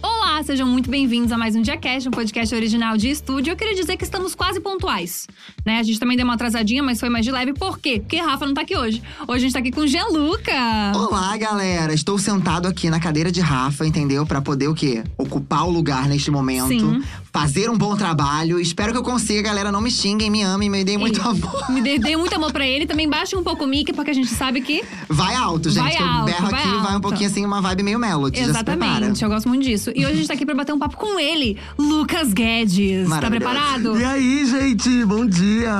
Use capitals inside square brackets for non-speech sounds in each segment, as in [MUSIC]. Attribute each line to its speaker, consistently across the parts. Speaker 1: Olá, sejam muito bem-vindos a mais um DiaCast, um podcast original de estúdio. Eu queria dizer que estamos quase pontuais, né? A gente também deu uma atrasadinha, mas foi mais de leve. Por quê? Porque Rafa não tá aqui hoje. Hoje a gente tá aqui com Geluca.
Speaker 2: Olá, galera! Estou sentado aqui na cadeira de Rafa, entendeu? Pra poder o quê? Ocupar o lugar neste momento.
Speaker 1: Sim.
Speaker 2: Fazer um bom trabalho. Espero que eu consiga, galera. Não me xinguem, me amem, me deem muito
Speaker 1: Ei.
Speaker 2: amor.
Speaker 1: Me dê, dê muito amor pra ele. Também baixa um pouco o mic, porque a gente sabe que…
Speaker 2: Vai alto, gente.
Speaker 1: Vai
Speaker 2: que eu
Speaker 1: alto,
Speaker 2: berro
Speaker 1: vai
Speaker 2: aqui e vai
Speaker 1: alto.
Speaker 2: um pouquinho assim, uma vibe meio melody. Já se prepara.
Speaker 1: Exatamente, eu gosto muito disso. E hoje a gente tá aqui pra bater um papo com ele, Lucas Guedes. Tá
Speaker 2: Maravilhoso.
Speaker 1: preparado?
Speaker 3: E aí, gente, bom dia!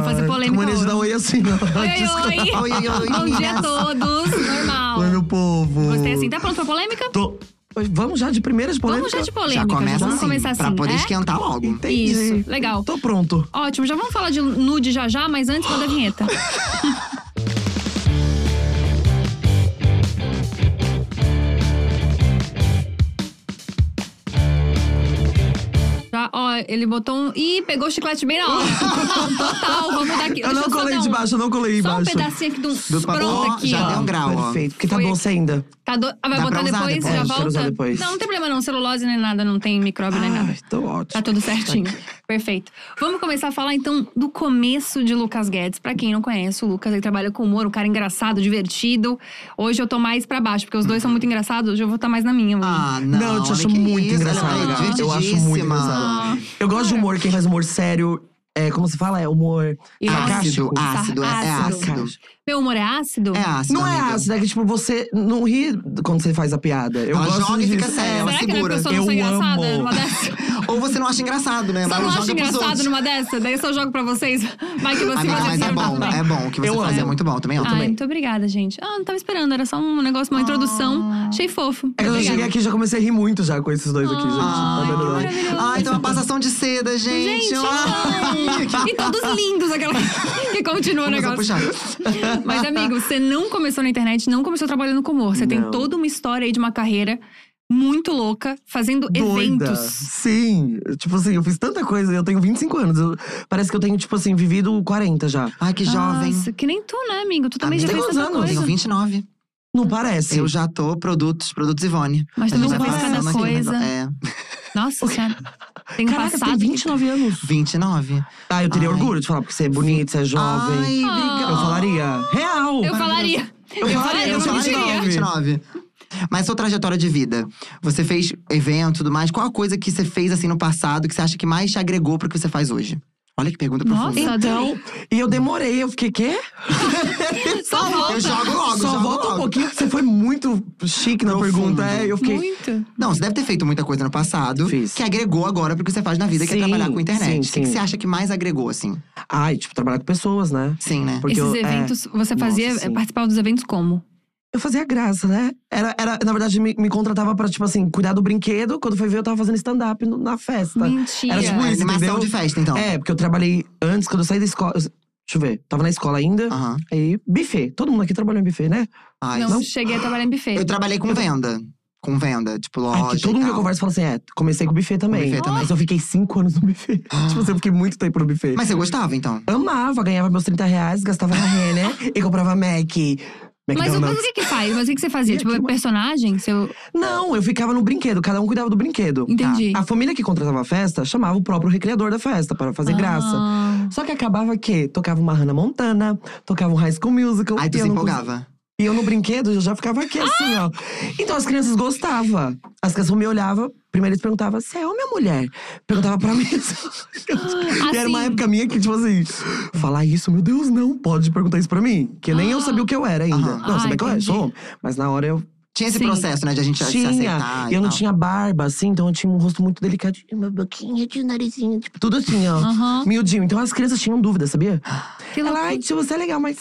Speaker 3: Vamos
Speaker 1: fazer polêmica
Speaker 3: Com mania de
Speaker 1: hoje.
Speaker 3: dar oi assim, não.
Speaker 1: Oi,
Speaker 3: Desculpa.
Speaker 1: oi, oi.
Speaker 2: Oi, oi, oi,
Speaker 1: Bom dia
Speaker 2: meninas.
Speaker 1: a todos. Normal.
Speaker 3: Oi, meu povo.
Speaker 1: Gostei assim. Tá pronto pra polêmica?
Speaker 3: Tô- Oi, Vamos já de primeiras polêmicas?
Speaker 1: Vamos já de
Speaker 2: Já
Speaker 1: polêmica.
Speaker 2: começa
Speaker 1: vamos
Speaker 2: assim,
Speaker 1: começar assim.
Speaker 2: pra poder
Speaker 1: é?
Speaker 2: esquentar logo.
Speaker 3: Entendi.
Speaker 1: Isso, legal.
Speaker 3: Tô pronto.
Speaker 1: Ótimo, já vamos falar de nude já já, mas antes manda a vinheta. [LAUGHS] Já, ó, ele botou um. Ih, pegou o chiclete bem na hora. Total, vamos dar aqui.
Speaker 3: Eu
Speaker 1: Deixa
Speaker 3: não
Speaker 1: só
Speaker 3: colei
Speaker 1: dar
Speaker 3: de
Speaker 1: um-
Speaker 3: baixo, eu não colei
Speaker 1: Só um
Speaker 3: embaixo.
Speaker 1: pedacinho aqui de um.
Speaker 2: Do
Speaker 1: Pronto
Speaker 2: ó,
Speaker 1: aqui,
Speaker 2: já
Speaker 1: ó.
Speaker 2: deu um grau, ó.
Speaker 3: Perfeito, porque tá
Speaker 1: Foi-
Speaker 3: doce ainda.
Speaker 1: Tá do... ah, vai
Speaker 2: Dá
Speaker 1: botar
Speaker 2: pra usar
Speaker 1: depois,
Speaker 2: depois,
Speaker 1: já
Speaker 2: quero
Speaker 1: volta?
Speaker 3: usar depois.
Speaker 1: Não, não tem problema não. Celulose nem nada, não tem micróbio nem nada.
Speaker 3: Ai, tô ótimo.
Speaker 1: Tá tudo certinho. Perfeito. Vamos começar a falar então do começo de Lucas Guedes. Pra quem não conhece, o Lucas ele trabalha com humor, um cara engraçado, divertido. Hoje eu tô mais pra baixo, porque os dois são muito engraçados. Hoje eu vou estar mais na minha. hoje.
Speaker 2: Ah, não.
Speaker 3: Não, eu te
Speaker 2: olha
Speaker 3: acho
Speaker 2: que
Speaker 3: muito
Speaker 2: isso,
Speaker 3: engraçado.
Speaker 2: ela é
Speaker 3: cara. Eu acho muito
Speaker 2: divertidíssima.
Speaker 3: engraçado. Eu gosto de humor, quem faz humor sério, é, como se fala? É humor
Speaker 1: E
Speaker 2: Ácido,
Speaker 3: sarcástico.
Speaker 2: ácido, é é
Speaker 1: Ácido.
Speaker 2: ácido.
Speaker 1: Meu humor é ácido?
Speaker 2: É ácido.
Speaker 3: Não é
Speaker 2: amiga.
Speaker 3: ácido, é que tipo, você não ri quando você faz a piada. Eu
Speaker 2: Ela
Speaker 3: gosto
Speaker 2: joga e
Speaker 3: disso.
Speaker 2: fica séria, ela
Speaker 1: Será que a
Speaker 2: segura.
Speaker 1: pessoa não é sou
Speaker 3: Eu
Speaker 1: engraçada
Speaker 3: amo.
Speaker 1: numa dessa?
Speaker 2: [LAUGHS] Ou você não acha engraçado, né?
Speaker 1: Só
Speaker 2: Mas
Speaker 1: não
Speaker 2: joga
Speaker 1: acho
Speaker 2: pros
Speaker 1: engraçado
Speaker 2: outros.
Speaker 1: numa dessa? Daí eu só jogo pra vocês. Vai que você
Speaker 2: Amiga,
Speaker 1: vai
Speaker 2: mas é
Speaker 1: decidir, tá
Speaker 2: bom,
Speaker 1: tudo bem.
Speaker 2: é bom. O que você
Speaker 3: Eu
Speaker 2: faz é
Speaker 3: amo.
Speaker 2: muito bom, também amo.
Speaker 1: Ai, muito obrigada, gente. Ah, não tava esperando, era só um negócio, uma
Speaker 2: Ah.
Speaker 1: introdução. Achei fofo.
Speaker 3: É que eu já
Speaker 1: Obrigada. Ah,
Speaker 3: cheguei aqui e já comecei a rir muito já com esses dois aqui, gente.
Speaker 2: Ah,
Speaker 1: Ai,
Speaker 3: Tá
Speaker 1: que
Speaker 3: vendo?
Speaker 1: maravilhoso.
Speaker 2: Ai, tem uma passação de seda, gente.
Speaker 1: Gente,
Speaker 2: [LAUGHS] Ai,
Speaker 1: então.
Speaker 2: que-
Speaker 1: e todos lindos,
Speaker 3: [LAUGHS]
Speaker 1: aquela que continua o
Speaker 2: Começou a
Speaker 1: negócio.
Speaker 2: puxar.
Speaker 1: Mas, amigo, você não começou na internet, não começou trabalhando com humor. Você tem
Speaker 3: Não.
Speaker 1: toda uma história aí de uma carreira muito louca, fazendo
Speaker 3: Doida.
Speaker 1: então eventos.
Speaker 3: Sim. Tipo assim, eu fiz tanta coisa. Eu tenho 25 anos. eu- parece que eu tenho, tipo assim, vivido 40 já.
Speaker 2: Ai, que jovem.
Speaker 1: Nossa, que nem tu, né, amigo? Tu também
Speaker 2: Amiga,
Speaker 1: já
Speaker 3: tem
Speaker 1: fez
Speaker 3: quantos
Speaker 1: tanta
Speaker 3: anos?
Speaker 2: Tenho
Speaker 1: coisa.
Speaker 2: 29.
Speaker 3: Não parece.
Speaker 2: Eu já tô produtos, produtos Ivone.
Speaker 1: Mas
Speaker 2: A gente
Speaker 1: também
Speaker 2: vai
Speaker 1: já fez
Speaker 3: tá
Speaker 1: cada
Speaker 2: passando aqui, mas-
Speaker 1: coisa.
Speaker 2: É,
Speaker 1: Nossa, cara. Tem um
Speaker 3: Caraca,
Speaker 1: passado.
Speaker 3: tem 29 anos.
Speaker 2: 29.
Speaker 3: Ah, eu teria
Speaker 2: Ai.
Speaker 3: orgulho de falar, porque você é bonito, você é jovem.
Speaker 2: Ai,
Speaker 1: Ah.
Speaker 2: obrigada.
Speaker 3: Eu falaria. Real!
Speaker 1: Eu falaria. Eu falaria, eu
Speaker 2: sou
Speaker 1: não mentiria.
Speaker 2: 29. Mas sua trajetória de vida. Você fez evento e tudo mais. Qual a coisa que você fez assim no passado que você acha que mais te agregou pro que você faz hoje? Olha que pergunta
Speaker 1: Nossa.
Speaker 2: profunda.
Speaker 3: Então, e eu demorei, eu fiquei, quê?
Speaker 1: Só
Speaker 2: Eu
Speaker 1: volta.
Speaker 2: jogo logo,
Speaker 3: Só
Speaker 2: jogo
Speaker 3: volta um
Speaker 2: logo.
Speaker 3: pouquinho, que você foi muito chique na
Speaker 2: Profundo.
Speaker 3: pergunta. É, eu fiquei.
Speaker 1: Muito.
Speaker 2: Não, você deve ter feito muita coisa no passado
Speaker 3: Fiz.
Speaker 2: que agregou agora pro que você faz na vida, que é
Speaker 3: Sim,
Speaker 2: trabalhar com internet.
Speaker 3: sim,
Speaker 2: O que que
Speaker 3: sim.
Speaker 2: você acha que mais agregou, assim?
Speaker 3: Ai, tipo, trabalhar com pessoas, né?
Speaker 2: Sim, né?
Speaker 3: Porque
Speaker 1: Esses
Speaker 3: eu- é.
Speaker 1: eventos, você fazia,
Speaker 3: Nossa, sim.
Speaker 1: participava dos eventos como?
Speaker 3: Eu fazia graça, né? Era, era, na verdade, me, me contratava pra, tipo assim, cuidar do brinquedo. Quando foi ver, eu tava fazendo stand-up no- na festa.
Speaker 1: Mentira.
Speaker 3: Era tipo
Speaker 2: É,
Speaker 3: isso,
Speaker 2: animação
Speaker 3: entendeu?
Speaker 2: de festa, então.
Speaker 3: É, porque eu trabalhei antes, quando eu saí da escola. eu- Deixa eu ver, tava na escola ainda.
Speaker 2: Aham.
Speaker 3: Aí, buffet. Todo mundo aqui trabalhou em buffet, né?
Speaker 2: Ai,
Speaker 1: Não, cheguei a trabalhar em buffet.
Speaker 2: Eu trabalhei com venda. Com venda, tipo loja.
Speaker 3: é. Ai, que todo
Speaker 2: e
Speaker 3: mundo que eu
Speaker 2: tal.
Speaker 3: converso fala assim: é, comecei com buffet também.
Speaker 2: buffet também.
Speaker 3: Mas eu fiquei cinco anos no buffet. tipo assim, eu fiquei muito tempo no buffet.
Speaker 2: Mas você gostava, então?
Speaker 3: Amava, ganhava meus 30 reais, gastava na Renner e comprava Mac. É
Speaker 1: Mas o mas
Speaker 3: McDonald's.
Speaker 1: o que que faz? Mas o que que você fazia?
Speaker 3: um E
Speaker 1: Tipo,
Speaker 3: aqui, mano?
Speaker 1: personagem? Seu...
Speaker 3: Não, eu ficava no brinquedo, cada um cuidava do brinquedo. Tá.
Speaker 1: Entendi.
Speaker 3: A família que contratava a festa chamava o próprio recreador da festa para fazer graça.
Speaker 1: Ah.
Speaker 3: Só que acabava que tocava uma Hannah Montana, tocava um High School Musical.
Speaker 2: Aí tu
Speaker 3: e
Speaker 2: se
Speaker 3: eu não cons-
Speaker 2: empolgava.
Speaker 3: E eu no brinquedo, eu já ficava aqui assim, ó. Então as crianças gostavam. As crianças me olhavam, primeiro eles perguntavam, você é homem ou mulher? Perguntava pra mim.
Speaker 1: [LAUGHS]
Speaker 3: E era uma
Speaker 1: Assim.
Speaker 3: época minha que, tipo assim, falar isso, meu Deus, não pode perguntar isso pra mim. Que nem eu sabia o que eu era ainda.
Speaker 2: Aham.
Speaker 3: Não, eu
Speaker 1: Ah,
Speaker 3: sabia que eu era,
Speaker 1: entendi.
Speaker 3: sou homem. Mas na hora eu
Speaker 2: Tinha esse
Speaker 1: Sim.
Speaker 2: processo, né, de a gente se aceitar.
Speaker 3: tinha. E eu não
Speaker 2: tal.
Speaker 3: tinha barba, assim, então eu tinha um rosto muito delicado. Uma boquinha, tinha um narizinho, tipo, tudo assim, ó.
Speaker 1: Aham.
Speaker 3: Miudinho. Então as crianças tinham dúvida, sabia?
Speaker 1: Que
Speaker 3: Ela,
Speaker 1: loucura.
Speaker 3: ai, tio, você é legal, mas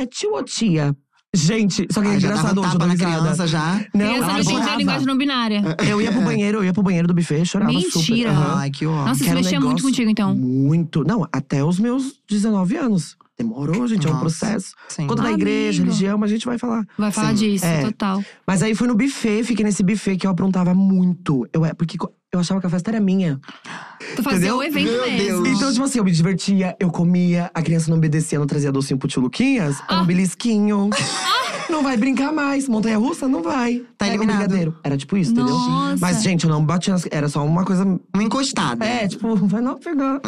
Speaker 3: é tio ou tia? Gente, só que é
Speaker 2: Ai, já dava
Speaker 3: engraçado
Speaker 2: um
Speaker 3: hoje,
Speaker 2: tapa
Speaker 3: eu dou
Speaker 2: na
Speaker 3: risada.
Speaker 2: criança já.
Speaker 3: Não,
Speaker 1: Criança não
Speaker 3: ela É,
Speaker 1: entendia a
Speaker 3: chorava.
Speaker 1: linguagem não binária.
Speaker 2: [LAUGHS]
Speaker 3: Eu ia pro banheiro, eu ia pro banheiro do buffet, chorava super.
Speaker 1: Mentira.
Speaker 3: Aham.
Speaker 2: Ai, que ó.
Speaker 1: Nossa, isso
Speaker 3: Quero um
Speaker 1: mexia muito
Speaker 3: negócio
Speaker 1: contigo, então.
Speaker 3: Muito. Não, até os meus 19 anos. Demorou, gente, é
Speaker 2: Nossa.
Speaker 3: um processo.
Speaker 2: Sim.
Speaker 3: Quanto da igreja,
Speaker 1: Amigo.
Speaker 3: religião, mas a gente vai falar.
Speaker 1: Vai falar
Speaker 2: Sim,
Speaker 1: disso,
Speaker 3: é.
Speaker 1: total.
Speaker 3: Mas aí foi no buffet, fiquei nesse buffet que eu aprontava muito. Eu, é- porque co- eu achava que a festa era minha.
Speaker 1: Tu fazia
Speaker 3: Entendeu?
Speaker 1: o evento
Speaker 2: Meu
Speaker 1: mesmo.
Speaker 2: Deus.
Speaker 3: Então, tipo assim, eu me divertia, eu comia, a criança não obedecia, não trazia docinho pro tio Luquinhas, era
Speaker 1: Ah.
Speaker 3: um belisquinho. Não vai brincar mais. Montanha russa não vai.
Speaker 2: Tá
Speaker 3: Pega o
Speaker 2: eliminado.
Speaker 3: brigadeiro. Era tipo isso, entendeu?
Speaker 1: Então, Nossa.
Speaker 3: Mas, gente, eu não bati nas. Era só uma coisa.
Speaker 2: Uma encostada.
Speaker 3: É, tipo, vai
Speaker 1: [LAUGHS]
Speaker 3: não pegar.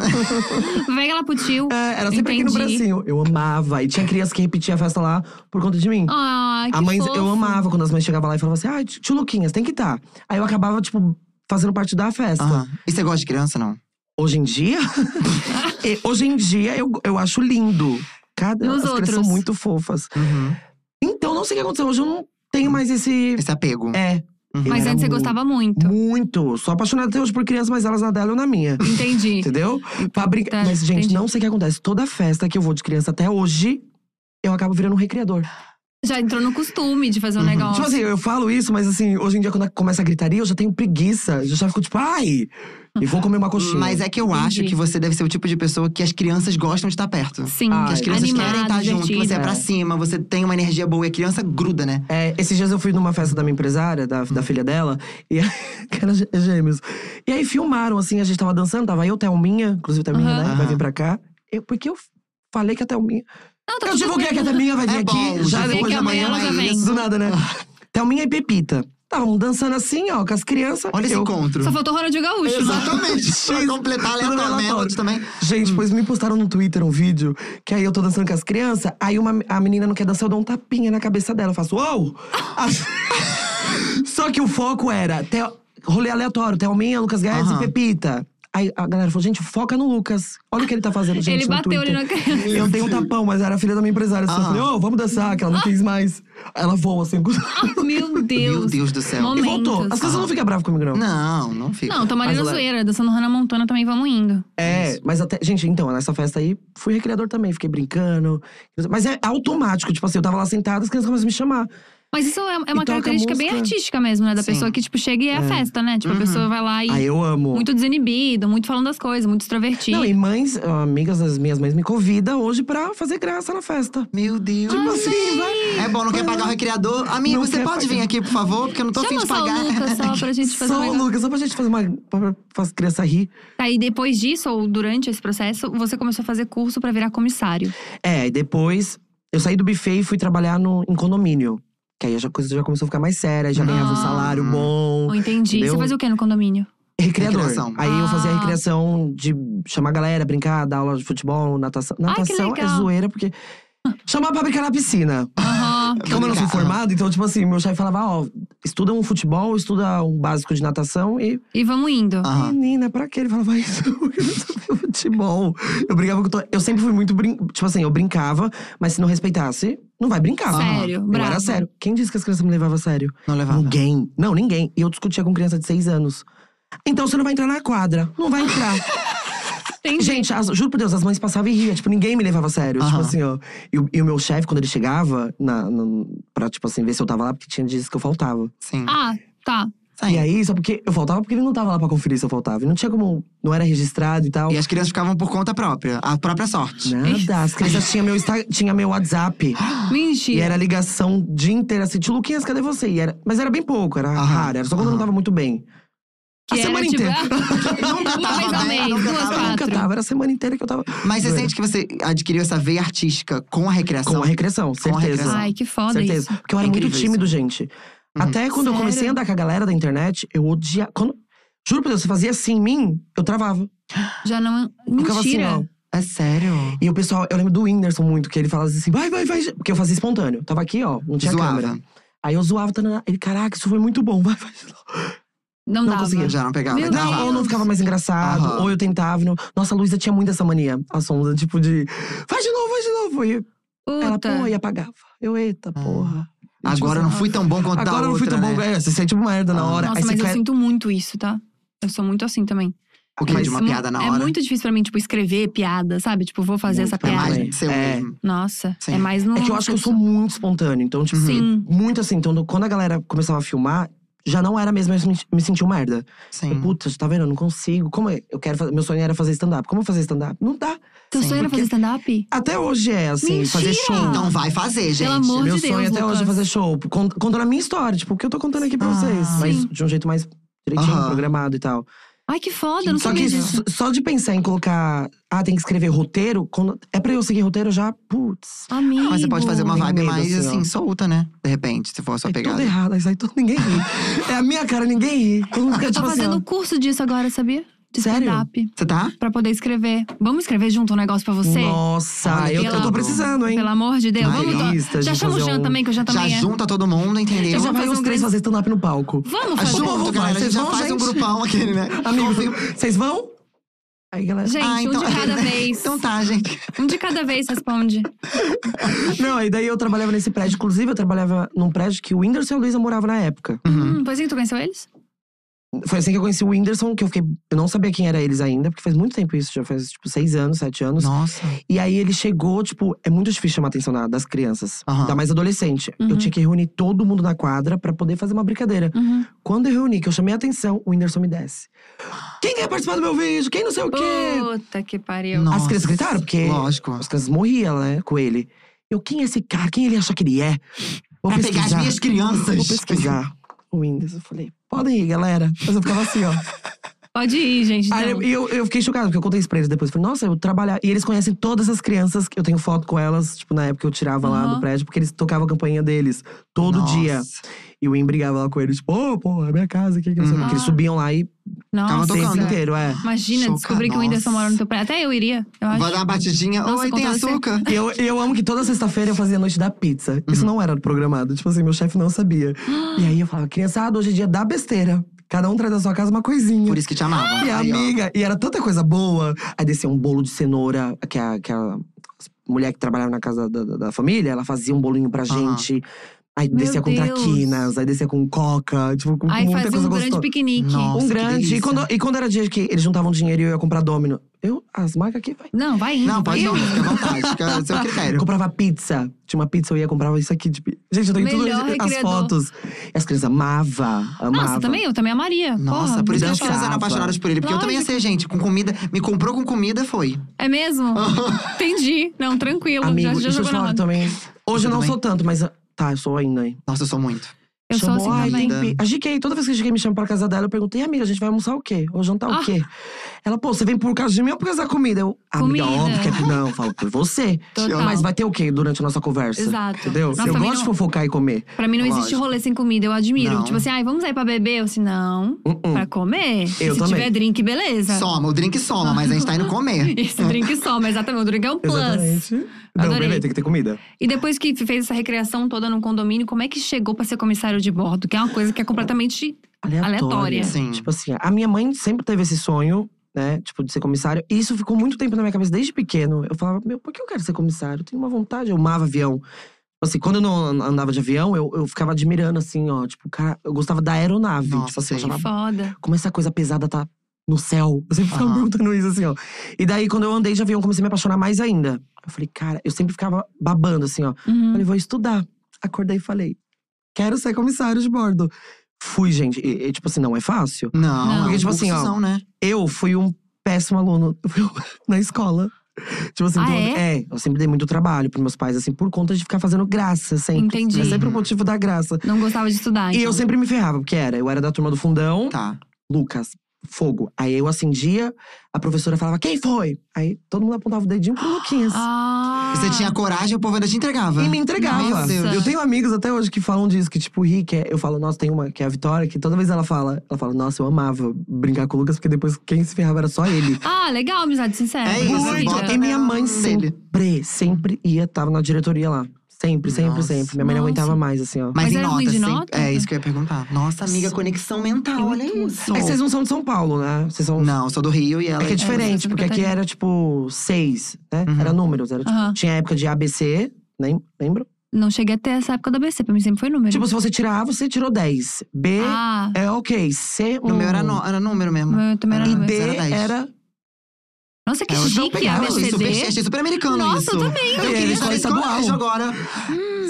Speaker 1: Vem ela pro tio.
Speaker 3: É, era sempre aqui no
Speaker 1: Entendi.
Speaker 3: bracinho. Eu amava. E tinha criança que repetia a festa lá por conta de mim.
Speaker 1: Ai, Ah, que
Speaker 3: a mãe,
Speaker 1: fofo.
Speaker 3: eu amava quando as mães chegavam lá e falavam assim: ai, tio Luquinhas, tem que estar. Aí eu acabava, tipo, fazendo parte da festa.
Speaker 2: Aham. E você gosta de criança, não?
Speaker 3: Hoje em
Speaker 1: [LAUGHS]
Speaker 3: dia. e hoje em dia eu, eu acho lindo. Cada
Speaker 1: E os
Speaker 3: as crianças são
Speaker 1: outros?
Speaker 3: muito fofas. Então não sei o que aconteceu. Hoje eu não tenho mais esse.
Speaker 2: Esse apego.
Speaker 3: É.
Speaker 2: Uhum.
Speaker 3: Eu
Speaker 1: Mas
Speaker 3: era
Speaker 1: antes você
Speaker 3: muito-
Speaker 1: gostava muito.
Speaker 3: Muito. Sou apaixonada até hoje por crianças, mas elas na dela ou na minha.
Speaker 1: Entendi.
Speaker 3: Entendeu? Pra brincar.
Speaker 1: Tá,
Speaker 3: Mas, gente,
Speaker 1: entendi.
Speaker 3: não sei o que acontece. Toda festa que eu vou de criança até hoje, eu acabo virando um recriador.
Speaker 1: Já entrou no costume de fazer um
Speaker 2: Uhum.
Speaker 1: negócio.
Speaker 3: Tipo assim, eu falo isso, mas assim, hoje em dia, quando começa a gritaria, eu já tenho preguiça. Eu já fico tipo, ai! E vou comer uma coxinha.
Speaker 2: Mas é que eu acho
Speaker 1: Entendi.
Speaker 2: que você deve ser o tipo de pessoa que as crianças gostam de estar perto.
Speaker 1: Sim,
Speaker 3: Ah,
Speaker 2: Que as crianças
Speaker 1: animado,
Speaker 2: querem estar junto, que
Speaker 3: tipo assim,
Speaker 2: você é
Speaker 1: divertido.
Speaker 2: pra cima, você tem uma energia boa e a criança gruda, né?
Speaker 3: É, esses dias eu fui numa festa da minha empresária, da, da filha dela, e [LAUGHS] que era gê- gêmeos. E aí filmaram, assim, a gente tava dançando, tava eu, Thelminha, inclusive Thelminha,
Speaker 1: Aham.
Speaker 3: né? Vai
Speaker 2: Aham.
Speaker 3: vir pra cá. Eu, porque eu falei que a Thelminha.
Speaker 1: Não, tá
Speaker 3: eu
Speaker 1: tudo
Speaker 3: divulguei
Speaker 1: bem.
Speaker 3: que a Thelminha vai vir
Speaker 2: É
Speaker 3: aqui,
Speaker 2: bom,
Speaker 3: já
Speaker 1: divulga
Speaker 3: depois
Speaker 1: que
Speaker 3: da
Speaker 1: amanhã ela
Speaker 3: manhã.
Speaker 2: é
Speaker 1: já vem.
Speaker 3: Isso do nada, né?
Speaker 2: Ah.
Speaker 3: Thelminha e Pepita. Estavam dançando assim, ó, com as crianças.
Speaker 2: Olha esse
Speaker 3: eu,
Speaker 2: encontro.
Speaker 1: Só faltou Ronaldinho Gaúcho. né?
Speaker 2: Exatamente. pra completar
Speaker 3: Tudo
Speaker 2: aleatoriamente
Speaker 3: aleatório.
Speaker 2: também.
Speaker 3: Gente, pois me postaram no Twitter um vídeo que aí eu tô dançando com as crianças, aí uma, a menina não quer dançar, eu dou um tapinha na cabeça dela. Eu faço, uou! As- [LAUGHS] Só que o foco era Theo- rolê aleatório, Thelminha, Lucas Guedes
Speaker 2: Aham.
Speaker 3: e Pepita. Aí a galera falou, gente, foca no Lucas. Olha o que ele tá fazendo, gente.
Speaker 1: Ele
Speaker 3: no
Speaker 1: bateu ali
Speaker 3: Twitter.
Speaker 1: na [LAUGHS] criança.
Speaker 3: Eu dei um tapão, mas era a filha da minha empresária. assim, Eu
Speaker 2: Aham.
Speaker 3: falei, ô, vamos dançar, que ela não quis mais. Ela voa assim. [LAUGHS] com-
Speaker 1: Ah, Meu Deus.
Speaker 2: Meu Deus do céu.
Speaker 3: e
Speaker 1: Momentos.
Speaker 3: voltou. As pessoas não ficam bravas comigo, não.
Speaker 2: Não, não fica.
Speaker 1: Não, tamo ali
Speaker 3: Mas
Speaker 1: na
Speaker 3: ela-
Speaker 1: zoeira. Dançando Hannah Montana também vamos indo.
Speaker 3: É, mas até. Gente, então, nessa festa aí, fui recriador também, fiquei brincando. Mas é automático, tipo assim, eu tava lá sentada, as crianças começam a me chamar.
Speaker 1: Mas isso é é uma
Speaker 3: E toca
Speaker 1: característica bem
Speaker 3: Então, música. Uhum.
Speaker 1: artística mesmo, né? Da
Speaker 2: Sim.
Speaker 1: pessoa que, tipo, chega e é a festa, né? Tipo, a pessoa vai lá e…
Speaker 3: Aí eu amo.
Speaker 1: Muito desinibido, muito falando das coisas, muito extrovertido.
Speaker 3: Não, e mães, ah, amigas das minhas mães me convidam hoje pra fazer graça na festa.
Speaker 2: Meu Deus.
Speaker 3: Tipo assim, vai.
Speaker 2: É bom, não quer pagar o recriador? Amigo,
Speaker 3: Não
Speaker 2: você
Speaker 3: quer
Speaker 2: pode
Speaker 3: pagar.
Speaker 2: vir aqui, por favor? Porque eu não tô afim
Speaker 1: Chama
Speaker 2: de
Speaker 1: só
Speaker 2: pagar.
Speaker 1: o Lucas
Speaker 2: [LAUGHS]
Speaker 1: só pra
Speaker 3: [LAUGHS]
Speaker 1: gente fazer um
Speaker 3: Só,
Speaker 1: negócio.
Speaker 3: Lucas, só pra gente fazer uma. pra- pra as crianças rir.
Speaker 1: Aí depois disso, ou durante esse processo, você começou a fazer curso pra virar comissário.
Speaker 3: É, e depois eu saí do buffet e fui trabalhar no, em condomínio. Que aí a coisa já começou a ficar mais séria, já ganhava um
Speaker 1: Ah.
Speaker 3: salário bom.
Speaker 1: Eu entendi. Você
Speaker 3: Entendeu?
Speaker 1: fazia o quê no condomínio?
Speaker 3: Recreador.
Speaker 2: Recreação.
Speaker 3: Aí eu fazia
Speaker 1: Ah.
Speaker 3: recreação de chamar a galera, brincar, dar aula de futebol, natação.
Speaker 1: Ai, que
Speaker 3: Natação é
Speaker 1: legal.
Speaker 3: zoeira, porque. Chamar pra brincar na piscina.
Speaker 1: Aham.
Speaker 3: Como eu não sou
Speaker 2: Brincar.
Speaker 3: formado, então, tipo assim, meu chefe falava: ó, estuda um futebol, estuda um básico de natação e.
Speaker 1: E vamos indo.
Speaker 2: Aham.
Speaker 3: Menina, pra quê? Ele falava [LAUGHS] isso, porque eu não sabia futebol. Eu brincava com. to- Eu sempre fui muito. Brin... Tipo assim, eu brincava, mas se não respeitasse, não vai brincar.
Speaker 1: Sério,
Speaker 3: Eu
Speaker 1: bravo.
Speaker 3: era sério. Quem disse que as crianças me levavam a sério?
Speaker 2: Não levava.
Speaker 3: Ninguém. Não, ninguém. E eu discutia com criança de seis anos. Então você não vai entrar na quadra. Não vai entrar.
Speaker 1: Entendi.
Speaker 3: Gente, as- juro por Deus, as mães passavam e ria. Tipo, ninguém me levava a sério. Tipo
Speaker 2: Aham.
Speaker 3: assim, ó. E, o- e o meu chefe, quando ele chegava, na, na- pra, tipo assim, ver se eu tava lá, porque tinha dias que eu faltava.
Speaker 2: Sim.
Speaker 1: Ah, tá.
Speaker 2: Sim.
Speaker 3: E aí, só porque eu faltava porque ele não tava lá pra conferir se eu faltava. E não tinha como. Não era registrado e tal.
Speaker 2: E as crianças ficavam por conta própria, a própria sorte.
Speaker 3: Nada. As crianças tinham meu, Insta- tinha meu WhatsApp. E
Speaker 1: Mentira.
Speaker 3: era ligação o dia inteiro assim, tio Luquinhas, cadê você? E era, mas era bem pouco, era
Speaker 2: Aham.
Speaker 3: raro, era só quando eu não
Speaker 2: Aham.
Speaker 3: tava muito bem.
Speaker 1: Que
Speaker 3: a
Speaker 1: era,
Speaker 3: semana
Speaker 1: tipo,
Speaker 3: inteira.
Speaker 1: ah, [LAUGHS] Uma
Speaker 2: tava
Speaker 1: vez ao
Speaker 2: bem,
Speaker 1: mês,
Speaker 2: nunca
Speaker 1: duas,
Speaker 2: tava,
Speaker 3: Eu nunca
Speaker 1: quatro.
Speaker 3: tava, era a semana inteira que eu tava.
Speaker 2: Mas você
Speaker 3: Doida.
Speaker 2: sente que você adquiriu essa veia artística com a recreação?
Speaker 3: Com a recreação,
Speaker 2: Com a
Speaker 3: certeza.
Speaker 2: recreação.
Speaker 1: Ai, que foda
Speaker 3: certeza.
Speaker 1: isso.
Speaker 3: Porque eu era
Speaker 2: É
Speaker 3: muito
Speaker 2: incrível Hum.
Speaker 3: tímido, gente. Até quando eu comecei a
Speaker 1: Sério?
Speaker 3: andar com a galera da internet, eu odiava. Quando... Juro por Deus, você fazia assim em mim, eu travava.
Speaker 1: Já não…
Speaker 3: Eu ficava assim,
Speaker 1: Mentira.
Speaker 3: ó.
Speaker 2: É sério?
Speaker 3: E o pessoal, eu lembro do Whindersson muito, que ele falava assim, vai, vai, vai. Porque eu fazia espontâneo. Tava aqui, ó, não tinha
Speaker 2: Zoava.
Speaker 3: câmera. Aí eu zoava, tanana. ele, caraca, isso foi muito bom, vai, vai. de novo."
Speaker 1: não
Speaker 3: não
Speaker 1: dava.
Speaker 3: conseguia.
Speaker 2: Já não pegava.
Speaker 1: Meu
Speaker 2: não,
Speaker 1: Deus.
Speaker 3: Não, ou não ficava mais engraçado,
Speaker 2: Aham.
Speaker 3: ou eu tentava. Não. Nossa, a Luísa tinha muito essa mania, a Sonza, tipo de. Faz de novo, faz de novo. E ela,
Speaker 1: Puta.
Speaker 3: pô, e apagava. Eu, eita, porra. E, tipo,
Speaker 2: Hum. Agora eu não
Speaker 3: assim,
Speaker 2: fui tão bom quanto
Speaker 3: Agora
Speaker 2: da
Speaker 3: eu não fui
Speaker 2: outra,
Speaker 3: tão bom.
Speaker 2: né?
Speaker 3: É, você sente uma merda na
Speaker 2: Ah.
Speaker 3: hora.
Speaker 1: Nossa,
Speaker 3: aí você
Speaker 1: mas assim, eu
Speaker 3: quer-
Speaker 1: sinto muito isso, tá? Eu sou muito assim também.
Speaker 2: O que? De
Speaker 3: Mas
Speaker 2: uma
Speaker 1: Isso mu-
Speaker 2: piada na
Speaker 1: É
Speaker 2: hora.
Speaker 1: muito difícil pra mim, tipo, escrever piada, sabe? Tipo, vou fazer
Speaker 3: Muito
Speaker 1: essa
Speaker 2: É
Speaker 3: pra
Speaker 1: piada.
Speaker 2: mais
Speaker 3: Ai,
Speaker 2: seu
Speaker 3: é.
Speaker 2: mesmo.
Speaker 1: Nossa,
Speaker 2: Sim.
Speaker 1: é mais no…
Speaker 3: É que eu acho que eu sou muito espontâneo. Então, tipo,
Speaker 1: Sim.
Speaker 3: muito assim. Então, quando a galera começava a filmar, já não era mesmo, eu me- me sentiu merda.
Speaker 2: Sim.
Speaker 3: Puta, tá vendo? Eu não consigo. Como é? Eu quero fazer. Meu sonho era fazer stand-up. Como eu fazer stand-up? Não dá.
Speaker 1: Teu
Speaker 2: Sim,
Speaker 1: sonho era
Speaker 3: porque-
Speaker 1: fazer stand-up?
Speaker 3: Até hoje é, assim, fazer
Speaker 1: Mentira!
Speaker 3: show.
Speaker 2: Então vai fazer, gente.
Speaker 1: Pelo amor
Speaker 3: Meu
Speaker 1: de Deus,
Speaker 3: sonho até
Speaker 1: Lucas.
Speaker 3: hoje é fazer show. Con- Contando a minha história, tipo, o que eu tô contando aqui pra
Speaker 2: Ah.
Speaker 3: vocês. Mas
Speaker 1: Sim.
Speaker 3: de um jeito mais direitinho,
Speaker 2: Aham.
Speaker 3: programado e tal.
Speaker 1: Ai, que foda, não
Speaker 3: Só que
Speaker 1: sabia disso.
Speaker 3: s- só de pensar em colocar. Ah, tem que escrever roteiro. Quando, é pra eu seguir roteiro eu já. Putz.
Speaker 1: Amigo. tá
Speaker 2: Mas você pode fazer uma
Speaker 3: Tenho
Speaker 2: vibe
Speaker 3: medo,
Speaker 2: mais,
Speaker 3: assim, ó.
Speaker 2: assim, solta, né? De repente, se for a sua
Speaker 3: É
Speaker 2: pegada.
Speaker 3: tudo errado, isso aí tudo, ninguém ri. É a minha cara, ninguém ri. Todo mundo fica
Speaker 1: Eu tô
Speaker 3: tipo assim,
Speaker 1: Tá fazendo
Speaker 3: ó.
Speaker 1: curso disso agora, sabia? De
Speaker 3: Sério?
Speaker 1: stand-up.
Speaker 2: Você tá?
Speaker 1: Pra poder escrever. Vamos escrever junto um negócio pra você?
Speaker 3: Nossa,
Speaker 2: Olha,
Speaker 3: eu,
Speaker 1: pelo
Speaker 3: eu tô
Speaker 1: amor.
Speaker 3: precisando, hein?
Speaker 1: Pelo amor de Deus.
Speaker 2: Uma
Speaker 1: Vamos do-
Speaker 3: lista de
Speaker 1: Já chama o
Speaker 3: fazer
Speaker 1: Jean
Speaker 3: um-
Speaker 1: também, que o Jean também
Speaker 2: Já
Speaker 1: é.
Speaker 2: junta todo mundo, entendeu?
Speaker 1: Eu já
Speaker 3: Já vai
Speaker 1: fazer
Speaker 3: os
Speaker 1: um
Speaker 3: três
Speaker 1: grande-
Speaker 3: fazer stand-up
Speaker 1: [LAUGHS]
Speaker 3: no palco.
Speaker 1: Vamos
Speaker 2: Ah,
Speaker 1: fazer.
Speaker 3: Junta-
Speaker 2: Junto,
Speaker 3: vai,
Speaker 2: galera. A gente
Speaker 3: vocês
Speaker 2: já
Speaker 3: vão,
Speaker 2: faz um
Speaker 3: gente?
Speaker 2: grupão aquele, né?
Speaker 3: Amigos,
Speaker 2: Só-
Speaker 3: vocês vão? Aí, galera.
Speaker 1: Gente,
Speaker 2: Ah, então- [LAUGHS]
Speaker 1: um de cada vez.
Speaker 2: Então tá, gente.
Speaker 1: Um de cada vez responde.
Speaker 3: Não, aí daí eu trabalhava nesse prédio. Inclusive, eu trabalhava num prédio que o Whindersson e a Luísa moravam na época.
Speaker 2: Uhum.
Speaker 1: Hum, pois é, tu conheceu eles?
Speaker 3: Foi assim que eu conheci o Whindersson, que eu fiquei. Eu não sabia quem era eles ainda, porque faz muito tempo isso, já faz tipo seis anos, sete anos.
Speaker 2: Nossa.
Speaker 3: E aí ele chegou, tipo, é muito difícil chamar a atenção da- das crianças,
Speaker 2: Aham.
Speaker 3: ainda mais adolescente.
Speaker 1: Uhum.
Speaker 3: Eu tinha que reunir todo mundo na quadra pra poder fazer uma brincadeira.
Speaker 1: Uhum.
Speaker 3: Quando eu reuni, que eu chamei a atenção, o Whindersson me desce. Quem quer participar do meu vídeo? Quem não sei o quê?
Speaker 1: Puta que pariu.
Speaker 2: Nossa.
Speaker 3: As crianças gritaram, porque
Speaker 2: Lógico.
Speaker 3: as crianças morriam, né, com ele. Eu, quem é esse cara? Quem ele acha que ele é? Vou
Speaker 2: Pra pegar as minhas crianças.
Speaker 3: Vou pesquisar o Whindersson. Eu falei, podem ir, galera. Mas eu ficava assim, ó.
Speaker 1: Pode ir, gente. Então.
Speaker 3: Aí eu, eu, eu fiquei chocada, porque eu contei isso pra eles depois. Eu Falei, nossa, eu trabalhar. E eles conhecem todas as crianças, que eu tenho foto com elas, tipo, na época eu tirava lá
Speaker 1: Aham.
Speaker 3: do prédio, porque eles tocavam a campainha deles todo
Speaker 2: Nossa.
Speaker 3: dia. E o Win brigava lá com eles, tipo, ô, pô, é minha casa aqui, que não sei o quê.
Speaker 2: Uhum.
Speaker 3: Porque eles subiam lá e
Speaker 1: Nossa.
Speaker 3: o tempo
Speaker 2: tocando.
Speaker 3: inteiro, é.
Speaker 1: Imagina
Speaker 2: Chocada,
Speaker 1: descobrir que o Whindersson
Speaker 2: nossa.
Speaker 1: mora no teu prédio. Até eu iria, eu acho.
Speaker 2: Vai dar uma batidinha.
Speaker 1: Nossa,
Speaker 2: Oi, tem
Speaker 1: com todo
Speaker 2: açúcar?
Speaker 3: E eu, eu amo que toda sexta-feira eu fazia a noite da pizza. Isso
Speaker 2: Uhum.
Speaker 3: não era programado. Tipo assim, meu chefe não sabia. E aí eu falava, criançada, hoje é dia da besteira. Cada um traz da sua casa uma coisinha.
Speaker 2: Por isso que te amava.
Speaker 3: E a
Speaker 2: Aí, ó.
Speaker 3: amiga, e era tanta coisa boa. Aí descia um bolo de cenoura, que a, que a mulher que trabalhava na casa da, da- da família, ela fazia um bolinho pra
Speaker 2: Aham.
Speaker 3: gente. Aí
Speaker 1: Meu
Speaker 3: descia com
Speaker 1: Deus.
Speaker 3: traquinas, aí descia com coca, tipo, com
Speaker 1: Aí
Speaker 3: muita
Speaker 1: fazia
Speaker 3: coisa
Speaker 1: um grande
Speaker 3: gostosa.
Speaker 1: piquenique.
Speaker 2: Nossa,
Speaker 3: um
Speaker 2: que
Speaker 3: grande. E
Speaker 2: delícia.
Speaker 3: quando, e quando era dia que eles juntavam dinheiro e eu ia comprar domino, eu, as marcas aqui, vai.
Speaker 1: Não, vai indo.
Speaker 2: Não,
Speaker 1: vai
Speaker 2: pode não,
Speaker 1: indo.
Speaker 2: fica à vontade, fica ao seu
Speaker 3: Eu
Speaker 2: critério.
Speaker 3: comprava pizza. Tinha uma pizza, eu ia comprava isso aqui. de pi- gente, eu tenho tudo
Speaker 1: Melhor
Speaker 3: as
Speaker 1: recreador.
Speaker 3: fotos. E as crianças amavam, amavam.
Speaker 1: Nossa, também eu também amaria.
Speaker 2: Nossa,
Speaker 1: Porra,
Speaker 2: por isso que as
Speaker 1: dançar.
Speaker 2: crianças eram apaixonadas por ele. Porque eu também ia ser, gente, com comida. Me comprou com comida, foi.
Speaker 1: É mesmo?
Speaker 3: [LAUGHS]
Speaker 1: Entendi. Não, tranquilo.
Speaker 3: Amigo,
Speaker 1: já, já
Speaker 3: deixa eu
Speaker 1: jogou
Speaker 3: te
Speaker 1: na
Speaker 3: falar
Speaker 1: roda.
Speaker 3: também. Hoje eu não
Speaker 2: Tudo
Speaker 3: sou tanto, mas. Tá, eu sou ainda, hein?
Speaker 2: Nossa, eu sou muito.
Speaker 1: Eu sou assim
Speaker 3: Chamou, ai,
Speaker 1: também.
Speaker 2: vida.
Speaker 3: tem pi- A GK, toda vez que a GK me chama pra casa dela, eu perguntei, amiga, a gente vai almoçar o quê? Ou jantar
Speaker 1: Ah.
Speaker 3: o quê? Ela, pô, você vem por causa de mim ou por causa da comida? Eu, amiga,
Speaker 1: Comida.
Speaker 3: óbvio que é. Não, eu falo por você.
Speaker 1: Total.
Speaker 3: Mas vai ter o quê durante a nossa conversa?
Speaker 1: Exato.
Speaker 3: Entendeu?
Speaker 1: Nossa,
Speaker 3: eu
Speaker 1: também
Speaker 3: gosto de
Speaker 1: não-
Speaker 3: fofocar e comer.
Speaker 1: Pra mim não existe
Speaker 2: Lógico.
Speaker 1: rolê sem comida, eu admiro.
Speaker 2: Não.
Speaker 1: Tipo assim, ai, vamos aí pra beber? Eu assim, não.
Speaker 3: Uh-uh.
Speaker 1: Pra comer.
Speaker 3: Eu
Speaker 1: Se
Speaker 3: também.
Speaker 1: tiver drink, beleza.
Speaker 2: Soma, o drink soma, mas a gente tá
Speaker 1: [LAUGHS]
Speaker 2: indo comer.
Speaker 1: Esse drink só, mas exatamente. O drink é um plus.
Speaker 3: [LAUGHS] Exatamente. Não,
Speaker 1: Adorei.
Speaker 3: bebê, tem que ter comida.
Speaker 1: E depois que fez essa recreação toda no condomínio, como é que chegou pra ser comissário de bordo? Que é uma coisa que é completamente.
Speaker 3: Aleatória.
Speaker 1: Aleatória.
Speaker 2: Sim.
Speaker 3: Tipo assim, a minha mãe sempre teve esse sonho, né? Tipo, de ser comissário. E isso ficou muito tempo na minha cabeça, desde pequeno. Eu falava, meu, por que eu quero ser comissário? Eu tenho uma vontade, eu amava avião. Assim, quando eu não an- andava de avião, eu, eu ficava admirando, assim, ó. Tipo, cara, eu gostava da aeronave.
Speaker 2: Nossa,
Speaker 3: tipo assim, eu
Speaker 2: sim.
Speaker 1: Que
Speaker 3: achava,
Speaker 1: foda.
Speaker 3: como essa coisa pesada tá no céu. Eu sempre ficava
Speaker 2: Aham.
Speaker 3: perguntando isso, assim, ó. E daí, quando eu andei de avião, comecei a me apaixonar mais ainda. Eu falei, cara, eu sempre ficava babando, assim, ó.
Speaker 1: Uhum.
Speaker 3: Falei, vou estudar. Acordei e falei, quero ser comissário de bordo. Fui, gente. E, e, tipo assim, não é fácil.
Speaker 2: Não,
Speaker 1: Não.
Speaker 2: é um
Speaker 1: Porque,
Speaker 3: tipo assim, ó,
Speaker 2: cursozão, né?
Speaker 3: Eu fui um péssimo aluno [LAUGHS] eu fui um- na escola. Tipo assim,
Speaker 1: Ah,
Speaker 3: do-
Speaker 1: é?
Speaker 3: eu sempre dei muito trabalho pros meus pais, assim, por conta de ficar fazendo graça sempre.
Speaker 1: Entendi.
Speaker 3: É sempre o motivo da graça.
Speaker 1: Não gostava de estudar.
Speaker 3: E
Speaker 1: então.
Speaker 3: eu sempre me ferrava, porque era, eu era da turma do fundão,
Speaker 2: Tá.
Speaker 3: Lucas, fogo. Aí eu acendia, a professora falava, quem foi? Aí todo mundo apontava o dedinho pro Luquinhas.
Speaker 1: Ah.
Speaker 2: Você tinha coragem, o povo ainda te entregava.
Speaker 3: E me
Speaker 2: Meu
Speaker 3: entregava.
Speaker 2: Deus.
Speaker 3: Eu tenho amigos até hoje que falam disso, que tipo, o Rick, é- eu falo, nossa, tem uma que é a Vitória, que toda vez ela fala, ela fala, nossa, eu amava brincar com o Lucas, porque depois quem se ferrava era só ele.
Speaker 1: Ah, legal, amizade sincera.
Speaker 2: É
Speaker 1: Muito
Speaker 2: isso,
Speaker 1: bonita.
Speaker 2: bota-
Speaker 3: E minha mãe
Speaker 2: Dele.
Speaker 3: sempre, sempre ia, tava na diretoria lá. Sempre, sempre,
Speaker 2: Nossa.
Speaker 3: sempre. Minha mãe não
Speaker 1: Nossa.
Speaker 3: aguentava mais, assim, ó.
Speaker 2: Mas,
Speaker 1: Mas
Speaker 2: em
Speaker 1: era
Speaker 2: nota,
Speaker 1: ruim de
Speaker 2: sempre-
Speaker 1: nota?
Speaker 2: É isso que eu ia perguntar. Nossa, amiga, conexão mental, olha isso.
Speaker 3: É que vocês não são de São Paulo, né? Vocês são.
Speaker 2: Não, sou do Rio e ela.
Speaker 3: É que é diferente,
Speaker 1: Santa
Speaker 3: porque aqui
Speaker 1: Catarina.
Speaker 3: era tipo seis, né?
Speaker 2: Uhum.
Speaker 3: Era números. Era, tipo,
Speaker 1: Aham.
Speaker 3: Tinha a época de ABC, lem- lembra?
Speaker 1: Não cheguei até essa época da BC, pra mim sempre foi
Speaker 2: Uhum.
Speaker 1: número.
Speaker 3: Tipo, se você tirar A, você tirou 10. B
Speaker 1: ah,
Speaker 3: é ok. C, um.
Speaker 2: No meu era,
Speaker 1: Uhum.
Speaker 2: no- era número mesmo.
Speaker 1: eu também era
Speaker 2: E
Speaker 1: número.
Speaker 2: D-
Speaker 3: D
Speaker 2: Era dez.
Speaker 3: era.
Speaker 1: Nossa, que
Speaker 2: Ela não
Speaker 1: chique é
Speaker 2: pegava,
Speaker 1: a
Speaker 2: achei É, super,
Speaker 1: BCD.
Speaker 2: achei super americano
Speaker 1: Nossa,
Speaker 2: isso.
Speaker 1: eu também. Hum,
Speaker 2: Eu
Speaker 3: E
Speaker 2: queria estar
Speaker 3: era escola
Speaker 2: em
Speaker 3: estadual.
Speaker 2: colégio agora.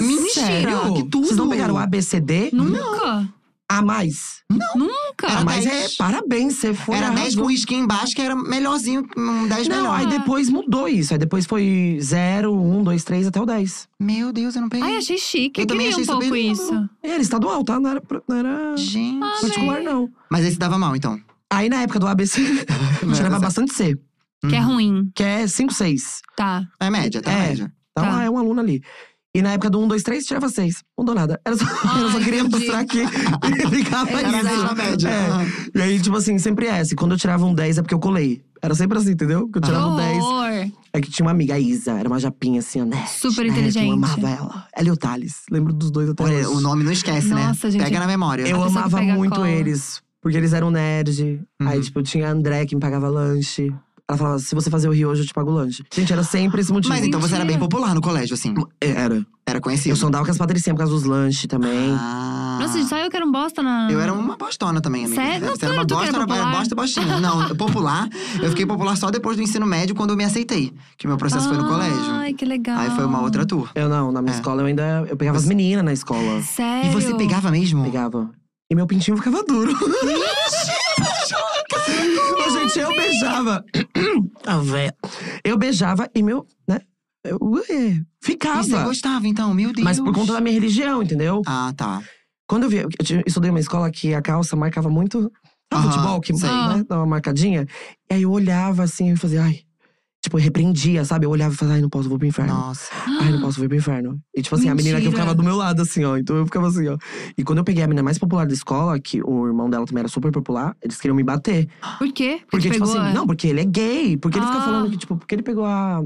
Speaker 2: Mentira,
Speaker 3: Sério?
Speaker 2: que tudo.
Speaker 3: Vocês não pegaram A, B, C, D?
Speaker 1: Nunca.
Speaker 3: A mais.
Speaker 1: Nunca.
Speaker 2: Era
Speaker 3: A mais é
Speaker 2: dez.
Speaker 3: parabéns, você foi.
Speaker 2: Era 10
Speaker 3: arrasou.
Speaker 2: com skin embaixo, que era melhorzinho, um 10
Speaker 3: Não,
Speaker 2: melhor.
Speaker 3: aí depois mudou isso. Aí depois foi 0, 1, 2, 3 até o 10.
Speaker 2: Meu Deus, eu não peguei.
Speaker 1: Ai, achei chique.
Speaker 2: Eu
Speaker 1: Eu
Speaker 2: também
Speaker 1: queria um
Speaker 2: achei
Speaker 1: pouco
Speaker 2: super-
Speaker 1: isso.
Speaker 3: É, Era estadual, tá? Não era, pra- não era
Speaker 2: Gente.
Speaker 1: Ah,
Speaker 3: particular, não.
Speaker 2: Mas esse dava mal, então.
Speaker 3: Aí na época do
Speaker 2: [LAUGHS]
Speaker 3: ABC, a gente
Speaker 2: é.
Speaker 3: leva bastante C.
Speaker 1: Que
Speaker 2: Uhum.
Speaker 1: é ruim.
Speaker 3: Que é 5, 6.
Speaker 1: Tá.
Speaker 2: É média, tá
Speaker 3: É.
Speaker 2: média.
Speaker 3: Então,
Speaker 1: Tá.
Speaker 3: ah, é um aluno ali. E na época do 1, 2, 3, tirava 6. Não dou nada. Era só, [LAUGHS]
Speaker 1: Ah,
Speaker 3: eu só queria
Speaker 1: entendi.
Speaker 3: mostrar [LAUGHS] que ficava
Speaker 1: Era
Speaker 2: Era
Speaker 1: Exato.
Speaker 3: isso.
Speaker 2: média, média. Ah,
Speaker 3: É.
Speaker 2: Aham.
Speaker 3: E aí, tipo assim, sempre é essa. E Quando eu tirava um 10, é porque eu colei. Era sempre assim, entendeu? Que eu
Speaker 1: Que
Speaker 3: tirava um 10.
Speaker 1: horror.
Speaker 3: É que tinha uma amiga, a Isa. Era uma japinha, assim, né?
Speaker 2: É,
Speaker 1: Super
Speaker 3: Na época,
Speaker 1: inteligente.
Speaker 3: Eu amava ela. Ela e o Thales. Lembro dos dois até hoje.
Speaker 2: Olha, o nome não esquece,
Speaker 1: Nossa,
Speaker 2: né?
Speaker 1: gente.
Speaker 2: Pega na memória.
Speaker 3: Eu
Speaker 1: pessoa que
Speaker 3: amava
Speaker 1: pega a
Speaker 3: muito
Speaker 1: cola.
Speaker 3: eles. Porque eles eram nerd. Aí,
Speaker 2: Uhum.
Speaker 3: tipo, tinha a André que me pagava lanche. Ela falava, se você fazer o Rio hoje, eu te pago o lanche. Gente, era sempre esse motivo.
Speaker 2: Mas então você era bem
Speaker 1: Mentira.
Speaker 2: popular no colégio, assim.
Speaker 3: Era.
Speaker 2: Era
Speaker 3: Eu
Speaker 2: conhecido.
Speaker 3: sondava com as patricinhas por causa dos lanches também.
Speaker 2: Ah.
Speaker 1: Nossa, gente, só eu que era um bosta na.
Speaker 2: Eu era uma bostona também, amiga.
Speaker 1: Sério? Não,
Speaker 2: Você era
Speaker 1: tu-
Speaker 2: uma
Speaker 1: tu que era
Speaker 2: bosta, era
Speaker 1: popular?
Speaker 2: bosta e bostinha. Não, popular. Eu fiquei popular só depois do ensino médio, quando eu me aceitei. Que meu processo foi no colégio.
Speaker 1: Ai, Ah, que legal.
Speaker 2: Aí foi uma outra tour.
Speaker 3: Eu não, na minha
Speaker 2: É.
Speaker 3: escola eu ainda. Eu pegava as meninas na escola.
Speaker 1: Sério.
Speaker 2: E você pegava mesmo?
Speaker 3: Pegava. E meu pintinho ficava duro. [LAUGHS] Ô, Gente, eu beijava. [CLEARS THROAT] A véia. Eu beijava e meu, né? Eu, ué,
Speaker 2: E você
Speaker 3: ficava.
Speaker 2: gostava, então? Meu Deus.
Speaker 3: Mas por conta da minha religião, entendeu?
Speaker 2: Ah, tá.
Speaker 3: Quando eu vi, eu tinha- eu estudei uma escola que a calça marcava muito. Sabe,
Speaker 2: Aham,
Speaker 3: futebol que
Speaker 2: sei.
Speaker 3: né, dá uma marcadinha. E aí eu olhava assim e fazia, ai. Tipo, eu repreendia, sabe? Eu olhava e falava, ai, não posso, vou pro inferno.
Speaker 2: Nossa.
Speaker 1: Ah,
Speaker 3: Ai, não posso, vou pro inferno. E tipo assim, a menina que
Speaker 1: Mentira.
Speaker 3: ficava do meu lado, assim, ó. Então eu ficava assim, ó. E quando eu peguei a menina mais popular da escola, que o irmão dela também era super popular, eles queriam me bater.
Speaker 1: Por quê?
Speaker 3: Porque,
Speaker 1: Te
Speaker 3: tipo
Speaker 1: pegou,
Speaker 3: assim,
Speaker 1: é?
Speaker 3: não, porque ele é gay. Porque ele fica
Speaker 1: Ah.
Speaker 3: falando que, tipo, porque ele pegou a.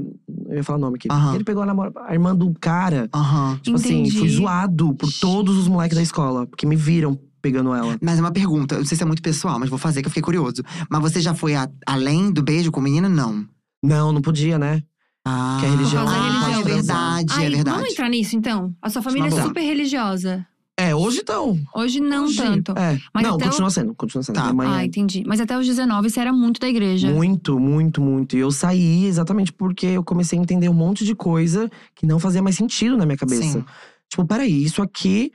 Speaker 3: Eu ia falar o nome aqui.
Speaker 2: Aham.
Speaker 3: Porque ele pegou a, namora, a irmã do cara.
Speaker 2: Aham.
Speaker 3: Tipo assim,
Speaker 1: Entendi.
Speaker 3: fui zoado por todos os moleques da escola, porque me viram pegando ela.
Speaker 2: Mas é uma pergunta, eu não sei se é muito pessoal, mas vou fazer que eu fiquei curioso. Mas você já foi a- além do beijo com menina? Não.
Speaker 3: Não, não podia, né?
Speaker 2: Ah,
Speaker 3: Que a religião
Speaker 1: não
Speaker 2: ah,
Speaker 1: pode
Speaker 2: é verdade,
Speaker 1: Ai,
Speaker 2: é verdade.
Speaker 1: Vamos entrar nisso então? A sua família é
Speaker 2: boa.
Speaker 1: super religiosa.
Speaker 3: É, hoje então.
Speaker 1: Hoje não
Speaker 3: hoje.
Speaker 1: tanto.
Speaker 3: É.
Speaker 1: Mas
Speaker 3: não,
Speaker 1: até o-
Speaker 3: continua sendo, continua sendo.
Speaker 2: Tá.
Speaker 3: Minha mãe é-
Speaker 1: Ah, entendi. Mas até os 19 você era muito da igreja.
Speaker 3: Muito, muito, muito. E eu saí exatamente porque eu comecei a entender um monte de coisa que não fazia mais sentido na minha cabeça.
Speaker 2: Sim.
Speaker 3: Tipo, peraí, isso aqui.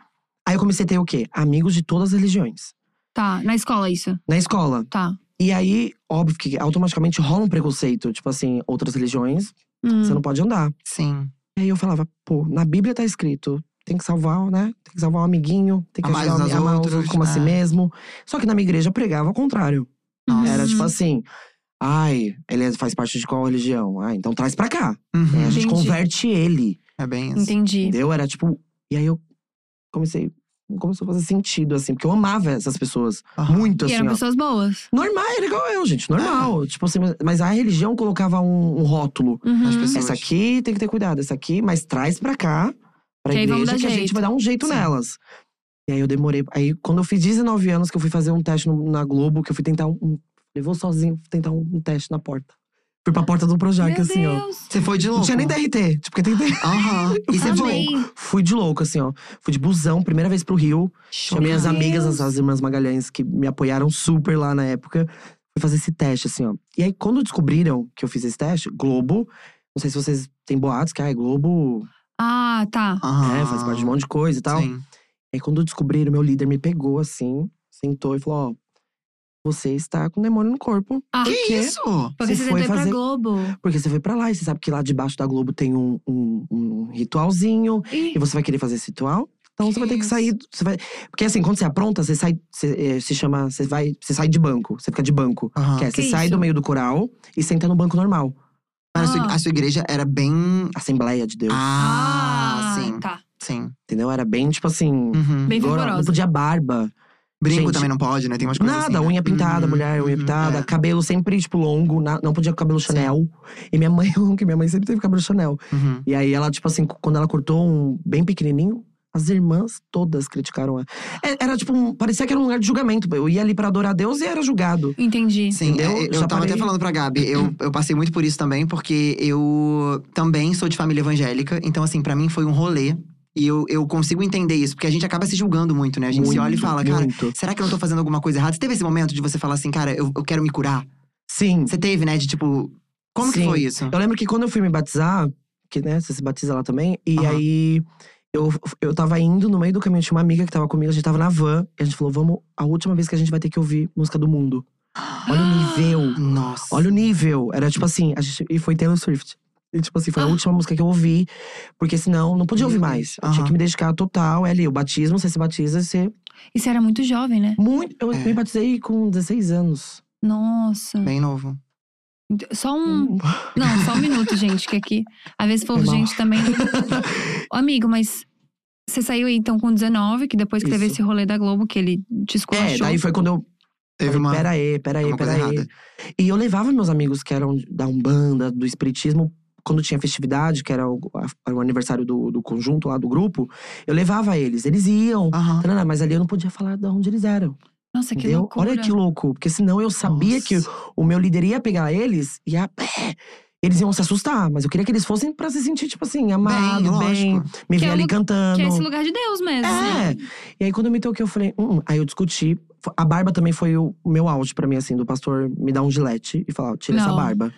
Speaker 3: Aí eu comecei a ter o quê? Amigos de todas as religiões.
Speaker 1: Tá, na escola isso.
Speaker 3: Na escola.
Speaker 1: Tá.
Speaker 3: E aí, óbvio que automaticamente rola um preconceito. Tipo assim, outras religiões,
Speaker 1: Hum.
Speaker 3: você não pode andar.
Speaker 2: Sim.
Speaker 3: E aí eu falava, pô, na Bíblia tá escrito. Tem que salvar, né? Tem que salvar o amiguinho, tem que
Speaker 2: Amar
Speaker 3: ajudar
Speaker 2: uns
Speaker 3: o ami-
Speaker 2: aos
Speaker 3: amar os
Speaker 2: outros,
Speaker 3: outros como a si
Speaker 2: é.
Speaker 3: mesmo. Só que na minha igreja pregava o contrário.
Speaker 1: hum.
Speaker 2: Nossa.
Speaker 3: Era tipo assim. Ai, ele é- faz parte de qual religião? Ah, então traz pra cá.
Speaker 2: Uhum,
Speaker 3: A gente
Speaker 1: Entendi.
Speaker 3: converte ele.
Speaker 2: É bem isso.
Speaker 1: Entendi.
Speaker 3: Entendeu? Era tipo. E aí eu comecei. Começou a fazer sentido, assim, porque eu amava essas pessoas.
Speaker 2: Aham.
Speaker 1: E
Speaker 3: Muito, assim.
Speaker 1: eram
Speaker 3: ó.
Speaker 1: pessoas boas.
Speaker 3: Normal, era igual eu, gente. Normal. Tipo assim, mas- mas a religião colocava um, um rótulo.
Speaker 1: Uhum.
Speaker 2: As pessoas-
Speaker 3: Essa aqui tem que ter cuidado, essa aqui, mas traz pra cá, pra
Speaker 1: Que aí vamos
Speaker 3: igreja, que
Speaker 1: dar
Speaker 3: a gente
Speaker 1: jeito.
Speaker 3: vai dar um jeito
Speaker 2: Sim.
Speaker 3: nelas. E aí eu demorei. Aí, quando eu fiz 19 anos, que eu fui fazer um teste no- na Globo, que eu fui tentar um. um eu vou sozinho tentar um, um teste na porta. Fui pra porta do Projac,
Speaker 1: Meu
Speaker 3: assim, ó.
Speaker 1: Deus.
Speaker 2: Você foi de louco?
Speaker 3: Não tinha nem DRT, tipo, porque tem DRT.
Speaker 2: Aham. E você
Speaker 1: Amei.
Speaker 2: foi?
Speaker 3: [LAUGHS] Fui de louco, assim, ó. Fui de busão, primeira vez pro Rio. Chamei as
Speaker 1: Meu
Speaker 3: amigas,
Speaker 1: Deus.
Speaker 3: as, as irmãs Magalhães, que me apoiaram super lá na época. Fui fazer esse teste, assim, ó. E aí, quando descobriram que eu fiz esse teste, Globo. Não sei se vocês têm boatos, que ah, é Globo
Speaker 1: Ah, tá.
Speaker 2: Aham.
Speaker 3: é, faz parte de um monte de coisa e tal.
Speaker 2: Ah, Sim.
Speaker 3: Aí quando descobriram, meu líder me pegou assim, sentou e falou: Ó, você está com demônio no corpo.
Speaker 1: Ah,
Speaker 3: Por
Speaker 2: Que
Speaker 3: quê?
Speaker 2: isso?
Speaker 1: Porque
Speaker 3: Você
Speaker 1: você
Speaker 3: foi
Speaker 1: foi pra
Speaker 3: fazer-
Speaker 1: Globo.
Speaker 3: Porque você foi pra lá e você sabe que lá debaixo da Globo tem um, um- um ritualzinho.
Speaker 1: Ih,
Speaker 3: E você vai querer fazer esse ritual? Então
Speaker 2: Que
Speaker 3: você vai ter que
Speaker 2: isso.
Speaker 3: sair. Você vai... Porque assim, quando você apronta, você sai. Você, eh, se chama. Você vai. Você sai de banco. Você fica de banco.
Speaker 2: Aham.
Speaker 3: Que é, você
Speaker 1: Que
Speaker 3: sai
Speaker 1: isso?
Speaker 3: do meio do coral e senta no banco normal.
Speaker 2: Mas a sua-
Speaker 1: Ah.
Speaker 2: a sua igreja era bem…
Speaker 3: Assembleia de Deus.
Speaker 2: Ah,
Speaker 1: Ah,
Speaker 2: sim.
Speaker 1: tá.
Speaker 2: Sim.
Speaker 3: Entendeu? Era bem, tipo assim.
Speaker 2: Uhum.
Speaker 1: Bem
Speaker 3: agora, Não
Speaker 1: vigorosa.
Speaker 3: podia barba.
Speaker 2: Brinco
Speaker 3: Gente,
Speaker 2: também não pode, né? Tem umas coisas
Speaker 3: Nada,
Speaker 2: assim, né?
Speaker 3: unha pintada,
Speaker 2: Uhum,
Speaker 3: mulher, unha
Speaker 2: uhum,
Speaker 3: pintada,
Speaker 2: é.
Speaker 3: cabelo sempre, tipo, longo, na- não podia com cabelo
Speaker 2: Sim.
Speaker 3: Chanel. E minha mãe, [LAUGHS] que minha mãe sempre teve cabelo Chanel.
Speaker 2: Uhum.
Speaker 3: E aí ela, tipo assim, quando ela cortou um bem pequenininho, as irmãs todas criticaram ela. É, Era tipo, um, parecia que era um lugar de julgamento. Eu ia ali pra adorar a Deus e era julgado.
Speaker 1: Entendi.
Speaker 2: Sim,
Speaker 3: Entendeu?
Speaker 2: é, eu
Speaker 3: Já
Speaker 2: tava até
Speaker 3: parei. Uhum.
Speaker 2: falando pra Gabi, eu, eu passei muito por isso também, porque eu também sou de família evangélica, então assim, pra mim foi um rolê. E eu, eu consigo entender isso, porque a gente acaba se julgando muito, né? A gente se olha e
Speaker 3: Muito,
Speaker 2: fala, cara,
Speaker 3: muito.
Speaker 2: será que eu não tô fazendo alguma coisa errada? Você teve esse momento de você falar assim, cara, eu, eu quero me curar?
Speaker 3: Sim.
Speaker 2: Você teve, né? De tipo, como que
Speaker 3: Sim.
Speaker 2: foi isso?
Speaker 3: Eu lembro que quando eu fui me batizar, que né, você se batiza lá também, e
Speaker 2: Aham.
Speaker 3: aí eu, eu tava indo no meio do caminho, tinha uma amiga que tava comigo, a gente tava na van, e a gente falou: vamos, a última vez que a gente vai ter que ouvir música do mundo. Olha
Speaker 2: Ah,
Speaker 1: [GASPS]
Speaker 3: o nível.
Speaker 2: Nossa.
Speaker 3: Olha o nível. Era tipo assim, a gente, e foi Taylor Swift. E tipo assim, foi a
Speaker 1: Ah.
Speaker 3: última música que eu ouvi, porque senão não podia
Speaker 2: Meu
Speaker 3: ouvir
Speaker 2: Deus.
Speaker 3: mais. Eu tinha
Speaker 2: Aham.
Speaker 3: que me dedicar total, é ali, o batismo, você se batiza, você
Speaker 1: E você era muito jovem, né?
Speaker 3: Muito. Eu
Speaker 2: É.
Speaker 3: me batizei com 16 anos.
Speaker 1: Nossa.
Speaker 2: Bem novo.
Speaker 1: Só
Speaker 2: Hum.
Speaker 3: Hum.
Speaker 1: um. Não, só um
Speaker 3: [LAUGHS]
Speaker 1: minuto, gente, que aqui. Às vezes falou,
Speaker 3: Foi mal.
Speaker 1: gente, também.
Speaker 3: [LAUGHS]
Speaker 1: não- Ô, Amigo, mas você saiu aí então com 19, que depois que teve
Speaker 3: Isso.
Speaker 1: esse rolê da Globo, que ele te
Speaker 3: É,
Speaker 1: esculachou.
Speaker 3: daí foi quando eu.
Speaker 2: Teve
Speaker 3: falei,
Speaker 2: uma.
Speaker 3: Pera aí, pera aí,
Speaker 2: uma
Speaker 3: pera
Speaker 2: coisa
Speaker 3: aí.
Speaker 2: errada.
Speaker 3: E eu levava meus amigos que eram da Umbanda, do Espiritismo, quando tinha festividade, que era o, a- era o aniversário do, do conjunto lá, do grupo, eu levava eles. Eles iam.
Speaker 2: Aham.
Speaker 3: tarana, Mas ali eu não podia falar de onde eles eram.
Speaker 1: Nossa, que
Speaker 3: entendeu?
Speaker 1: loucura.
Speaker 3: Olha que louco. Porque senão eu sabia que
Speaker 2: Nossa.
Speaker 3: o meu líder ia pegar eles e a pé. Eles iam se assustar, mas eu queria que eles fossem pra se sentir, tipo assim, amado,
Speaker 2: Bem,
Speaker 3: bem,
Speaker 2: lógico.
Speaker 3: me
Speaker 1: Que
Speaker 3: ver
Speaker 1: é
Speaker 3: ali
Speaker 1: lu-
Speaker 3: cantando.
Speaker 1: Que é esse lugar de Deus mesmo.
Speaker 3: É.
Speaker 1: né?
Speaker 3: E aí, quando eu me toquei, eu falei, hum. Aí eu discuti. Fo- A barba também foi o o meu auge pra mim, assim, do pastor me dar um gilete e falar, tira essa
Speaker 1: Não.
Speaker 3: barba.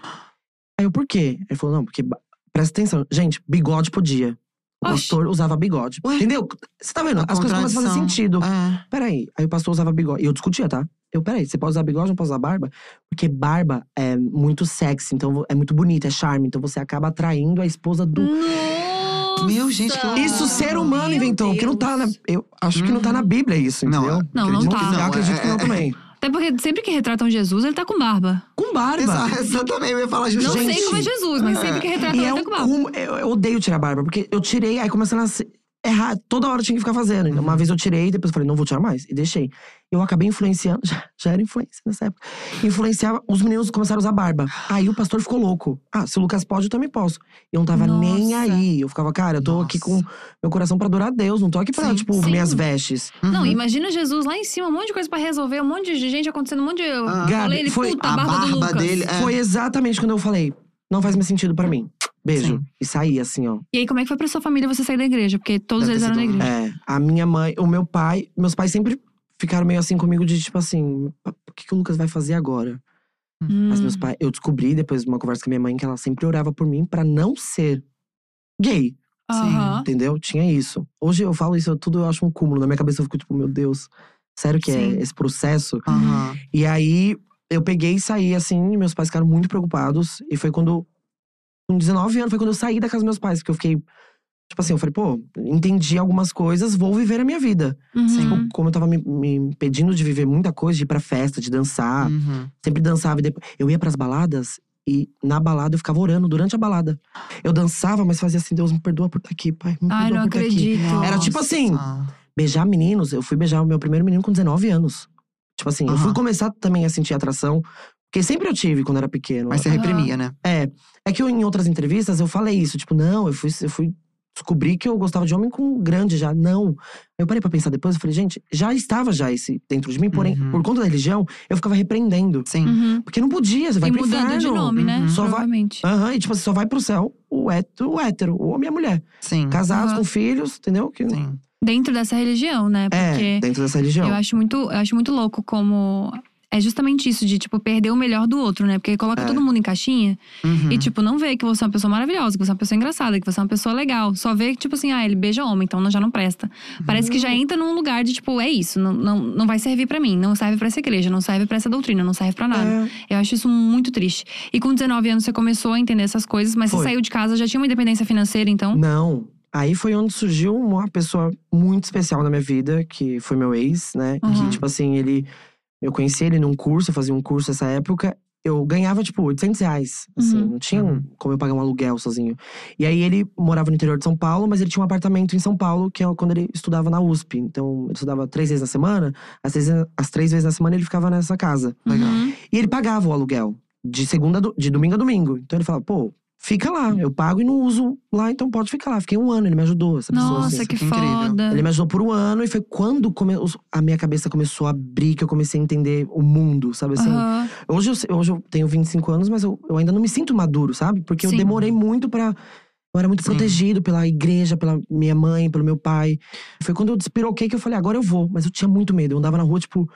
Speaker 3: Aí eu, por quê? Ele falou, não, porque. ba- Presta atenção, gente, bigode podia. O
Speaker 1: Oxi.
Speaker 3: pastor usava bigode.
Speaker 2: Ué?
Speaker 3: Entendeu? Você tá vendo?
Speaker 2: A
Speaker 3: As coisas começam a fazer
Speaker 2: contradição.
Speaker 3: sentido.
Speaker 2: É.
Speaker 3: Peraí. Aí o pastor usava bigode. E eu discutia, tá? Eu, peraí, você pode usar bigode, não pode usar barba? Porque barba é muito sexy, então vo- é muito bonita, é charme. Então você acaba atraindo a esposa do
Speaker 1: Nossa!
Speaker 2: Meu, gente, que loucura.
Speaker 3: isso o ser humano
Speaker 1: Hum. Meu
Speaker 3: inventou, que não tá na.
Speaker 1: Deus. Uhum.
Speaker 3: Eu acho que não tá na Bíblia isso,
Speaker 2: Não, é,
Speaker 3: entendeu?
Speaker 1: Não, não
Speaker 3: Acredito
Speaker 1: tá.
Speaker 3: que Eu
Speaker 2: Não,
Speaker 3: acredito que
Speaker 2: é-
Speaker 3: não
Speaker 2: é-
Speaker 3: também.
Speaker 1: Até porque sempre que retratam Jesus, ele tá com barba.
Speaker 3: Com barba.
Speaker 2: Essa, essa também eu ia falar
Speaker 1: Não
Speaker 2: justamente.
Speaker 1: sei como é Jesus, mas sempre que retratam,
Speaker 3: E
Speaker 1: ele
Speaker 3: é
Speaker 1: tá
Speaker 3: um
Speaker 1: com barba.
Speaker 3: cúmulo- eu, eu odeio tirar barba, porque eu tirei, aí começou a nascer. Errar, toda hora eu tinha que ficar fazendo. Então,
Speaker 2: Uhum.
Speaker 3: Uma vez eu tirei, depois eu falei, não vou tirar mais. E deixei. Eu acabei influenciando, [LAUGHS] já, já era influência nessa época. Influenciava, os meninos começaram a usar barba. Aí o pastor ficou louco. Ah, se o Lucas pode, eu também posso. E eu não tava nem
Speaker 1: Nossa.
Speaker 3: aí. Eu ficava, cara, eu tô aqui com
Speaker 2: Nossa.
Speaker 3: meu coração pra adorar a Deus, não tô aqui pra,
Speaker 2: Sim,
Speaker 3: tipo,
Speaker 1: sim.
Speaker 3: minhas vestes.
Speaker 2: uhum.
Speaker 1: Não, imagina Jesus lá em cima, um monte de coisa pra resolver, um monte de gente acontecendo, um monte de. Eu
Speaker 2: Ah.
Speaker 1: falei,
Speaker 3: Gabi,
Speaker 1: ele
Speaker 3: foi
Speaker 1: puta,
Speaker 2: a
Speaker 1: barba, do
Speaker 2: barba
Speaker 1: Lucas.
Speaker 2: dele é-
Speaker 3: Foi exatamente quando eu falei, não faz mais sentido pra mim. Beijo.
Speaker 2: Sim.
Speaker 3: E saí assim, ó.
Speaker 1: E aí, como é que foi pra sua família você sair da igreja? Porque todos
Speaker 2: Deve
Speaker 1: eles
Speaker 2: ter
Speaker 1: eram da
Speaker 2: sido um-
Speaker 1: igreja.
Speaker 3: É, a minha mãe, o meu pai, meus pais sempre ficaram meio assim comigo de tipo assim, "Pa- o que, que o Lucas vai fazer agora? Mas
Speaker 1: Hum.
Speaker 3: meus pais, eu descobri depois de uma conversa com a minha mãe que ela sempre orava por mim pra não ser gay,
Speaker 1: Aham.
Speaker 3: entendeu? Tinha isso. Hoje eu falo isso tudo, eu acho um cúmulo na minha cabeça, eu fico tipo, meu Deus, sério que
Speaker 1: Sim.
Speaker 3: é esse processo?
Speaker 2: Aham.
Speaker 3: E aí eu peguei e saí assim, e meus pais ficaram muito preocupados. E foi quando. Com 19 anos, foi quando eu saí da casa dos meus pais, porque eu fiquei. Tipo assim, eu falei, pô, entendi algumas coisas, vou viver a minha vida.
Speaker 1: Uhum.
Speaker 3: Tipo, como eu tava me, me impedindo de viver muita coisa, de ir pra festa, de dançar.
Speaker 2: Uhum.
Speaker 3: Sempre dançava e depois. Eu ia pras baladas e na balada eu ficava orando durante a balada. Eu dançava, mas fazia assim, Deus me perdoa por estar aqui, pai. Me
Speaker 1: Ai,
Speaker 3: perdoa
Speaker 1: não
Speaker 3: por tá aqui.
Speaker 1: acredito.
Speaker 3: Era tipo assim,
Speaker 2: Nossa.
Speaker 3: beijar meninos, eu fui beijar o meu primeiro menino com 19 anos. Tipo assim, eu fui
Speaker 2: Aham.
Speaker 3: começar também a sentir atração. Porque sempre eu tive quando era pequeno.
Speaker 2: Mas você reprimia, né?
Speaker 3: É. É que eu, em outras entrevistas eu falei isso, tipo, não, eu fui, eu fui descobrir que eu gostava de homem com grande já. Não. Eu parei pra pensar depois, eu falei, gente, já estava já esse dentro de mim, porém,
Speaker 2: Uhum.
Speaker 3: por conta da religião, eu ficava repreendendo.
Speaker 2: Sim.
Speaker 1: Uhum.
Speaker 3: Porque não podia, você assim, vai
Speaker 1: E
Speaker 3: pro
Speaker 1: mudando
Speaker 3: inferno.
Speaker 1: de nome, né?
Speaker 2: Uhum.
Speaker 3: Só vai-
Speaker 1: Provavelmente.
Speaker 3: Aham, e tipo, você só vai pro céu o hétero, o hétero, o homem e a mulher.
Speaker 2: Sim.
Speaker 3: Casados,
Speaker 1: Aham.
Speaker 3: com filhos, entendeu? Que,
Speaker 2: Sim.
Speaker 1: Dentro dessa religião, né? Porque
Speaker 3: é, dentro dessa religião.
Speaker 1: eu acho muito, eu acho muito louco como. É justamente isso, de, tipo, perder o melhor do outro, né? Porque coloca
Speaker 3: É.
Speaker 1: todo mundo em caixinha
Speaker 2: Uhum.
Speaker 1: e, tipo, não vê que você é uma pessoa maravilhosa, que você é uma pessoa engraçada, que você é uma pessoa legal. Só vê que, tipo assim, ah, ele beija homem, então não- já não presta.
Speaker 3: Uhum.
Speaker 1: Parece que já entra num lugar de, tipo, é isso, não, não, não vai servir pra mim, não serve pra essa igreja, não serve pra essa doutrina, não serve pra nada.
Speaker 3: É.
Speaker 1: Eu acho isso muito triste. E com 19 anos você começou a entender essas coisas, mas você
Speaker 3: Foi. Um
Speaker 1: saiu de casa, já tinha uma independência financeira, então.
Speaker 3: Não. Aí foi onde surgiu uma pessoa muito especial na minha vida, que foi meu ex, né?
Speaker 1: Uhum.
Speaker 3: Que, tipo assim, ele. Eu conheci ele num curso, eu fazia um curso nessa época. Eu ganhava, tipo, 800 reais. Assim,
Speaker 1: Uhum.
Speaker 3: não tinha
Speaker 2: Uhum.
Speaker 3: como eu pagar um aluguel sozinho. E aí ele morava no interior de São Paulo, mas ele tinha um apartamento em São Paulo, que é quando ele estudava na USP. Então, ele estudava três vezes na semana. Às, vezes, às três vezes na semana ele ficava nessa casa.
Speaker 2: Legal.
Speaker 1: Uhum.
Speaker 3: E ele pagava o aluguel de segunda a do- de domingo a domingo. Então ele falava, pô, fica lá, eu pago e não uso lá, então pode ficar lá. Fiquei um ano, ele me ajudou, essa pessoa.
Speaker 1: Nossa,
Speaker 3: assim.
Speaker 1: que
Speaker 2: isso é incrível.
Speaker 1: foda.
Speaker 3: Ele me ajudou por um ano e foi quando come- os- a minha cabeça começou a abrir, que eu comecei a entender o mundo, sabe assim?
Speaker 1: Aham.
Speaker 3: Hoje, eu, se- hoje eu tenho 25 anos, mas eu, eu ainda não me sinto maduro, sabe? Porque
Speaker 1: Sim.
Speaker 3: eu demorei muito pra. Eu era muito
Speaker 2: Sim.
Speaker 3: protegido pela igreja, pela minha mãe, pelo meu pai. Foi quando eu despiroquei que eu falei, agora eu vou. Mas eu tinha muito medo. Eu andava na rua, tipo.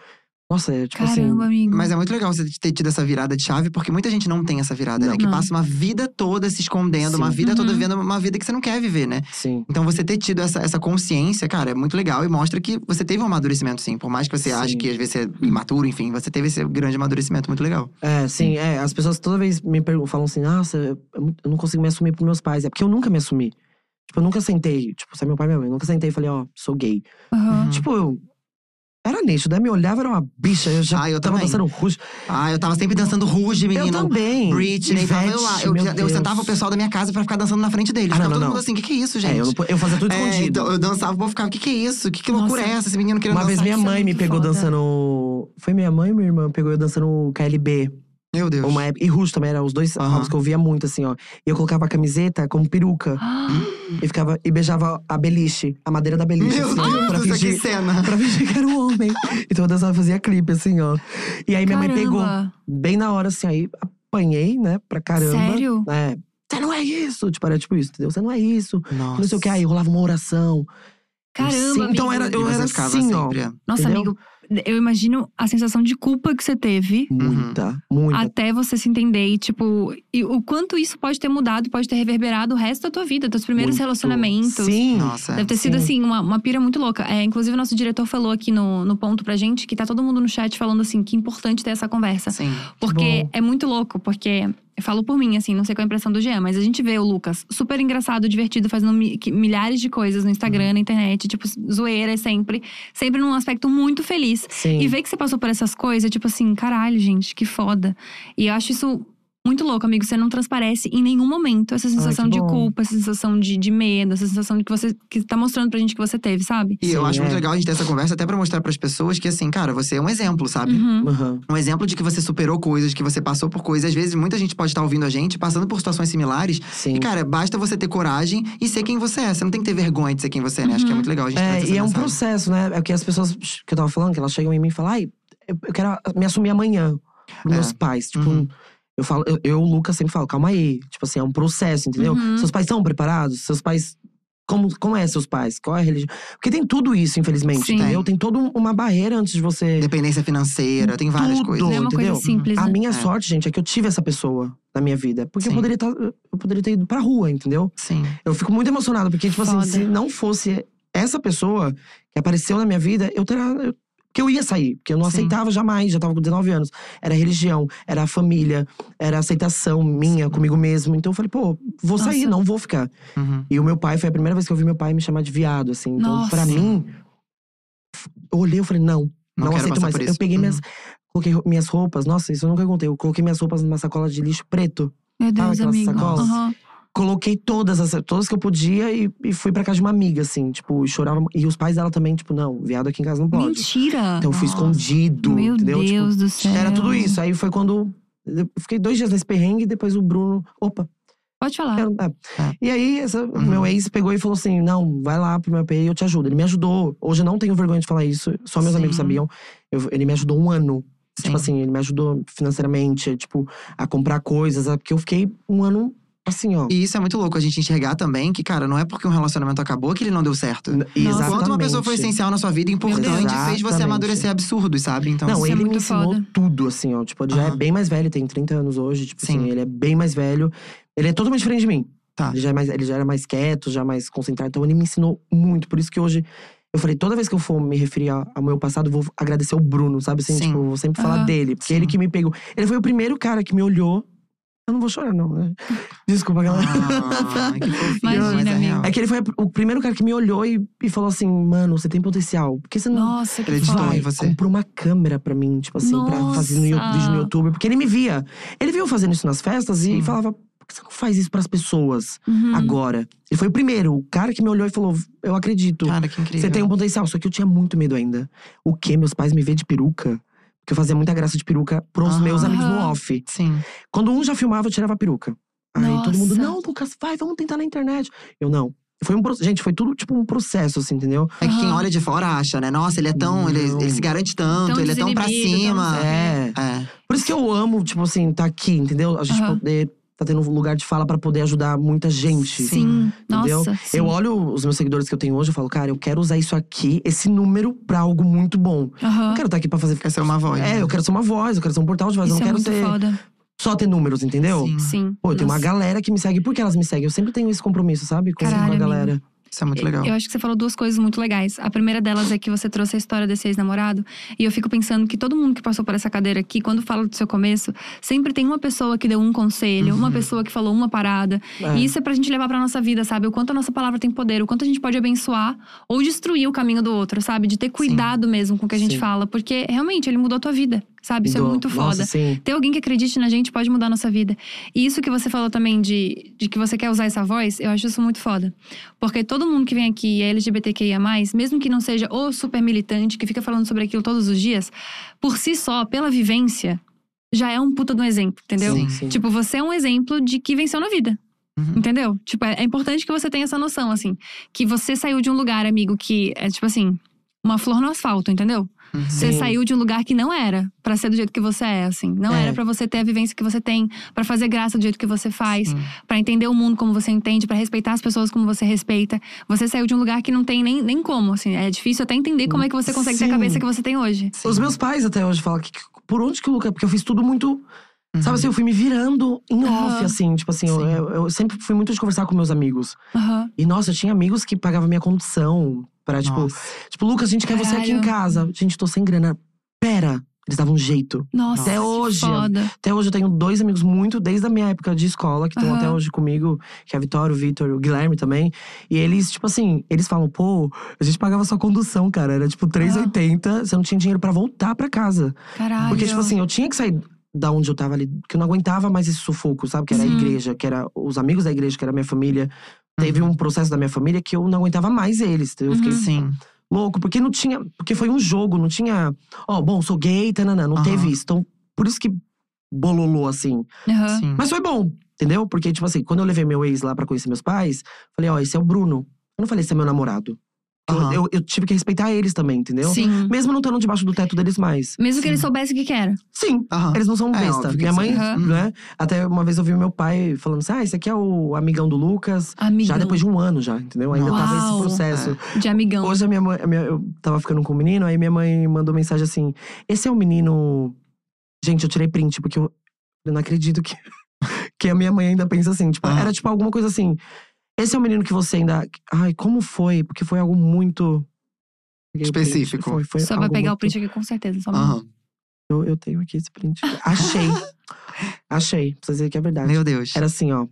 Speaker 3: Nossa, é tipo assim.
Speaker 1: Caramba, amigo.
Speaker 2: Mas é muito legal você ter tido essa virada de chave, porque muita gente não tem essa virada, né?
Speaker 3: Não.
Speaker 2: Que
Speaker 1: Não.
Speaker 2: passa uma vida toda se escondendo, uma
Speaker 3: Sim.
Speaker 2: vida toda
Speaker 1: Uhum.
Speaker 2: vivendo uma vida que você não quer viver, né?
Speaker 3: Sim.
Speaker 2: Então você ter tido essa, essa consciência, cara, é muito legal e mostra que você teve um amadurecimento, sim. Por mais que você ache
Speaker 3: Sim.
Speaker 2: que às vezes você é imaturo, enfim, você teve esse grande amadurecimento muito legal.
Speaker 3: É, sim, é. As pessoas toda vez me perguntam, falam assim, nossa, eu eu não consigo me assumir pros meus pais. É porque eu nunca me assumi. Tipo, eu nunca sentei, tipo, se é meu pai e minha mãe, eu nunca sentei e falei, ó, sou gay.
Speaker 1: Aham.
Speaker 2: Uhum.
Speaker 3: Tipo, eu Era nítido, né? Me olhava, era uma bicha. Eu já
Speaker 2: Ah, eu
Speaker 3: tava
Speaker 2: também.
Speaker 3: dançando russo.
Speaker 2: Ah, eu tava sempre dançando ruge, menina.
Speaker 3: Eu também.
Speaker 2: Britney, tava eu lá.
Speaker 3: Ivete,
Speaker 2: Eu,
Speaker 3: meu
Speaker 2: já- eu
Speaker 3: Deus.
Speaker 2: sentava o pessoal da minha casa pra ficar dançando na frente deles.
Speaker 3: Ah,
Speaker 2: ficava
Speaker 3: não, não,
Speaker 2: todo
Speaker 3: não.
Speaker 2: mundo assim, o que, que é isso, gente?
Speaker 3: É, eu, não po- eu fazia tudo
Speaker 2: É,
Speaker 3: escondido.
Speaker 2: então, eu dançava, o povo ficava, o que, que é isso? Que, que loucura
Speaker 1: Nossa.
Speaker 2: é essa? Esse menino querendo
Speaker 3: Uma vez
Speaker 2: dançar.
Speaker 3: minha
Speaker 1: isso é
Speaker 3: mãe me
Speaker 1: muito
Speaker 3: pegou
Speaker 1: foda.
Speaker 3: dançando. Foi minha mãe ou minha irmã? Pegou eu dançando o KLB.
Speaker 2: Meu Deus.
Speaker 3: Uma época, e Rush também, eram os dois
Speaker 2: Aham.
Speaker 3: álbuns que eu via muito, assim, ó. E eu colocava a camiseta como peruca. E, ficava, e beijava a beliche, a madeira da beliche.
Speaker 2: [LAUGHS] Meu
Speaker 3: assim, ó, pra
Speaker 2: Deus, isso é
Speaker 3: fingir-
Speaker 2: aqui cena.
Speaker 3: Pra fingir que era um homem. Então eu dançava, fazia clipe, assim, ó. E aí minha mãe
Speaker 1: [GASPS]
Speaker 3: pegou.
Speaker 1: Caramba.
Speaker 3: Bem na hora, assim, aí apanhei, né, pra caramba.
Speaker 1: Sério?
Speaker 3: É. Você não é isso! Tipo, era tipo isso, entendeu? Você não é isso.
Speaker 2: Nossa.
Speaker 3: Não sei o que. Aí rolava uma oração.
Speaker 1: Caramba,
Speaker 3: Sim, então
Speaker 1: amigo.
Speaker 3: era- eu-
Speaker 2: E você
Speaker 3: era
Speaker 2: ficava
Speaker 3: assim, ó.
Speaker 2: sempre-
Speaker 1: Nossa,
Speaker 3: entendeu?
Speaker 1: amigo, eu imagino a sensação de culpa que você teve.
Speaker 3: Muita, muita.
Speaker 1: Até você se entender e, tipo, e o quanto isso pode ter mudado, pode ter reverberado o resto da tua vida, teus primeiros
Speaker 3: Muito.
Speaker 1: relacionamentos.
Speaker 3: Sim.
Speaker 2: Nossa. é.
Speaker 1: Deve ter sido,
Speaker 3: Sim.
Speaker 1: assim, uma, uma pira muito louca. É, inclusive, o nosso diretor falou aqui no, no ponto pra gente que tá todo mundo no chat falando assim que é importante ter essa conversa.
Speaker 2: Sim.
Speaker 1: Porque
Speaker 3: bom.
Speaker 1: é muito louco, porque. Eu falo por mim, assim, não sei qual é a impressão do Jean, mas a gente vê o Lucas super engraçado, divertido, fazendo mi- que- milhares de coisas no
Speaker 3: Uhum.
Speaker 1: Instagram, na internet, tipo, zoeira sempre. Sempre num aspecto muito feliz.
Speaker 3: Sim.
Speaker 1: E ver que você passou por essas coisas, é tipo assim, caralho, gente, que foda. E eu acho isso muito louco, amigo. Você não transparece em nenhum momento essa sensação
Speaker 3: que
Speaker 1: de
Speaker 3: bom.
Speaker 1: culpa, essa sensação de, de medo, essa sensação de que você que tá mostrando pra gente que você teve, sabe?
Speaker 2: E eu
Speaker 3: Sim,
Speaker 2: acho muito
Speaker 3: é.
Speaker 2: legal a gente ter essa conversa até pra mostrar pras pessoas que, assim, cara, você é um exemplo, sabe?
Speaker 1: Uhum.
Speaker 3: Aham.
Speaker 2: Um exemplo de que você superou coisas, que você passou por coisas. Às vezes, muita gente pode estar ouvindo a gente, passando por situações similares.
Speaker 3: Sim.
Speaker 2: E, cara, basta você ter coragem e ser quem você é. Você não tem que ter vergonha de ser quem você é, né? Acho que é muito legal a gente trazer
Speaker 3: É,
Speaker 2: essa
Speaker 3: e é um
Speaker 2: mensagem.
Speaker 3: processo, né? É o que as pessoas que eu tava falando, que elas chegam em mim e falam, ai, eu eu quero me assumir amanhã. Pros
Speaker 2: É.
Speaker 3: meus pais. Tipo,
Speaker 2: Uhum.
Speaker 3: eu falo, eu, eu, Lucas, sempre falo, calma aí. Tipo assim, é um processo, entendeu?
Speaker 1: Uhum.
Speaker 3: Seus pais estão preparados? Seus pais. Como, como é seus pais? Qual é a religião? Porque tem tudo isso, infelizmente,
Speaker 1: Sim.
Speaker 3: entendeu? Tem toda um- uma barreira antes de você.
Speaker 2: Dependência financeira, tem várias
Speaker 3: Tudo.
Speaker 2: coisas.
Speaker 1: Não é uma
Speaker 3: entendeu?
Speaker 1: coisa simples,
Speaker 3: A
Speaker 1: né?
Speaker 3: minha
Speaker 2: É.
Speaker 3: sorte, gente, é que eu tive essa pessoa na minha vida. Porque eu
Speaker 2: Sim.
Speaker 3: poderia, tá, eu poderia ter ido pra rua, entendeu?
Speaker 2: Sim.
Speaker 3: Eu fico muito emocionada, porque, tipo
Speaker 1: Foda.
Speaker 3: assim, se não fosse essa pessoa que apareceu na minha vida, eu teria. eu- que eu ia sair, porque eu não
Speaker 2: Sim.
Speaker 3: aceitava jamais, já tava com 19 anos. Era religião, era a família, era a aceitação minha comigo mesmo. Então eu falei, pô, vou sair,
Speaker 1: Nossa.
Speaker 3: não vou ficar.
Speaker 2: Uhum.
Speaker 3: E o meu pai, foi a primeira vez que eu vi meu pai me chamar de viado, assim. Então,
Speaker 1: Nossa.
Speaker 3: pra mim, eu olhei e falei, não,
Speaker 2: Não
Speaker 3: não,
Speaker 2: quero
Speaker 3: aceito
Speaker 2: passar
Speaker 3: mais.
Speaker 2: por
Speaker 3: Eu
Speaker 2: isso.
Speaker 3: peguei
Speaker 2: Uhum.
Speaker 3: minhas. Coloquei ro- minhas roupas, nossa, isso eu nunca contei. Eu coloquei minhas roupas numa sacola de lixo preto.
Speaker 1: Meu Deus,
Speaker 3: aquelas
Speaker 1: amigo.
Speaker 3: sacolas?
Speaker 1: Aham.
Speaker 3: Coloquei todas, as, todas que eu podia e, e fui pra casa de uma amiga, assim, tipo, e chorava. mu- E os pais dela também, tipo, não, viado aqui em casa não pode.
Speaker 1: Mentira!
Speaker 3: Então eu fui
Speaker 2: Nossa.
Speaker 3: escondido,
Speaker 1: Meu
Speaker 3: entendeu? Tipo,
Speaker 1: Deus do céu.
Speaker 3: era tudo isso. Aí foi quando. Eu fiquei dois dias nesse perrengue e depois o Bruno. Opa,
Speaker 1: Pode falar.
Speaker 3: eu- é.
Speaker 1: Ah.
Speaker 2: É.
Speaker 3: E aí, essa- o
Speaker 1: Uhum.
Speaker 3: meu ex pegou e falou assim: não, vai lá pro meu AP e eu te ajudo. Ele me ajudou. Hoje eu não tenho vergonha de falar isso, só meus
Speaker 2: Sim.
Speaker 3: amigos sabiam. Eu- ele me ajudou um ano.
Speaker 2: Sim.
Speaker 3: Tipo assim, ele me ajudou financeiramente, tipo, a comprar coisas. a- Porque eu fiquei um ano assim, ó.
Speaker 2: E isso é muito louco a gente enxergar também que, cara, não é porque um relacionamento acabou que ele não deu certo.
Speaker 3: N-
Speaker 1: Nossa.
Speaker 2: Enquanto uma pessoa foi
Speaker 3: Exatamente.
Speaker 2: essencial na sua vida, importante, fez você
Speaker 3: Exatamente.
Speaker 2: amadurecer absurdos, sabe? Então,
Speaker 3: Não,
Speaker 1: Isso é
Speaker 3: ele me
Speaker 1: muito
Speaker 3: ensinou
Speaker 1: foda.
Speaker 3: tudo, assim, ó. Tipo, ele já é
Speaker 2: Aham.
Speaker 3: bem mais velho, tem 30 anos hoje. Tipo
Speaker 2: Sim.
Speaker 3: assim, ele é bem mais velho. Ele é totalmente diferente de mim. [LAUGHS]
Speaker 2: Tá.
Speaker 3: Ele já, é mais, ele já era mais quieto, já mais concentrado. Então ele me ensinou muito. Por isso que hoje… Eu falei, toda vez que eu for me referir a- ao meu passado, eu vou agradecer o Bruno, sabe? Assim,
Speaker 2: Sim.
Speaker 3: Tipo, eu vou sempre falar
Speaker 1: Aham.
Speaker 3: dele. Porque é
Speaker 2: Sim.
Speaker 3: ele que me pegou. Ele foi o primeiro cara que me olhou. Eu não vou chorar, não.
Speaker 2: [LAUGHS]
Speaker 3: né? Desculpa, galera.
Speaker 2: Ah, que fofinho,
Speaker 1: Imagina,
Speaker 2: mas é
Speaker 1: amigo.
Speaker 2: real.
Speaker 3: É que ele foi o primeiro cara que me olhou e, e falou assim: Mano, você tem potencial. Por que você não
Speaker 1: Nossa, que
Speaker 2: Acreditou
Speaker 1: foda.
Speaker 2: em
Speaker 3: Vai,
Speaker 2: você.
Speaker 3: comprou uma câmera pra mim, tipo assim, pra fazer no, Yo-
Speaker 1: Nossa!
Speaker 3: vídeo no YouTube. Porque ele me via. Ele viu eu fazendo isso nas festas e
Speaker 2: Sim.
Speaker 3: falava… Por que você não faz isso pras pessoas
Speaker 1: Uhum.
Speaker 3: agora? Ele foi o primeiro, o cara que me olhou e falou… Eu acredito,
Speaker 2: Cara, que incrível.
Speaker 3: você tem um potencial. Só que eu tinha muito medo ainda. O quê? Meus pais me vê de peruca? Porque eu fazia muita graça de peruca pros
Speaker 2: Aham.
Speaker 3: meus amigos no
Speaker 1: Aham.
Speaker 3: off.
Speaker 2: Sim.
Speaker 3: Quando um já filmava, eu tirava a peruca. Aí todo mundo,
Speaker 1: Nossa.
Speaker 3: não, Lucas, vai, vamos tentar na internet. Eu, não. Foi um pro- Gente, foi tudo tipo um processo, assim, entendeu?
Speaker 2: É que quem
Speaker 1: Aham.
Speaker 2: olha de fora acha, né? Nossa, ele é tão. Ele,
Speaker 3: Não.
Speaker 2: ele se garante tanto,
Speaker 1: Tão
Speaker 2: ele é tão pra
Speaker 1: desinibido, tão
Speaker 2: cima.
Speaker 1: não sei.
Speaker 3: É.
Speaker 2: É.
Speaker 3: Por isso que eu amo, tipo assim, tá aqui, entendeu? A gente
Speaker 1: Aham.
Speaker 3: poder tá tendo um lugar de fala pra poder ajudar muita gente.
Speaker 1: Sim.
Speaker 3: Entendeu?
Speaker 1: Nossa. sim.
Speaker 3: Eu olho os meus seguidores que eu tenho hoje, eu falo, cara, eu quero usar isso aqui, esse número, pra algo muito bom. Eu
Speaker 1: Aham.
Speaker 3: não quero estar aqui pra fazer.
Speaker 2: Quer ser uma voz.
Speaker 3: É,
Speaker 2: né?
Speaker 3: eu quero ser uma voz, eu quero ser um portal de voz,
Speaker 1: Isso
Speaker 3: eu não
Speaker 1: é
Speaker 3: quero
Speaker 1: muito
Speaker 3: ter,
Speaker 1: foda.
Speaker 3: só ter números, entendeu?
Speaker 2: Sim.
Speaker 1: Sim.
Speaker 3: Pô, tem uma
Speaker 1: Nossa.
Speaker 3: galera que me segue porque elas me seguem. Eu sempre tenho esse compromisso, sabe? Com, com
Speaker 1: Caralho,
Speaker 3: a galera.
Speaker 2: Isso é muito legal.
Speaker 1: Eu acho que você falou duas coisas muito legais. A primeira delas é que você trouxe a história desse ex-namorado. E eu fico pensando que todo mundo que passou por essa cadeira aqui, quando fala do seu começo, sempre tem uma pessoa que deu um conselho, uma pessoa que falou uma parada.
Speaker 3: Uhum. É.
Speaker 1: E isso é pra gente levar pra nossa vida, sabe? O quanto a nossa palavra tem poder, o quanto a gente pode abençoar ou destruir o caminho do outro, sabe? De ter cuidado mesmo com o que a gente
Speaker 3: Sim.
Speaker 1: fala. Porque realmente ele mudou a tua vida, sabe? Isso é
Speaker 3: Mudou.
Speaker 1: muito foda.
Speaker 3: Nossa, sim.
Speaker 1: Ter alguém que acredite na gente pode mudar a nossa vida. E isso que você falou também de, de que você quer usar essa voz, eu acho isso muito foda. Porque todo mundo que vem aqui e é LGBTQIA, mesmo que não seja o super militante que fica falando sobre aquilo todos os dias, por si só, pela vivência, já é um puta de um exemplo, entendeu?
Speaker 2: Sim.
Speaker 1: Tipo, você é um exemplo de que venceu na vida.
Speaker 2: Uhum.
Speaker 1: Entendeu? Tipo, é, é importante que você tenha essa noção, assim. Que você saiu de um lugar, amigo, que é tipo assim, uma flor no asfalto, entendeu?
Speaker 2: Uhum.
Speaker 1: Você
Speaker 3: Sim.
Speaker 1: saiu de um lugar que não era pra ser do jeito que você é, assim. Não
Speaker 3: É.
Speaker 1: era pra você ter a vivência que você tem, pra fazer graça do jeito que você faz,
Speaker 2: Sim.
Speaker 1: pra entender o mundo como você entende, pra respeitar as pessoas como você respeita. Você saiu de um lugar que não tem nem, nem como, assim. É difícil até entender como é que você consegue ter a
Speaker 3: Sim.
Speaker 1: cabeça que você tem hoje.
Speaker 3: Os meus pais até hoje falam que, que- por onde que o Luca. Porque eu fiz tudo muito. Sabe assim, eu fui me virando em off,
Speaker 1: Aham.
Speaker 3: assim. Tipo assim, eu,
Speaker 2: Sim.
Speaker 3: eu- eu sempre fui muito de conversar com meus amigos.
Speaker 1: Aham.
Speaker 3: E nossa, eu tinha amigos que pagavam minha condição.
Speaker 2: É,
Speaker 3: Pra, tipo,
Speaker 2: Nossa.
Speaker 3: tipo, Lucas, a gente quer você aqui em
Speaker 1: Caralho.
Speaker 3: casa. Gente, tô sem grana. Pera! Eles davam um jeito.
Speaker 1: Nossa,
Speaker 3: Até
Speaker 1: que
Speaker 3: hoje.
Speaker 1: foda.
Speaker 3: Até hoje eu tenho dois amigos muito, desde a minha época de escola, que estão
Speaker 1: Aham.
Speaker 3: até hoje comigo, que é a Vitória, o Vitor, o Guilherme também. E eles, tipo assim, eles falam, pô, a gente pagava só condução, cara. Era tipo 3,80, você não tinha dinheiro pra voltar pra casa.
Speaker 1: Caralho.
Speaker 3: Porque, tipo assim, eu tinha que sair da onde eu tava ali, que eu não aguentava mais esse sufoco, sabe? Que era a
Speaker 1: Sim.
Speaker 3: igreja, que era os amigos da igreja, que era a minha família. Teve um processo da minha família que eu não aguentava mais eles. Eu fiquei assim,
Speaker 2: Sim.
Speaker 3: louco, porque não tinha. Porque foi um jogo, não tinha. Ó, bom, sou gay, tananã, não
Speaker 2: Aham.
Speaker 3: teve isso. Então, por isso que bololou assim.
Speaker 1: Aham.
Speaker 2: Sim.
Speaker 3: Mas foi bom, entendeu? Porque, tipo assim, quando eu levei meu ex lá pra conhecer meus pais, falei, ó, esse é o Bruno. Eu não falei, esse é meu namorado. Eu-
Speaker 2: Aham.
Speaker 3: Eu, eu tive que respeitar eles também, entendeu?
Speaker 1: Sim.
Speaker 3: Mesmo não estando debaixo do teto deles mais.
Speaker 1: Mesmo que
Speaker 2: Sim.
Speaker 1: ele soubesse o que que era.
Speaker 3: Sim,
Speaker 2: Aham.
Speaker 3: eles não são
Speaker 2: É,
Speaker 3: besta.
Speaker 2: óbvio que
Speaker 3: Minha
Speaker 2: sim.
Speaker 3: mãe,
Speaker 1: Aham.
Speaker 3: né? Até uma vez eu vi meu pai falando assim: ah, esse aqui é o amigão do Lucas.
Speaker 1: Amigão.
Speaker 3: Já depois de um ano, já, entendeu? Ainda tava
Speaker 1: Uau. É, então
Speaker 3: esse processo.
Speaker 1: De amigão.
Speaker 3: Hoje a minha mãe, a minha- eu tava ficando com um menino, aí minha mãe mandou mensagem assim: esse é o menino. Gente, eu tirei print, porque eu, eu não acredito que, [LAUGHS] que a minha mãe ainda pensa assim. Tipo,
Speaker 2: Aham.
Speaker 1: Ah.
Speaker 3: era tipo alguma coisa assim. Esse é o menino que você ainda. Ai, como foi? Porque foi algo muito. Peguei o print,
Speaker 2: Específico.
Speaker 3: Foi, foi
Speaker 1: Só pra
Speaker 3: algo
Speaker 1: pegar o
Speaker 3: muito-
Speaker 1: print aqui, com certeza. Só um
Speaker 2: Aham.
Speaker 1: minuto.
Speaker 3: Eu, eu tenho aqui esse print. Achei.
Speaker 2: [LAUGHS]
Speaker 3: Achei. Pra vocês verem que é verdade.
Speaker 2: Meu Deus.
Speaker 3: Era assim, ó.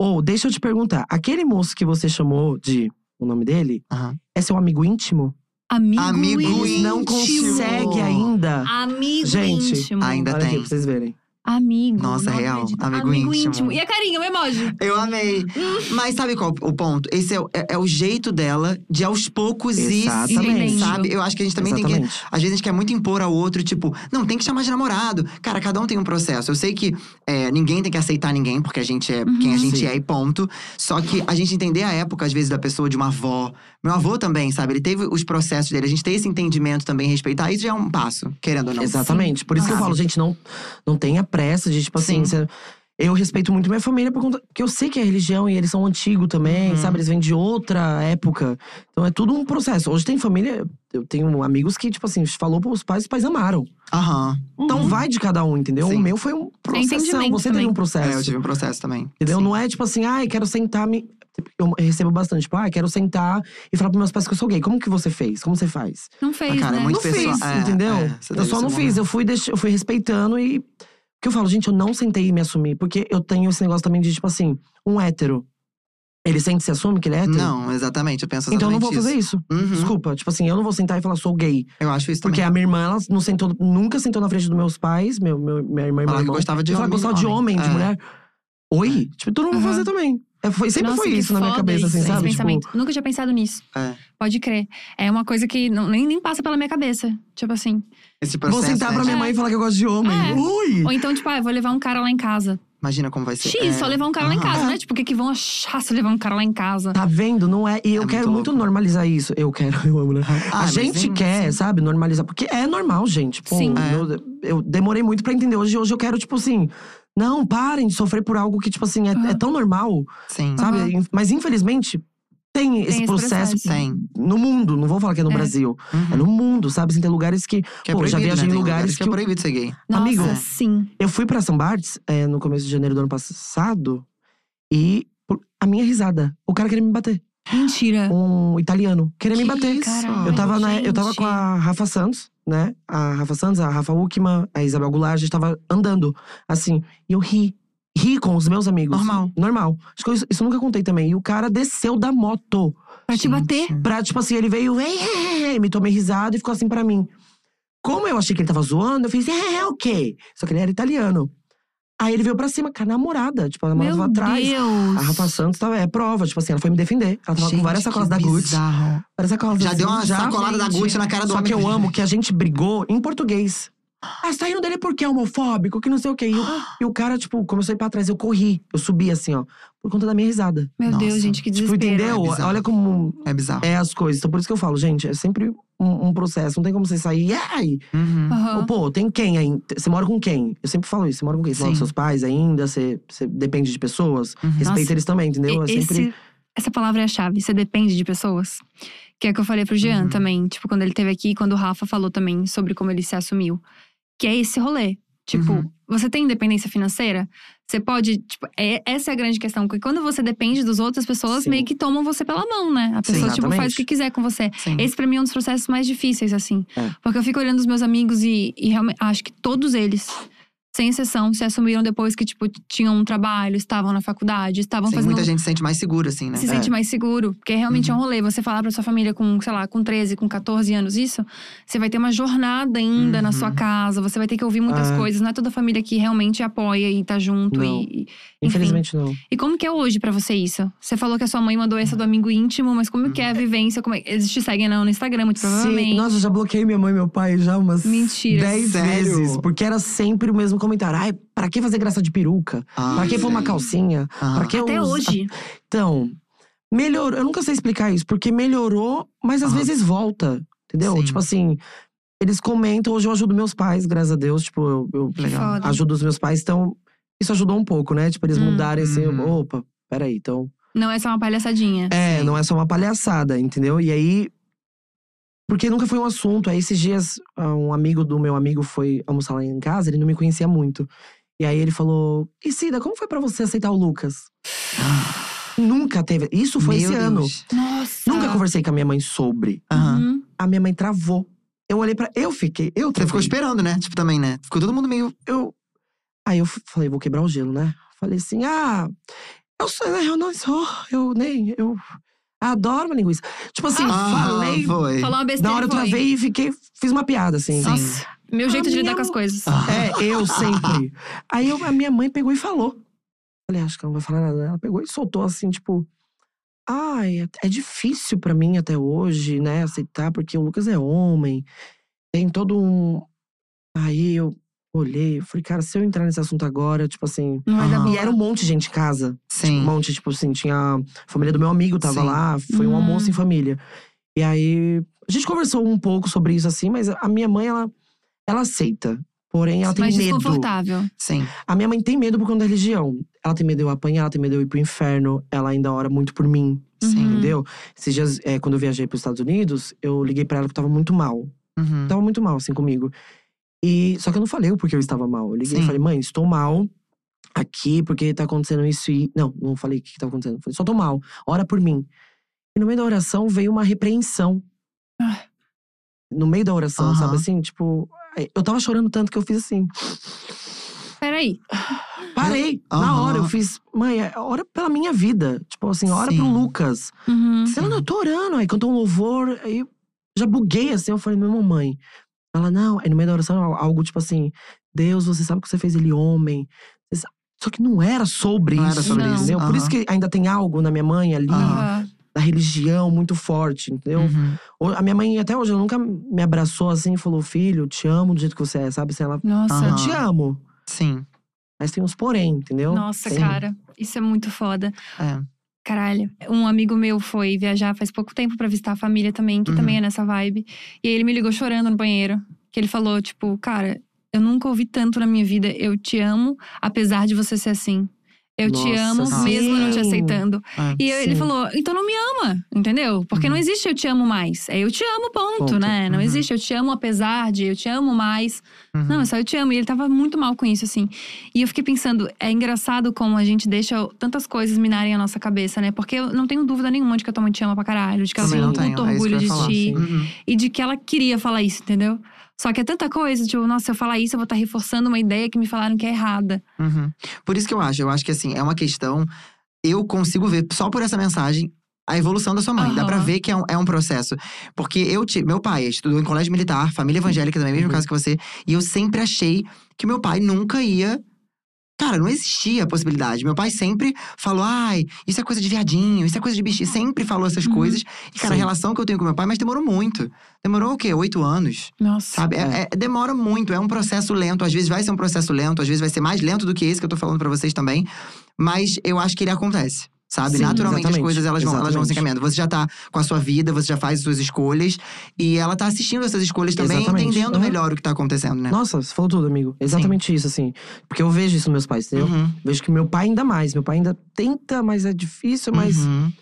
Speaker 3: Ou, deixa eu te perguntar, aquele moço que você chamou de. O nome dele?
Speaker 2: Aham.
Speaker 3: É seu amigo íntimo?
Speaker 1: Amigo,
Speaker 2: Amigo
Speaker 1: íntimo.
Speaker 3: Eles não
Speaker 2: íntimo.
Speaker 3: consegue ainda.
Speaker 1: Amigo
Speaker 3: Gente,
Speaker 1: íntimo.
Speaker 2: ainda-
Speaker 3: Olha aqui
Speaker 2: tem.
Speaker 3: pra vocês verem.
Speaker 1: Amigo.
Speaker 2: Nossa,
Speaker 1: não
Speaker 2: real.
Speaker 1: acredito.
Speaker 2: Amigo íntimo.
Speaker 1: E a carinha, o emoji.
Speaker 2: Eu
Speaker 3: [LAUGHS]
Speaker 2: amei. Mas sabe qual o ponto? Esse é, o- é- é o jeito dela de aos poucos ir.
Speaker 3: Exatamente.
Speaker 2: Sabe? Eu acho que a gente também tem que.
Speaker 3: Exatamente.
Speaker 2: Às vezes a gente quer muito impor ao outro, tipo, não, tem que chamar de namorado. Cara, cada um tem um processo. Eu sei que é, ninguém tem que aceitar ninguém, porque a gente é quem a gente
Speaker 3: Uhum. Sim.
Speaker 2: é e ponto. Só que a gente entender a época, às vezes, da pessoa, de uma avó. Meu avô também, sabe? Ele teve os processos dele. A gente tem esse entendimento também, respeitar. Isso já é um passo, querendo ou não.
Speaker 3: Exatamente. Por isso que eu
Speaker 2: Sabe?
Speaker 3: falo, gente, não, não tenha pressa de, tipo assim.
Speaker 2: Sim.
Speaker 3: você- eu respeito muito minha família por conta. Porque eu sei que é religião e eles são antigos também,
Speaker 2: Uhum.
Speaker 3: sabe? Eles vêm de outra época. Então é tudo um processo. Hoje tem família, eu tenho amigos que, tipo assim, falou pros pais, os pais amaram.
Speaker 2: Aham.
Speaker 3: Então vai de cada um, entendeu?
Speaker 2: Uhum. Sim.
Speaker 3: O meu foi um processo.
Speaker 1: entendimento
Speaker 3: Você
Speaker 1: também.
Speaker 3: teve um
Speaker 2: É, eu
Speaker 3: processo.
Speaker 2: tive um processo também.
Speaker 3: Entendeu?
Speaker 2: Sim.
Speaker 3: Não é tipo assim, ai, quero sentar. Me... Eu recebo bastante, tipo, ai, quero sentar e falar pros meus pais que eu sou gay. Como que você fez? Como você faz?
Speaker 1: Não fez,
Speaker 2: Ah, cara,
Speaker 1: né?
Speaker 2: muito
Speaker 3: não
Speaker 2: pessoal.
Speaker 3: fiz,
Speaker 2: é,
Speaker 3: entendeu?
Speaker 2: é, você
Speaker 3: eu
Speaker 2: teve
Speaker 3: só
Speaker 2: esse
Speaker 3: não fiz.
Speaker 2: momento.
Speaker 3: Eu fui, deix... eu fui respeitando e. Porque eu falo, gente, eu não sentei e me assumi. Porque eu tenho esse negócio também de, tipo assim, um hétero. Ele sente e se assume que ele é hétero?
Speaker 2: Não, exatamente. Eu penso exatamente
Speaker 3: Então eu não vou fazer isso.
Speaker 2: Uhum,
Speaker 3: Desculpa. Tipo assim, eu não vou sentar e falar, sou gay.
Speaker 2: Eu acho isso
Speaker 3: Porque
Speaker 2: também.
Speaker 3: a minha irmã, ela não sentou, nunca sentou na frente dos meus pais, meu, meu, minha irmã e meu
Speaker 2: Falar que
Speaker 3: é irmão.
Speaker 2: gostava de
Speaker 3: E falar
Speaker 2: homem.
Speaker 3: que gostava de homem, de
Speaker 2: É. Uhum.
Speaker 3: mulher. Oi? Tipo, todo mundo vai fazer também. É, foi, sempre
Speaker 1: Nossa,
Speaker 3: foi
Speaker 1: que
Speaker 3: isso na minha
Speaker 1: foda
Speaker 3: cabeça, assim,
Speaker 1: isso,
Speaker 3: sabe?
Speaker 1: Esse
Speaker 3: Tipo,
Speaker 1: pensamento. Nunca tinha pensado nisso.
Speaker 2: É.
Speaker 1: Pode crer. É uma coisa que não- nem, nem passa pela minha cabeça. Tipo assim.
Speaker 2: Esse
Speaker 3: vou
Speaker 2: processo.
Speaker 3: sentar
Speaker 2: né,
Speaker 3: tá pra minha
Speaker 2: gente?
Speaker 3: mãe e falar que eu gosto de homem.
Speaker 1: É.
Speaker 3: Ui!
Speaker 1: Ou então, tipo, ah, eu vou levar um cara lá em casa.
Speaker 2: Imagina como vai ser.
Speaker 1: X,
Speaker 2: É.
Speaker 1: só levar um cara lá em
Speaker 2: Aham.
Speaker 1: casa, né? Tipo, o que, que vão achar se eu levar um cara lá em casa?
Speaker 3: Tá vendo? Não é. E eu
Speaker 2: É
Speaker 3: quero
Speaker 2: muito
Speaker 3: muito normalizar isso. Eu quero, eu amo, né?
Speaker 2: Ah,
Speaker 3: a
Speaker 2: mas
Speaker 3: gente
Speaker 2: nem-
Speaker 3: quer, sabe, normalizar. Porque é normal, gente. Pô,
Speaker 1: Sim.
Speaker 2: É.
Speaker 3: Eu, eu demorei muito pra entender. Hoje, hoje eu quero, tipo assim. Não, parem de sofrer por algo que, tipo assim, é,
Speaker 1: Aham.
Speaker 3: é tão normal,
Speaker 2: Sim.
Speaker 3: sabe?
Speaker 1: Aham.
Speaker 3: Inf- Mas infelizmente, tem, esse
Speaker 1: esse
Speaker 3: processo
Speaker 1: processo.
Speaker 2: Tem.
Speaker 3: no mundo. Não vou falar que é no
Speaker 1: É.
Speaker 3: Brasil.
Speaker 2: Uhum.
Speaker 3: É no mundo, sabe? Assim, tem lugares que.
Speaker 2: Que é
Speaker 3: pô, eu já
Speaker 2: proibido,
Speaker 3: viajei
Speaker 2: né?
Speaker 3: em
Speaker 2: Tem
Speaker 3: lugares que.
Speaker 2: é
Speaker 3: eu-
Speaker 2: proibigo ser gay.
Speaker 1: Nossa,
Speaker 3: Amigo.
Speaker 1: sim.
Speaker 3: Eu fui pra São Bartes é, no começo de janeiro do ano passado e por- a minha risada. O cara queria me bater.
Speaker 1: Mentira.
Speaker 3: um italiano querendo me
Speaker 1: É. Que
Speaker 3: bater.
Speaker 1: caralho,
Speaker 3: eu tava na, eu tava
Speaker 1: gente.
Speaker 3: com a Rafa Santos, né? A Rafa Santos, a Rafa Uckman, a Isabel Goulart, a gente tava andando assim, e eu ri. Ri com os meus amigos.
Speaker 2: Normal.
Speaker 3: Normal. Acho que isso, isso eu nunca contei também. E o cara desceu da moto.
Speaker 1: Pra te bater.
Speaker 3: Pra, tipo assim, ele veio, "Ei, ei, ei", me tomei risada e ficou assim pra mim. Como eu achei que ele tava zoando, eu fiz, é, é, ok. Só que ele era italiano. Aí ele veio pra cima, com a namorada. Tipo, a namorada
Speaker 1: Meu
Speaker 3: tava atrás.
Speaker 1: Deus.
Speaker 3: A Rafa Santos tava, é prova, tipo assim, ela foi me defender. Ela tava com várias sacolas da Gucci.
Speaker 2: bizarro.
Speaker 3: Várias sacolas
Speaker 2: Já
Speaker 3: assim,
Speaker 2: deu uma
Speaker 3: já.
Speaker 2: sacolada da
Speaker 1: Gente.
Speaker 2: Gucci na cara do
Speaker 3: Só
Speaker 2: homem.
Speaker 3: que eu [GASPS] amo que a gente brigou em português. Ah, você tá rindo dele porque é homofóbico, que não sei o quê. E, o- e o cara, tipo, começou a ir pra trás. Eu corri, eu subi assim, ó. Por conta da minha risada.
Speaker 1: Meu Deus,
Speaker 2: Nossa.
Speaker 1: gente, que
Speaker 3: Tipo,
Speaker 1: desespero. né?
Speaker 3: entendeu?
Speaker 2: É bizarro.
Speaker 3: Olha como
Speaker 2: É bizarro.
Speaker 3: é as coisas. Então por isso que eu falo, gente, é sempre um, um processo. Não tem como você sair. Ai!
Speaker 2: Uhum.
Speaker 1: Aham.
Speaker 3: Ô, pô, tem quem aí? Você mora com quem? Eu sempre falo isso. Você mora com quem? Você mora com
Speaker 2: Sim.
Speaker 3: seus pais ainda? Você, você depende de pessoas?
Speaker 2: Uhum.
Speaker 3: Respeita
Speaker 1: Nossa,
Speaker 3: eles também, entendeu? É
Speaker 1: E-
Speaker 3: sempre…
Speaker 1: Esse- essa palavra é a chave. Você depende de pessoas. Que é o que eu falei pro Jean
Speaker 2: Uhum.
Speaker 1: também. Tipo, quando ele teve aqui, quando o Rafa falou também sobre como ele se assumiu. Que é esse rolê. Tipo,
Speaker 2: Uhum.
Speaker 1: você tem independência financeira? Você pode. Tipo, é- essa é a grande questão. Porque quando você depende dos outros, as pessoas
Speaker 3: Sim.
Speaker 1: meio que tomam você pela mão, né? A
Speaker 2: Sim, Uhum.
Speaker 1: pessoa, tipo, faz
Speaker 3: exatamente.
Speaker 1: o que quiser com você.
Speaker 2: Sim.
Speaker 1: Esse pra mim é um dos processos mais difíceis, assim.
Speaker 3: É.
Speaker 1: Porque eu fico olhando os meus amigos e, e realmente acho que todos eles, sem exceção, se assumiram depois que, tipo, tinham um trabalho, estavam na faculdade, estavam
Speaker 2: Sim,
Speaker 1: fazendo.
Speaker 2: muita gente se sente mais segura, assim, né?
Speaker 1: Se
Speaker 3: É.
Speaker 1: sente mais seguro. Porque realmente
Speaker 3: Uhum.
Speaker 1: é um rolê. Você falar pra sua família com, sei lá, com 13, com 14 anos, isso, você vai ter uma jornada ainda na
Speaker 2: Uhum.
Speaker 1: sua casa, você vai ter que ouvir muitas
Speaker 3: É.
Speaker 1: coisas. Não é toda família que realmente apoia e tá junto.
Speaker 3: Não.
Speaker 1: E, e- enfim.
Speaker 3: Infelizmente não.
Speaker 1: E como que é hoje pra você isso? Você falou que a sua mãe é uma doença do amigo íntimo, mas como que é a vivência? Como é- Eles te seguem no no Instagram, muito provavelmente.
Speaker 3: Uhum. Sim, nossa, eu já bloqueei minha mãe e meu pai já umas
Speaker 1: Mentira.
Speaker 3: 10
Speaker 2: Sério?
Speaker 3: vezes. Porque era sempre o mesmo comentário. Ai, pra que fazer graça de peruca?
Speaker 2: Ah,
Speaker 3: pra que pôr uma
Speaker 2: sim. Ah,
Speaker 3: calcinha?
Speaker 2: Aham.
Speaker 3: Pra que
Speaker 1: Até
Speaker 3: us-
Speaker 1: hoje.
Speaker 3: Então, melhorou. Eu nunca sei explicar isso, porque melhorou, mas às
Speaker 2: Aham.
Speaker 3: vezes volta. Entendeu?
Speaker 2: Sim.
Speaker 3: Tipo assim, eles comentam. Hoje eu ajudo meus pais, graças a Deus. Tipo, eu, eu
Speaker 2: Que legal.
Speaker 1: Foda.
Speaker 3: ajudo os meus pais, então isso ajudou um pouco, né? Tipo, eles
Speaker 1: Hum.
Speaker 3: mudarem assim.
Speaker 2: Uhum.
Speaker 3: Opa, peraí, então.
Speaker 1: Não é só uma palhaçadinha.
Speaker 3: É,
Speaker 2: Sim.
Speaker 3: não é só uma palhaçada, entendeu? E aí. Porque nunca foi um assunto. Aí esses dias, ah, um amigo do meu amigo foi almoçar lá em casa, ele não me conhecia muito. E aí ele falou: E Cida, como foi pra você aceitar
Speaker 2: [GASPS]
Speaker 3: o Lucas? nunca teve. Isso foi
Speaker 2: Meu
Speaker 3: esse
Speaker 2: Deus. Ah.
Speaker 3: ano.
Speaker 1: Nossa.
Speaker 3: Nunca conversei com a minha mãe sobre.
Speaker 2: Aham.
Speaker 1: Uhum.
Speaker 3: A minha mãe travou. Eu olhei pra. Eu fiquei. Eu
Speaker 2: Você ficou
Speaker 3: travei.
Speaker 2: esperando, né? Tipo, também, né? Ficou todo mundo meio.
Speaker 3: eu. Aí eu f- falei, vou quebrar o gelo, né? Falei assim, ah, eu sou, né, eu não sou, eu nem, eu adoro uma linguiça. Tipo assim,
Speaker 2: Ah,
Speaker 3: falei,
Speaker 2: foi.
Speaker 1: Falou uma besteira.
Speaker 3: na hora eu
Speaker 1: e foi.
Speaker 3: travei e fiquei, fiz uma piada, assim.
Speaker 2: Sim.
Speaker 1: Nossa, meu
Speaker 3: A
Speaker 1: jeito de lidar
Speaker 3: minha-
Speaker 1: com as coisas.
Speaker 2: Ah.
Speaker 3: É, eu sempre. Aí eu- a minha mãe pegou e falou. Falei, "Ah, acho que ela não vai falar nada. né? Ela pegou e soltou assim, tipo. Ai, é- é difícil pra mim até hoje, né, aceitar, porque o Lucas é homem. Tem todo um. Aí eu olhei, eu falei, cara, se eu entrar nesse assunto agora, tipo assim.
Speaker 1: Não vai dar
Speaker 2: Aham.
Speaker 1: boa.
Speaker 3: E era um monte de gente em casa. Um
Speaker 2: Sim.
Speaker 3: monte, tipo assim, tinha a família do meu amigo tava
Speaker 2: Sim.
Speaker 3: lá, foi um
Speaker 1: Hum.
Speaker 3: almoço em família. E aí a gente conversou um pouco sobre isso assim, mas a minha mãe ela ela aceita. Porém, ela tem
Speaker 1: Mas
Speaker 3: medo.
Speaker 1: desconfortável.
Speaker 2: Sim.
Speaker 3: A minha mãe tem medo por conta da religião. Ela tem medo de eu apanhar, ela tem medo de eu ir pro inferno. Ela ainda ora muito por mim,
Speaker 1: Uhum.
Speaker 3: entendeu? Esses dias, é, quando eu viajei pros Estados Unidos, eu liguei pra ela que eu tava muito mal.
Speaker 2: Uhum.
Speaker 3: Tava muito mal, assim, comigo. E só que eu não falei o porquê eu estava mal. Eu liguei e
Speaker 2: Sim.
Speaker 3: falei, mãe, estou mal aqui porque tá acontecendo isso e. Não, não falei o que, que tá acontecendo. Falei, só tô mal, ora por mim. E no meio da oração veio uma repreensão.
Speaker 1: Ah.
Speaker 3: No meio da oração,
Speaker 2: Aham.
Speaker 3: sabe assim? Tipo, eu tava chorando tanto que eu fiz assim.
Speaker 1: Peraí.
Speaker 3: Parei. Na
Speaker 2: Aham.
Speaker 3: hora eu fiz, mãe, é- ora pela minha vida. Tipo assim, ora
Speaker 2: Sim.
Speaker 3: pro Lucas.
Speaker 1: Uhum.
Speaker 3: Ela não, eu tô orando. Aí cantou um louvor, aí eu já buguei assim. Eu falei, minha mamãe. Ela, não. Aí no meio da oração, al- algo tipo assim: Deus, você sabe que você fez ele homem. Você sa- Só que não era sobre
Speaker 2: Não
Speaker 3: isso.
Speaker 2: era sobre
Speaker 1: Não.
Speaker 2: isso.
Speaker 3: Entendeu? Por
Speaker 2: Aham.
Speaker 3: isso que ainda tem algo na minha mãe ali,
Speaker 2: Aham.
Speaker 1: Aham.
Speaker 3: da religião muito forte, entendeu?
Speaker 2: Uhum.
Speaker 3: Ho- A minha mãe, até hoje, ela nunca me abraçou assim e falou: Filho, te amo do jeito que você é, sabe? Assim, ela,
Speaker 1: Nossa.
Speaker 3: eu
Speaker 2: Aham.
Speaker 3: te amo.
Speaker 2: Sim.
Speaker 3: Mas tem uns porém, entendeu?
Speaker 1: Nossa,
Speaker 3: Tem-
Speaker 1: cara. Isso é muito foda.
Speaker 2: É.
Speaker 1: Caralho. Um amigo meu foi viajar faz pouco tempo pra visitar a família também, que
Speaker 2: Uhum.
Speaker 1: também é nessa vibe. E aí ele me ligou chorando no banheiro. Que ele falou, tipo, cara, eu nunca ouvi tanto na minha vida. Eu te amo, apesar de você ser assim. Eu te
Speaker 3: Nossa,
Speaker 1: amo,
Speaker 3: sim.
Speaker 1: mesmo não te aceitando.
Speaker 2: É.
Speaker 1: E eu- ele
Speaker 3: Sim.
Speaker 1: falou, então não me ama, entendeu? Porque não existe eu te amo mais. É eu te amo, ponto,
Speaker 3: Ponto.
Speaker 1: né? Não
Speaker 2: Uhum.
Speaker 1: existe eu te amo apesar de, eu te amo mais.
Speaker 2: Uhum.
Speaker 1: Não, é só eu te amo. E ele tava muito mal com isso, assim. E eu fiquei pensando, é engraçado como a gente deixa tantas coisas minarem a nossa cabeça, né? Porque eu não tenho dúvida nenhuma de que a tua mãe te ama pra caralho, de que ela
Speaker 2: Também
Speaker 1: tem
Speaker 2: não
Speaker 1: muito
Speaker 2: tenho, é isso que
Speaker 1: orgulho
Speaker 2: eu ia
Speaker 1: de
Speaker 2: falar,
Speaker 1: ti.
Speaker 3: sim.
Speaker 2: Uhum.
Speaker 1: E de que ela queria falar isso, entendeu? Só que é tanta coisa, tipo, nossa, se eu falar isso, eu vou estar reforçando uma ideia que me falaram que é errada.
Speaker 2: Uhum. Por isso que eu acho, eu acho que assim, é uma questão. Eu consigo ver, só por essa mensagem, a evolução da sua mãe. Dá pra
Speaker 1: Aham.
Speaker 2: ver que é um, é um processo. Porque eu ti- meu pai estudou em colégio militar, família evangélica também, é mesmo
Speaker 3: Uhum.
Speaker 2: caso que você. E eu sempre achei que meu pai nunca ia. Cara, não existia a possibilidade. Meu pai sempre falou: ai, isso é coisa de viadinho, isso é coisa de bichinho. Sempre falou essas
Speaker 1: Uhum.
Speaker 2: coisas. E, cara, a
Speaker 3: Sim.
Speaker 2: relação que eu tenho com meu pai, mas demorou muito. Demorou o quê? Oito anos.
Speaker 1: Nossa.
Speaker 2: Sabe? É-
Speaker 3: É.
Speaker 2: é- demora muito, é um processo lento. Às vezes vai ser um processo lento, às vezes vai ser mais lento do que esse que eu tô falando pra vocês também. Mas eu acho que ele acontece. Sabe?
Speaker 3: Sim,
Speaker 2: Naturalmente as
Speaker 3: exatamente,
Speaker 2: coisas elas vão, elas vão se
Speaker 3: exatamente.
Speaker 2: encaminhando. Você já tá com a sua vida, você já faz as suas escolhas. E ela tá assistindo essas escolhas também,
Speaker 3: Exatamente,
Speaker 2: entendendo
Speaker 3: aham.
Speaker 2: melhor o que tá acontecendo, né?
Speaker 3: Nossa, você falou tudo, amigo. Exatamente isso, assim. Porque eu vejo isso nos meus pais, entendeu?
Speaker 2: Uhum,
Speaker 3: Vejo que meu pai ainda mais. Meu pai ainda tenta, mas é difícil, mas.
Speaker 2: uhum,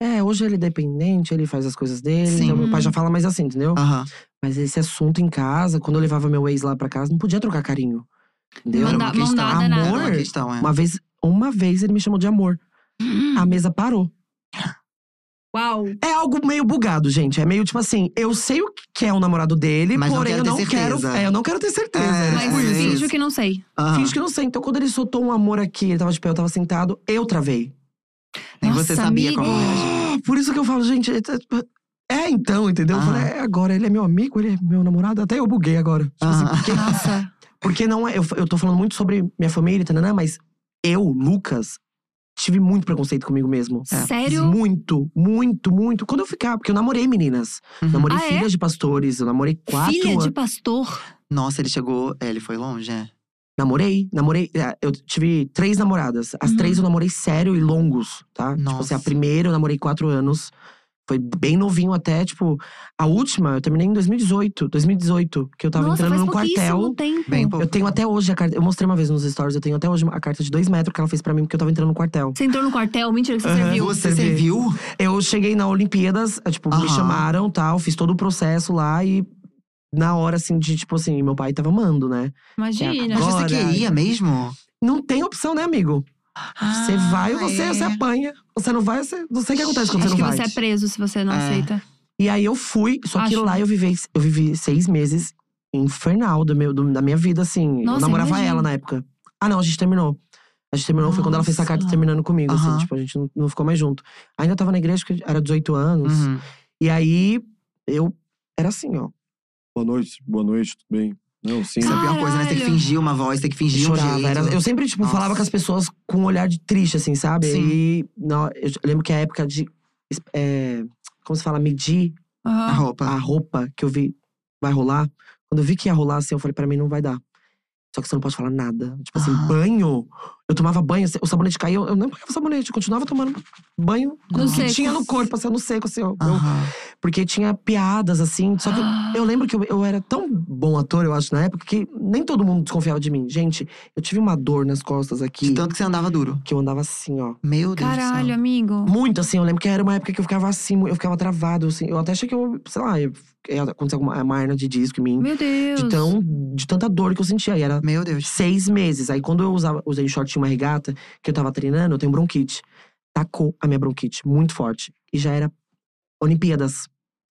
Speaker 3: É, hoje ele é dependente, ele faz as coisas dele.
Speaker 2: Sim. Ah.
Speaker 3: Então meu pai
Speaker 1: Hum.
Speaker 3: já fala mais assim, entendeu?
Speaker 2: aham.
Speaker 3: Mas esse assunto em casa, quando eu levava meu ex lá pra casa, não podia trocar carinho. Entendeu?
Speaker 2: Era
Speaker 1: Manda-
Speaker 2: uma questão.
Speaker 1: mão dada,
Speaker 2: Amor?
Speaker 1: nada.
Speaker 2: Era uma questão, é.
Speaker 3: Uma vez, uma vez ele me chamou de amor.
Speaker 2: Hum.
Speaker 3: A mesa parou.
Speaker 1: Uau!
Speaker 3: É algo meio bugado, gente. É meio tipo assim, eu sei o que é o namorado dele,
Speaker 2: Mas não
Speaker 3: porém
Speaker 2: quero
Speaker 3: eu
Speaker 2: ter
Speaker 3: não
Speaker 2: certeza.
Speaker 3: quero. É, eu não quero ter certeza.
Speaker 2: É,
Speaker 3: Era
Speaker 1: Mas
Speaker 3: tipo isso.
Speaker 1: finjo que não sei.
Speaker 2: Aham.
Speaker 3: Finge que eu não sei. Então, quando ele soltou um amor aqui, ele tava de pé, eu tava sentado, eu travei.
Speaker 2: Nem você
Speaker 1: Nossa,
Speaker 2: sabia
Speaker 1: amigo.
Speaker 2: como reagir.
Speaker 3: Ah, Por isso que eu falo, gente. é- é- É então, entendeu? Eu
Speaker 2: Aham.
Speaker 3: falei,
Speaker 1: Ah.
Speaker 3: é agora, ele é meu amigo, ele é meu namorado. Até eu buguei agora. Tipo assim,
Speaker 1: Ah.
Speaker 2: Aham.
Speaker 1: Nossa.
Speaker 2: [LAUGHS]
Speaker 3: Porque não é. Eu, eu tô falando muito sobre minha família, tananã, mas eu, Lucas, tive muito preconceito comigo mesmo.
Speaker 2: É.
Speaker 1: Sério?
Speaker 3: Muito, muito, muito. Quando eu ficar, porque eu namorei meninas.
Speaker 2: Uhum.
Speaker 3: Namorei
Speaker 1: Ah, é?
Speaker 3: filhas de pastores, eu namorei quatro
Speaker 1: Filha de
Speaker 3: an-
Speaker 1: pastor.
Speaker 2: Nossa, ele chegou. é, ele foi longe, é.
Speaker 3: Namorei, namorei. é, Eu tive três namoradas. As
Speaker 1: Uhum.
Speaker 3: três eu namorei sério e longos, tá? Tipo assim,
Speaker 2: Nossa.
Speaker 3: a primeira eu namorei quatro anos. Foi bem novinho até, tipo. A última eu terminei em 2018. 2018, que eu tava
Speaker 1: Nossa,
Speaker 3: entrando
Speaker 1: faz
Speaker 3: num quartel.
Speaker 1: pouquíssimo tempo.
Speaker 2: Bem pouco.
Speaker 3: Eu tenho até hoje a carta. Eu mostrei uma vez nos stories, eu tenho até hoje a carta de dois metros que ela fez pra mim, porque eu tava entrando no quartel.
Speaker 1: Você entrou no quartel? Mentira que você
Speaker 3: Aham.
Speaker 1: serviu.
Speaker 2: Você
Speaker 3: Você vê.
Speaker 2: viu?
Speaker 3: Eu cheguei na Olimpíadas, eh, tipo,
Speaker 2: Aham.
Speaker 3: me chamaram tal, fiz todo o processo lá e. Na hora, assim, de tipo assim, meu pai tava amando, né?
Speaker 1: Imagina.
Speaker 2: Mas você
Speaker 3: Agora. é.
Speaker 2: queria mesmo?
Speaker 3: Não tem opção, né, amigo? Você
Speaker 2: Ah,
Speaker 3: vai ou você,
Speaker 2: é.
Speaker 3: você apanha. Você não vai, você. Não sei o que acontece quando
Speaker 1: Acho
Speaker 3: você
Speaker 1: que
Speaker 3: não
Speaker 1: você
Speaker 3: vai.
Speaker 1: é preso se você não
Speaker 2: É.
Speaker 1: aceita.
Speaker 3: E aí eu fui, só que
Speaker 1: Acho.
Speaker 3: lá eu vivi, eu vivi seis meses infernal do meu, do- da minha vida, assim. eu
Speaker 1: Nossa,
Speaker 3: namorava
Speaker 1: imagino.
Speaker 3: ela na época. Ah, não, a gente terminou. A gente terminou, foi quando ela fez essa carta
Speaker 1: Nossa.
Speaker 3: terminando comigo,
Speaker 2: Aham.
Speaker 3: assim, tipo, a gente não, não ficou mais junto. Ainda eu tava na igreja, porque era 18 anos.
Speaker 2: Uhum.
Speaker 3: E aí eu era assim, ó.
Speaker 4: Boa noite, boa noite, tudo bem? Não, sim.
Speaker 2: Isso é a pior coisa, né? Tem que
Speaker 1: Caralho.
Speaker 2: fingir uma voz, tem que
Speaker 3: Eu
Speaker 2: fingir um
Speaker 3: chorava.
Speaker 2: jeito.
Speaker 3: era- eu sempre, tipo,
Speaker 2: Nossa.
Speaker 3: falava com as pessoas com um olhar de triste, assim, sabe?
Speaker 2: Sim.
Speaker 3: E não, eu lembro que a época de. é, como se fala? Medir
Speaker 2: A
Speaker 1: Aham.
Speaker 2: roupa.
Speaker 3: a roupa que eu vi vai rolar, quando eu vi que ia rolar assim, eu falei, pra mim não vai dar. Só que você não pode falar nada. Tipo assim,
Speaker 2: Aham.
Speaker 3: banho. Eu tomava banho, assim, o sabonete caiu, eu nem pegava sabonete, eu continuava tomando banho com
Speaker 1: No
Speaker 3: o que
Speaker 1: seco.
Speaker 3: tinha no corpo, assim, no seco, assim, ó. Eu-
Speaker 2: Aham.
Speaker 3: porque tinha piadas, assim. [LAUGHS] Só que eu-
Speaker 1: Ah.
Speaker 3: eu, lembro que eu, eu era tão bom ator, eu acho, na época, que nem todo mundo desconfiava de mim. Gente, eu tive uma dor nas costas aqui,
Speaker 2: De tanto que você andava duro.
Speaker 3: que eu andava assim, ó.
Speaker 2: Meu Deus
Speaker 1: Caralho,
Speaker 2: do céu.
Speaker 1: amigo.
Speaker 3: Muito, assim, eu lembro que era uma época que eu ficava assim, eu ficava travado, assim. Eu até achei que eu, sei lá, eu- é, aconteceu alguma uma hernia de disco em mim.
Speaker 1: Meu Deus.
Speaker 3: De, tão, de tanta dor que eu sentia. E era
Speaker 2: Meu Deus.
Speaker 3: seis meses. Aí quando eu usava, usei short e uma regata, que eu tava treinando, eu tenho bronquite. Tacou a minha bronquite, muito forte. E já era Olimpíadas.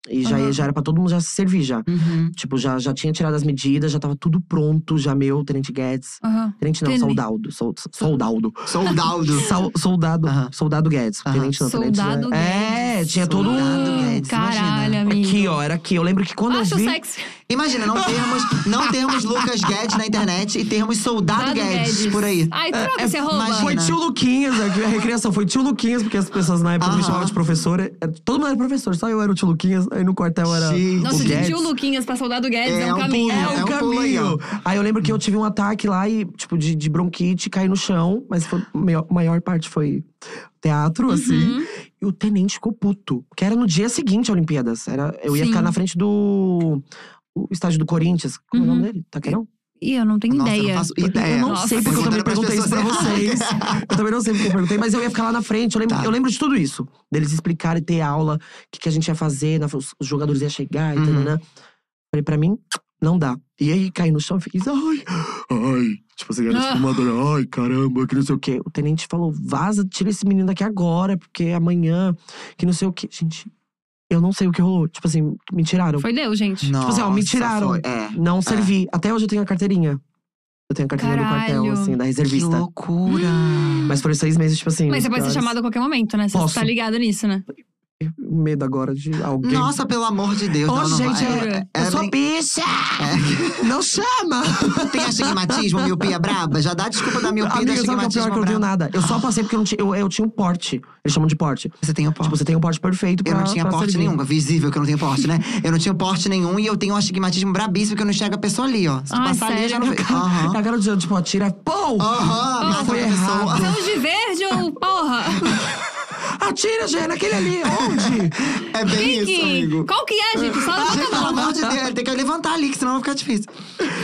Speaker 3: E já,
Speaker 1: Aham.
Speaker 3: já era pra todo mundo já se servir já.
Speaker 2: Uhum.
Speaker 3: Tipo, já, já tinha tirado as medidas, já tava tudo pronto, já meu, Tenente Guedes.
Speaker 1: Aham.
Speaker 3: Tenente não,
Speaker 1: Tenente.
Speaker 3: soldado. Sol, soldado. [LAUGHS]
Speaker 2: Soldado.
Speaker 3: Sol- soldado.
Speaker 2: Aham.
Speaker 3: Soldado Guedes.
Speaker 2: Aham.
Speaker 3: Tenente não, tenente.
Speaker 1: Soldado
Speaker 3: não. É,
Speaker 1: Guedes.
Speaker 3: tinha todo
Speaker 2: Soldado
Speaker 3: um.
Speaker 2: Guedes,
Speaker 1: Ah, Caralho,
Speaker 2: imagina.
Speaker 1: amigo.
Speaker 3: Aqui, ó, era aqui. Eu lembro que quando
Speaker 1: Acho
Speaker 3: eu vi.
Speaker 1: sexy.
Speaker 2: Imagina, não termos, não termos Lucas Guedes na internet e termos
Speaker 3: ah,
Speaker 2: Soldado
Speaker 1: Dado
Speaker 2: Guedes, por aí.
Speaker 1: Ai, troca
Speaker 3: é-
Speaker 1: esse arroba.
Speaker 2: imagina.
Speaker 3: Foi tio Luquinhas, a recriação foi tio Luquinhas, porque as pessoas na época
Speaker 2: Aham.
Speaker 3: me chamavam de professora. É, Todo mundo era professor, só eu era o tio Luquinhas, aí no quartel era.
Speaker 2: Gente.
Speaker 1: Nossa,
Speaker 3: É o
Speaker 1: de
Speaker 3: Guedes.
Speaker 1: tio Luquinhas pra soldado Guedes
Speaker 2: É,
Speaker 1: é,
Speaker 2: é
Speaker 1: um
Speaker 2: um
Speaker 1: caminho.
Speaker 2: pulo,
Speaker 3: É
Speaker 2: É
Speaker 3: o
Speaker 2: um pulo aí, ó.
Speaker 3: caminho. Aí eu lembro que eu tive um ataque lá e, tipo, de, de bronquite, caí no chão, mas foi, maior, maior parte foi teatro,
Speaker 1: Uhum.
Speaker 3: assim. E o tenente ficou puto. Que era no dia seguinte à Olimpíadas. Era, eu ia
Speaker 1: Sim.
Speaker 3: ficar na frente do. O estádio do Corinthians. Como é o nome dele? Taquerão?
Speaker 1: Ih, eu não tenho
Speaker 2: Nossa, eu
Speaker 1: ideia.
Speaker 2: não faço
Speaker 1: Porque-
Speaker 2: ideia.
Speaker 1: Eu
Speaker 3: Não sei porque
Speaker 2: Perguntaram
Speaker 3: eu também
Speaker 2: pras
Speaker 3: perguntei isso pra
Speaker 2: pessoas
Speaker 3: vocês. eu também não sei porque eu perguntei, mas eu ia ficar lá na frente. Eu lembro,
Speaker 2: Tá.
Speaker 3: eu lembro de tudo isso. Deles explicarem, ter aula, o que, que a gente ia fazer, na- os os jogadores iam chegar e
Speaker 2: Uhum.
Speaker 3: tal. Falei, pra mim, não dá. E aí caí no chão e fiquei, ai,
Speaker 5: Ai, tipo assim, era
Speaker 1: Ah.
Speaker 2: [LAUGHS]
Speaker 5: espumadora. Ai, caramba, que não sei o
Speaker 3: o quê? O tenente falou, vaza, tira esse menino daqui agora, porque é amanhã, que não sei o quê. Gente, eu não sei o que rolou. Tipo assim, me tiraram.
Speaker 1: Foi Deus, gente.
Speaker 2: Nossa,
Speaker 3: assim, ó, me tiraram.
Speaker 2: Foi. É.
Speaker 3: Não servi. Até hoje eu tenho a carteirinha. Eu tenho a carteirinha do
Speaker 1: Caralho.
Speaker 3: quartel, assim, da
Speaker 2: Que
Speaker 3: reservista.
Speaker 2: loucura.
Speaker 3: Mas foram seis meses, tipo assim.
Speaker 1: Mas você
Speaker 3: os
Speaker 1: pode ser
Speaker 3: piores.
Speaker 1: chamado a qualquer momento, né? Você
Speaker 3: Posso.
Speaker 1: tá ligado nisso, né?
Speaker 3: Medo agora de alguém.
Speaker 2: Nossa, pelo amor de Deus.
Speaker 3: Ô,
Speaker 2: não, não vai.
Speaker 3: gente,
Speaker 1: é-
Speaker 2: é
Speaker 3: eu sou
Speaker 2: bem-
Speaker 3: bicha! Não [LAUGHS] chama!
Speaker 2: Tem astigmatismo, miopia braba? Já dá desculpa da miopia e do
Speaker 3: Amiga, sabe que é o
Speaker 2: astigmatismo
Speaker 3: pior que eu não tenho
Speaker 2: braba.
Speaker 3: nada? Eu só passei porque eu, não tinha, eu, eu tinha um porte. Eles chamam de porte.
Speaker 2: Você tem o
Speaker 3: Tipo,
Speaker 2: porte.
Speaker 3: você tem um porte perfeito pra
Speaker 2: eu não tinha
Speaker 3: pra
Speaker 2: porte
Speaker 3: servir.
Speaker 2: nenhum. é Visível que eu não tenho porte, né? Eu não tinha porte nenhum e eu tenho um astigmatismo brabíssimo que eu não enxergo a pessoa ali, ó. Se tu
Speaker 1: Ai,
Speaker 2: passar ali, eu já não
Speaker 1: sério?
Speaker 2: vejo. Aham. Ah.
Speaker 3: A cara de tipo, atira, pô!
Speaker 2: Aham, mata
Speaker 3: foi
Speaker 2: outra
Speaker 3: é.
Speaker 2: pessoa.
Speaker 1: São de verde ou
Speaker 3: [LAUGHS]
Speaker 1: porra?
Speaker 3: Atira, gente, naquele [LAUGHS] ali, onde?
Speaker 2: [LAUGHS] É bem
Speaker 1: Quem
Speaker 2: isso,
Speaker 1: que?
Speaker 2: amigo.
Speaker 1: Qual que é,
Speaker 3: [LAUGHS]
Speaker 1: gente? Só
Speaker 2: Gente,
Speaker 1: levanta a
Speaker 2: pelo
Speaker 1: mão.
Speaker 2: amor de Deus, ele tem que levantar ali, que senão vai ficar difícil.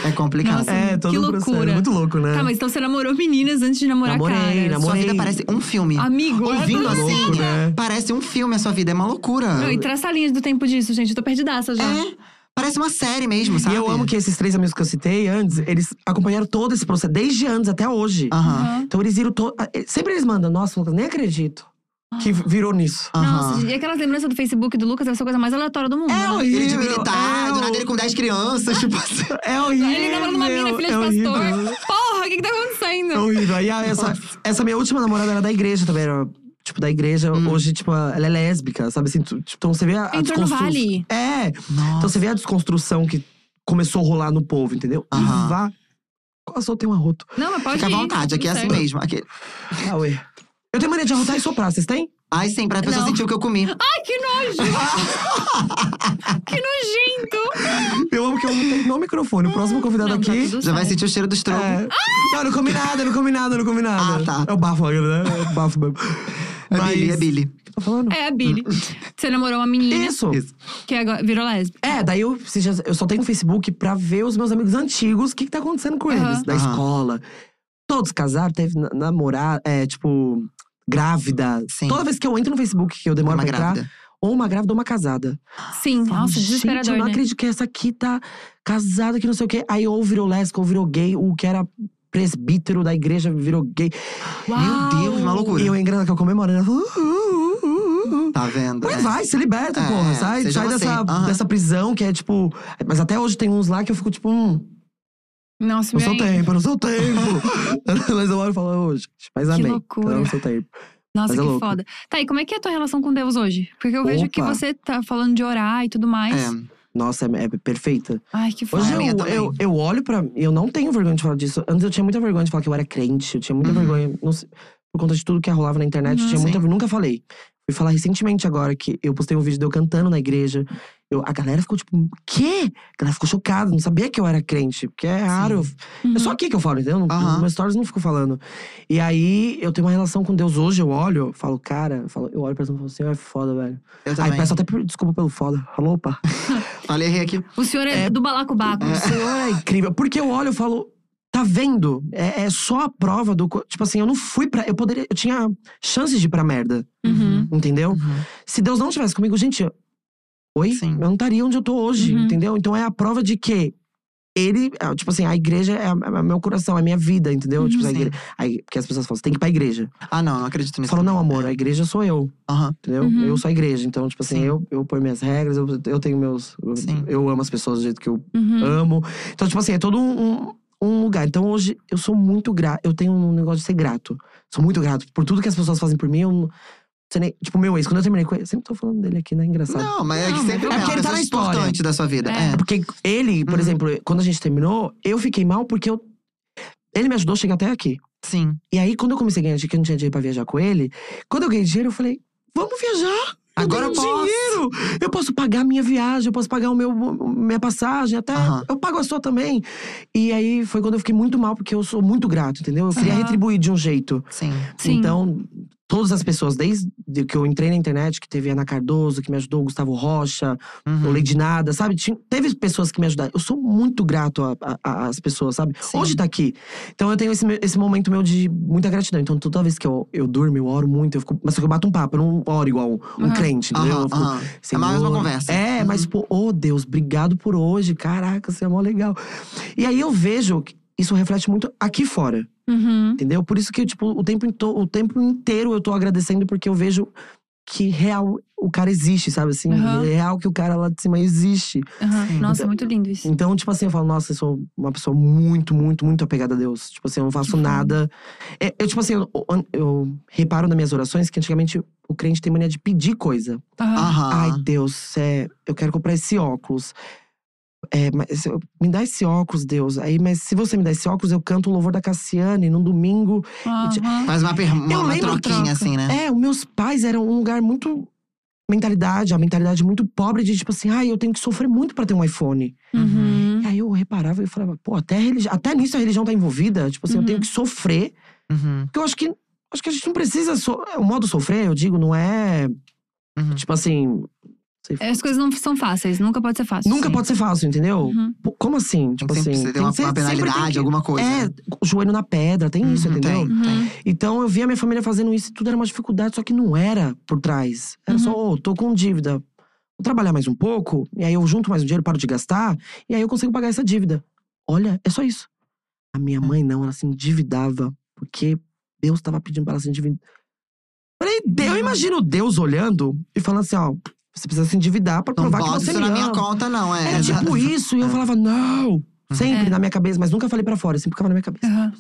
Speaker 2: É complicado.
Speaker 1: Nossa,
Speaker 3: é, todo
Speaker 1: que
Speaker 3: um
Speaker 1: loucura.
Speaker 3: processo. Muito louco, né?
Speaker 1: Tá, mas então você namorou meninas antes de namorar
Speaker 3: Namorei,
Speaker 1: caras.
Speaker 3: namorei.
Speaker 2: Sua vida
Speaker 3: amorei.
Speaker 2: parece um filme.
Speaker 1: Amigo,
Speaker 2: Ouvindo
Speaker 1: é tudo
Speaker 2: assim,
Speaker 1: assim.
Speaker 3: né?
Speaker 2: parece um filme a sua vida. É uma loucura.
Speaker 1: Não, e
Speaker 3: então-
Speaker 1: traça a linha do tempo disso, gente. Eu tô perdidaça já.
Speaker 2: É, parece uma série mesmo,
Speaker 3: E
Speaker 2: sabe?
Speaker 3: eu amo que esses três amigos que eu citei antes, eles acompanharam todo esse processo, desde antes até hoje.
Speaker 2: Aham.
Speaker 1: Aham.
Speaker 3: Então eles viram todo. Sempre eles mandam, nossa, Lucas, nem acredito que virou nisso.
Speaker 2: Aham.
Speaker 1: Nossa, gente, e aquela lembrança do Facebook do Lucas deve ser a coisa mais aleatória do mundo. né?
Speaker 2: Ele
Speaker 3: horrível,
Speaker 2: debilitado, nada dele com 10 crianças, [LAUGHS] tipo assim.
Speaker 3: É horrível.
Speaker 1: Ele namorando uma mina, filha de
Speaker 3: é
Speaker 1: pastor.
Speaker 3: Horrível.
Speaker 1: Porra, o que que tá acontecendo?
Speaker 3: É horrível. Aí a- essa, essa minha última namorada era da igreja também. Era, tipo, da igreja. Hoje, tipo, ela é lésbica, sabe assim? tu- tipo, Então você vê a, a
Speaker 1: Entrou no
Speaker 3: desconstrução.
Speaker 1: vale.
Speaker 3: É. Então
Speaker 2: Nossa.
Speaker 3: você vê a desconstrução que começou a rolar no povo, entendeu?
Speaker 2: Aham.
Speaker 3: E vá. Só tem um arroto.
Speaker 1: Não, mas pode
Speaker 2: Fica à
Speaker 1: ir,
Speaker 2: vontade,
Speaker 1: tá
Speaker 2: aqui é
Speaker 1: tudo
Speaker 2: assim
Speaker 1: certo.
Speaker 2: mesmo. Aqui.
Speaker 3: Ah, ué. Eu tenho mania de arrotar e soprar, vocês têm?
Speaker 2: Ai, sim, pra pessoa
Speaker 1: Não.
Speaker 2: sentir o que eu comi.
Speaker 3: Ah,
Speaker 1: Ai, que nojo! que nojento!
Speaker 3: Eu amo que eu não tenho no microfone. O próximo convidado
Speaker 1: Não, tá
Speaker 3: aqui.
Speaker 1: tudo
Speaker 2: Já vai
Speaker 1: certo.
Speaker 2: sentir o cheiro dos troncos.
Speaker 3: É. Não, não comi nada, não comi nada, não comi nada.
Speaker 2: Ah, tá.
Speaker 3: É o bafo, né? É o bafo mesmo.
Speaker 2: É
Speaker 3: Mas-
Speaker 2: Billy, é Billy.
Speaker 3: O que eu tô falando?
Speaker 1: É a Billy. Você namorou uma menina
Speaker 3: Isso.
Speaker 2: Isso.
Speaker 1: que agora virou lésbica.
Speaker 3: É, daí eu, esses dias- eu só tenho Facebook pra ver os meus amigos antigos, o que, que tá acontecendo com
Speaker 1: Aham.
Speaker 3: eles, da
Speaker 2: Aham.
Speaker 3: escola. Todos casaram, teve na- namorar, é, tipo, grávida.
Speaker 2: Sim.
Speaker 3: Toda vez que eu entro no Facebook, que eu demoro
Speaker 2: Uma
Speaker 3: pra entrar,
Speaker 2: grávida.
Speaker 3: ou uma grávida ou uma casada.
Speaker 1: Sim,
Speaker 3: Falo,
Speaker 1: nossa,
Speaker 3: gente,
Speaker 1: desesperador,
Speaker 3: eu não
Speaker 1: né?
Speaker 3: acredito que essa aqui tá casada, que não sei o quê. Aí ou virou lésbica, ou virou gay, o que era presbítero da igreja virou gay.
Speaker 1: Uau!
Speaker 2: Meu Deus, uma loucura.
Speaker 3: E eu engrana que eu comemorando, ela falou… "Uh, uh, uh, uh, uh."
Speaker 2: Tá vendo?
Speaker 3: Mas
Speaker 2: É.
Speaker 3: vai, se liberta,
Speaker 2: É,
Speaker 3: porra. Sai,
Speaker 2: seja
Speaker 3: sai
Speaker 2: você.
Speaker 3: dessa,
Speaker 2: Aham.
Speaker 3: dessa prisão que é tipo… Mas até hoje tem uns lá que eu fico tipo… Hum,
Speaker 1: Nossa,
Speaker 3: não
Speaker 1: meu
Speaker 3: sou
Speaker 1: aí.
Speaker 3: tempo, não sou
Speaker 1: [LAUGHS]
Speaker 3: tempo. [LAUGHS] Mas eu olho e falo, ô, gente, mas amei.
Speaker 1: loucura.
Speaker 3: Não sou tempo.
Speaker 1: Nossa,
Speaker 3: Mas é
Speaker 1: que
Speaker 3: louco.
Speaker 1: foda. Tá, e como é que é a tua relação com Deus hoje? Porque eu vejo que
Speaker 3: Opa.
Speaker 1: você tá falando de orar e tudo mais.
Speaker 2: É.
Speaker 3: Nossa, é, é perfeita.
Speaker 1: Ai, que foda.
Speaker 3: Hoje
Speaker 2: Ah, a minha
Speaker 3: eu,
Speaker 2: também.
Speaker 3: eu, eu olho pra. Eu não tenho vergonha de falar disso. Antes eu tinha muita vergonha de falar que eu era crente. Eu tinha muita vergonha. não sei, por conta de tudo que rolava na internet, eu
Speaker 1: Uhum.
Speaker 3: tinha muita.
Speaker 2: Uhum. Sim.
Speaker 3: Nunca falei. Fui falar recentemente agora que eu postei um vídeo de eu cantando na igreja. Eu, a galera ficou tipo, quê? A galera ficou chocada, não sabia que eu era crente, porque é raro.
Speaker 1: Uhum.
Speaker 3: É só aqui que eu falo, entendeu? Não,
Speaker 2: Aham.
Speaker 3: Meus stories não fico falando. E aí eu tenho uma relação com Deus hoje, eu olho, eu falo, cara, eu, falo, eu olho pra pessoa e falo assim, é foda, velho.
Speaker 2: Eu
Speaker 3: Aí
Speaker 2: também.
Speaker 3: peço até per- desculpa pelo foda. Alô, opa.
Speaker 2: Falei, errei aqui.
Speaker 1: O senhor é, do balacobaco.
Speaker 3: O senhor é incrível. Porque eu olho e falo, tá vendo? É, é só a prova do. co- Tipo assim, eu não fui pra. Eu poderia. Eu tinha chances de ir pra merda.
Speaker 1: Uhum.
Speaker 3: Entendeu?
Speaker 2: Uhum.
Speaker 3: Se Deus não tivesse comigo, gente. eu- Oi?
Speaker 2: Sim.
Speaker 3: Eu não estaria onde eu tô hoje,
Speaker 1: Uhum.
Speaker 3: entendeu? Então é a prova de que ele. é, Tipo assim, a igreja é, a- é meu coração, é a minha vida, entendeu?
Speaker 1: Uhum.
Speaker 3: Tipo, a
Speaker 2: Sim.
Speaker 3: igreja, aí, porque as pessoas falam, você tem que ir pra igreja.
Speaker 2: Ah, não, não acredito
Speaker 3: Eu
Speaker 2: nisso.
Speaker 3: falo, não, amor, a igreja sou eu
Speaker 2: Aham.
Speaker 3: entendeu?
Speaker 1: Uhum.
Speaker 3: Eu sou a igreja, então, tipo assim,
Speaker 2: Sim.
Speaker 3: eu, eu ponho minhas regras, eu, eu tenho meus. eu-
Speaker 2: Sim.
Speaker 3: Eu, amo as pessoas do jeito que eu
Speaker 1: Uhum.
Speaker 3: amo. Então, tipo assim, é todo um, um- um lugar. Então, hoje, eu sou muito grato. Eu tenho um negócio de ser grato. Sou muito grato por tudo que as pessoas fazem por mim. Eu, não- você nem, tipo, meu ex, quando eu terminei com ele, eu sempre tô falando dele aqui, né? Engraçado.
Speaker 2: Não, mas é
Speaker 1: Não,
Speaker 2: que sempre
Speaker 1: mas
Speaker 2: é
Speaker 3: é
Speaker 2: uma
Speaker 3: porque ele tá
Speaker 2: pessoa
Speaker 3: na história.
Speaker 2: importante da sua vida.
Speaker 1: É.
Speaker 2: É.
Speaker 3: É Porque ele, por
Speaker 2: Uhum.
Speaker 3: exemplo, quando a gente terminou, eu fiquei mal porque eu. Ele me ajudou a chegar até aqui.
Speaker 2: É, Sim.
Speaker 3: E aí, quando eu comecei a ganhar dinheiro, que eu não tinha dinheiro pra viajar com ele, quando eu ganhei dinheiro, eu falei: vamos viajar! Eu
Speaker 2: Agora
Speaker 3: tenho
Speaker 2: eu posso."
Speaker 3: dinheiro! Eu posso pagar a minha viagem, eu posso pagar o meu, minha passagem, até
Speaker 2: Aham.
Speaker 3: eu pago a sua também. E aí foi quando eu fiquei muito mal, porque eu sou muito grato, entendeu? Eu queria
Speaker 1: Aham.
Speaker 3: retribuir de um jeito.
Speaker 2: Sim.
Speaker 1: Sim.
Speaker 3: Então, Todas as pessoas, desde que eu entrei na internet, que teve Ana Cardoso, que me ajudou, Gustavo Rocha,
Speaker 2: Uhum.
Speaker 3: o Lady Nada, sabe? Tinha- teve pessoas que me ajudaram. Eu sou muito grato a- a- a- às pessoas, sabe?
Speaker 2: Sim.
Speaker 3: Hoje tá aqui. Então eu tenho esse, meu- esse momento meu de muita gratidão. Então toda vez que eu, eu durmo, eu oro muito. Eu fico, mas só que eu bato um papo, eu não oro igual um, um
Speaker 1: Aham.
Speaker 3: crente, entendeu?
Speaker 2: Aham,
Speaker 3: Eu fico,
Speaker 2: aham. É mais
Speaker 3: Senhor.
Speaker 2: uma conversa. Uhum.
Speaker 3: É, mas, pô, ô Deus, obrigado por hoje. Caraca, você é mó legal. E aí eu vejo que isso reflete muito aqui fora,
Speaker 1: Uhum.
Speaker 3: entendeu? Por isso que, tipo, o tempo, into- o tempo inteiro eu tô agradecendo, porque eu vejo que real o cara existe, sabe? Assim,
Speaker 1: Aham.
Speaker 3: real que o cara lá de cima existe.
Speaker 1: aham.
Speaker 2: Sim.
Speaker 1: Uhum. Nossa, muito lindo isso.
Speaker 3: Então, tipo assim, eu falo, nossa, eu sou uma pessoa muito, muito, muito apegada a Deus. Tipo assim, eu não faço
Speaker 1: foda.
Speaker 3: nada. É, eu, tipo assim, eu, eu reparo nas minhas orações que antigamente o crente tem mania de pedir coisa.
Speaker 1: Aham.
Speaker 3: Ai,
Speaker 2: Aham.
Speaker 3: Deus, é, eu quero comprar esse óculos. É, mas eu- me dá esse óculos, Deus. Aí, mas se você me der esse óculos, eu canto o louvor da Cassiane num domingo.
Speaker 1: Aham.
Speaker 2: Faz uma, per- uma,
Speaker 3: Eu
Speaker 2: uma
Speaker 3: lembro-
Speaker 2: troquinha,
Speaker 1: Troca.
Speaker 2: assim, né?
Speaker 3: É, os meus pais eram um lugar muito. Mentalidade, a mentalidade muito pobre de tipo assim, ai, eu tenho que sofrer muito pra ter um iPhone.
Speaker 1: Uhum.
Speaker 3: E aí eu reparava e falava, pô, até, a religi- até nisso a religião tá envolvida. Tipo assim,
Speaker 1: Uhum.
Speaker 3: eu tenho que sofrer.
Speaker 2: Uhum,
Speaker 3: Porque eu acho que. Acho que a gente não precisa. so- é, O modo sofrer, eu digo, não é.
Speaker 2: uhum.
Speaker 3: Tipo assim.
Speaker 1: As coisas não são fáceis, nunca pode ser fácil.
Speaker 3: Nunca
Speaker 1: Sim.
Speaker 3: pode ser fácil, entendeu?
Speaker 1: Uhum.
Speaker 3: Pô, Como assim?
Speaker 2: Tem
Speaker 3: Tipo
Speaker 2: que sempre,
Speaker 3: assim.
Speaker 2: você tem
Speaker 3: tem
Speaker 2: uma,
Speaker 3: que ser-
Speaker 2: uma
Speaker 3: sempre tem
Speaker 2: penalidade,
Speaker 3: que-
Speaker 2: alguma coisa. né?
Speaker 3: É, o joelho na pedra, tem isso,
Speaker 2: Uhum,
Speaker 3: entendeu?
Speaker 2: tem.
Speaker 1: Uhum.
Speaker 3: Então eu via minha família fazendo isso e tudo era uma dificuldade, só que não era por trás. Era só,
Speaker 2: Uhum.
Speaker 3: ô, tô com dívida. Vou trabalhar mais um pouco, e aí eu junto mais um dinheiro, paro de gastar, e aí eu consigo pagar essa dívida. Olha, é só isso. A minha mãe não, ela se endividava, porque Deus tava pedindo pra ela se endividar. Falei, "Deus", eu imagino Deus olhando e falando assim, ó, você precisa se endividar pra
Speaker 2: Não
Speaker 3: provar que
Speaker 2: pode
Speaker 3: você
Speaker 2: isso
Speaker 3: me
Speaker 2: na
Speaker 3: ama.
Speaker 2: minha conta, não. É,
Speaker 3: Era tipo isso, e eu
Speaker 2: É.
Speaker 3: falava, não. Sempre
Speaker 1: É.
Speaker 3: na minha cabeça, mas nunca falei pra fora, sempre ficava na minha cabeça.
Speaker 1: Aham.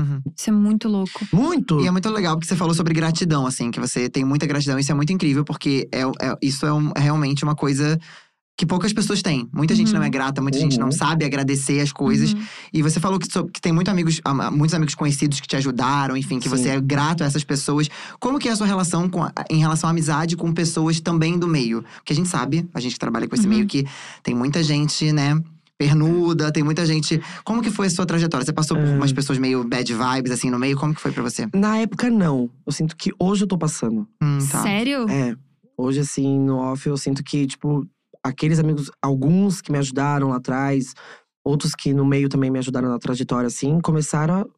Speaker 2: Uhum.
Speaker 1: Isso é muito louco.
Speaker 3: Muito!
Speaker 2: E é muito legal porque você falou sobre gratidão, assim, que você tem muita gratidão. Isso é muito incrível, porque é, é- isso é, um- é realmente uma coisa que poucas pessoas têm. Muita gente
Speaker 1: Uhum.
Speaker 2: não é grata, muita gente não
Speaker 3: Uhum.
Speaker 2: sabe agradecer as coisas.
Speaker 1: Uhum.
Speaker 2: E você falou que, so- que tem muito amigos, am- muitos amigos conhecidos que te ajudaram, enfim, que
Speaker 3: Sim.
Speaker 2: você é grato a essas pessoas. Como que é a sua relação com a- em relação à amizade com pessoas também do meio? Porque a gente sabe, a gente que trabalha com esse
Speaker 1: Uhum.
Speaker 2: meio, que tem muita gente, né? Pernuda, tem muita gente. Como que foi a sua trajetória? Você passou por
Speaker 3: É.
Speaker 2: umas pessoas meio bad vibes, assim, no meio? Como que foi pra você?
Speaker 3: Na época, não. Eu sinto que hoje eu tô passando.
Speaker 2: Hum,
Speaker 1: Sério?
Speaker 3: É. Hoje, assim, no off, eu sinto que, tipo, aqueles amigos, alguns que me ajudaram lá atrás, outros que no meio também me ajudaram na trajetória, assim, começaram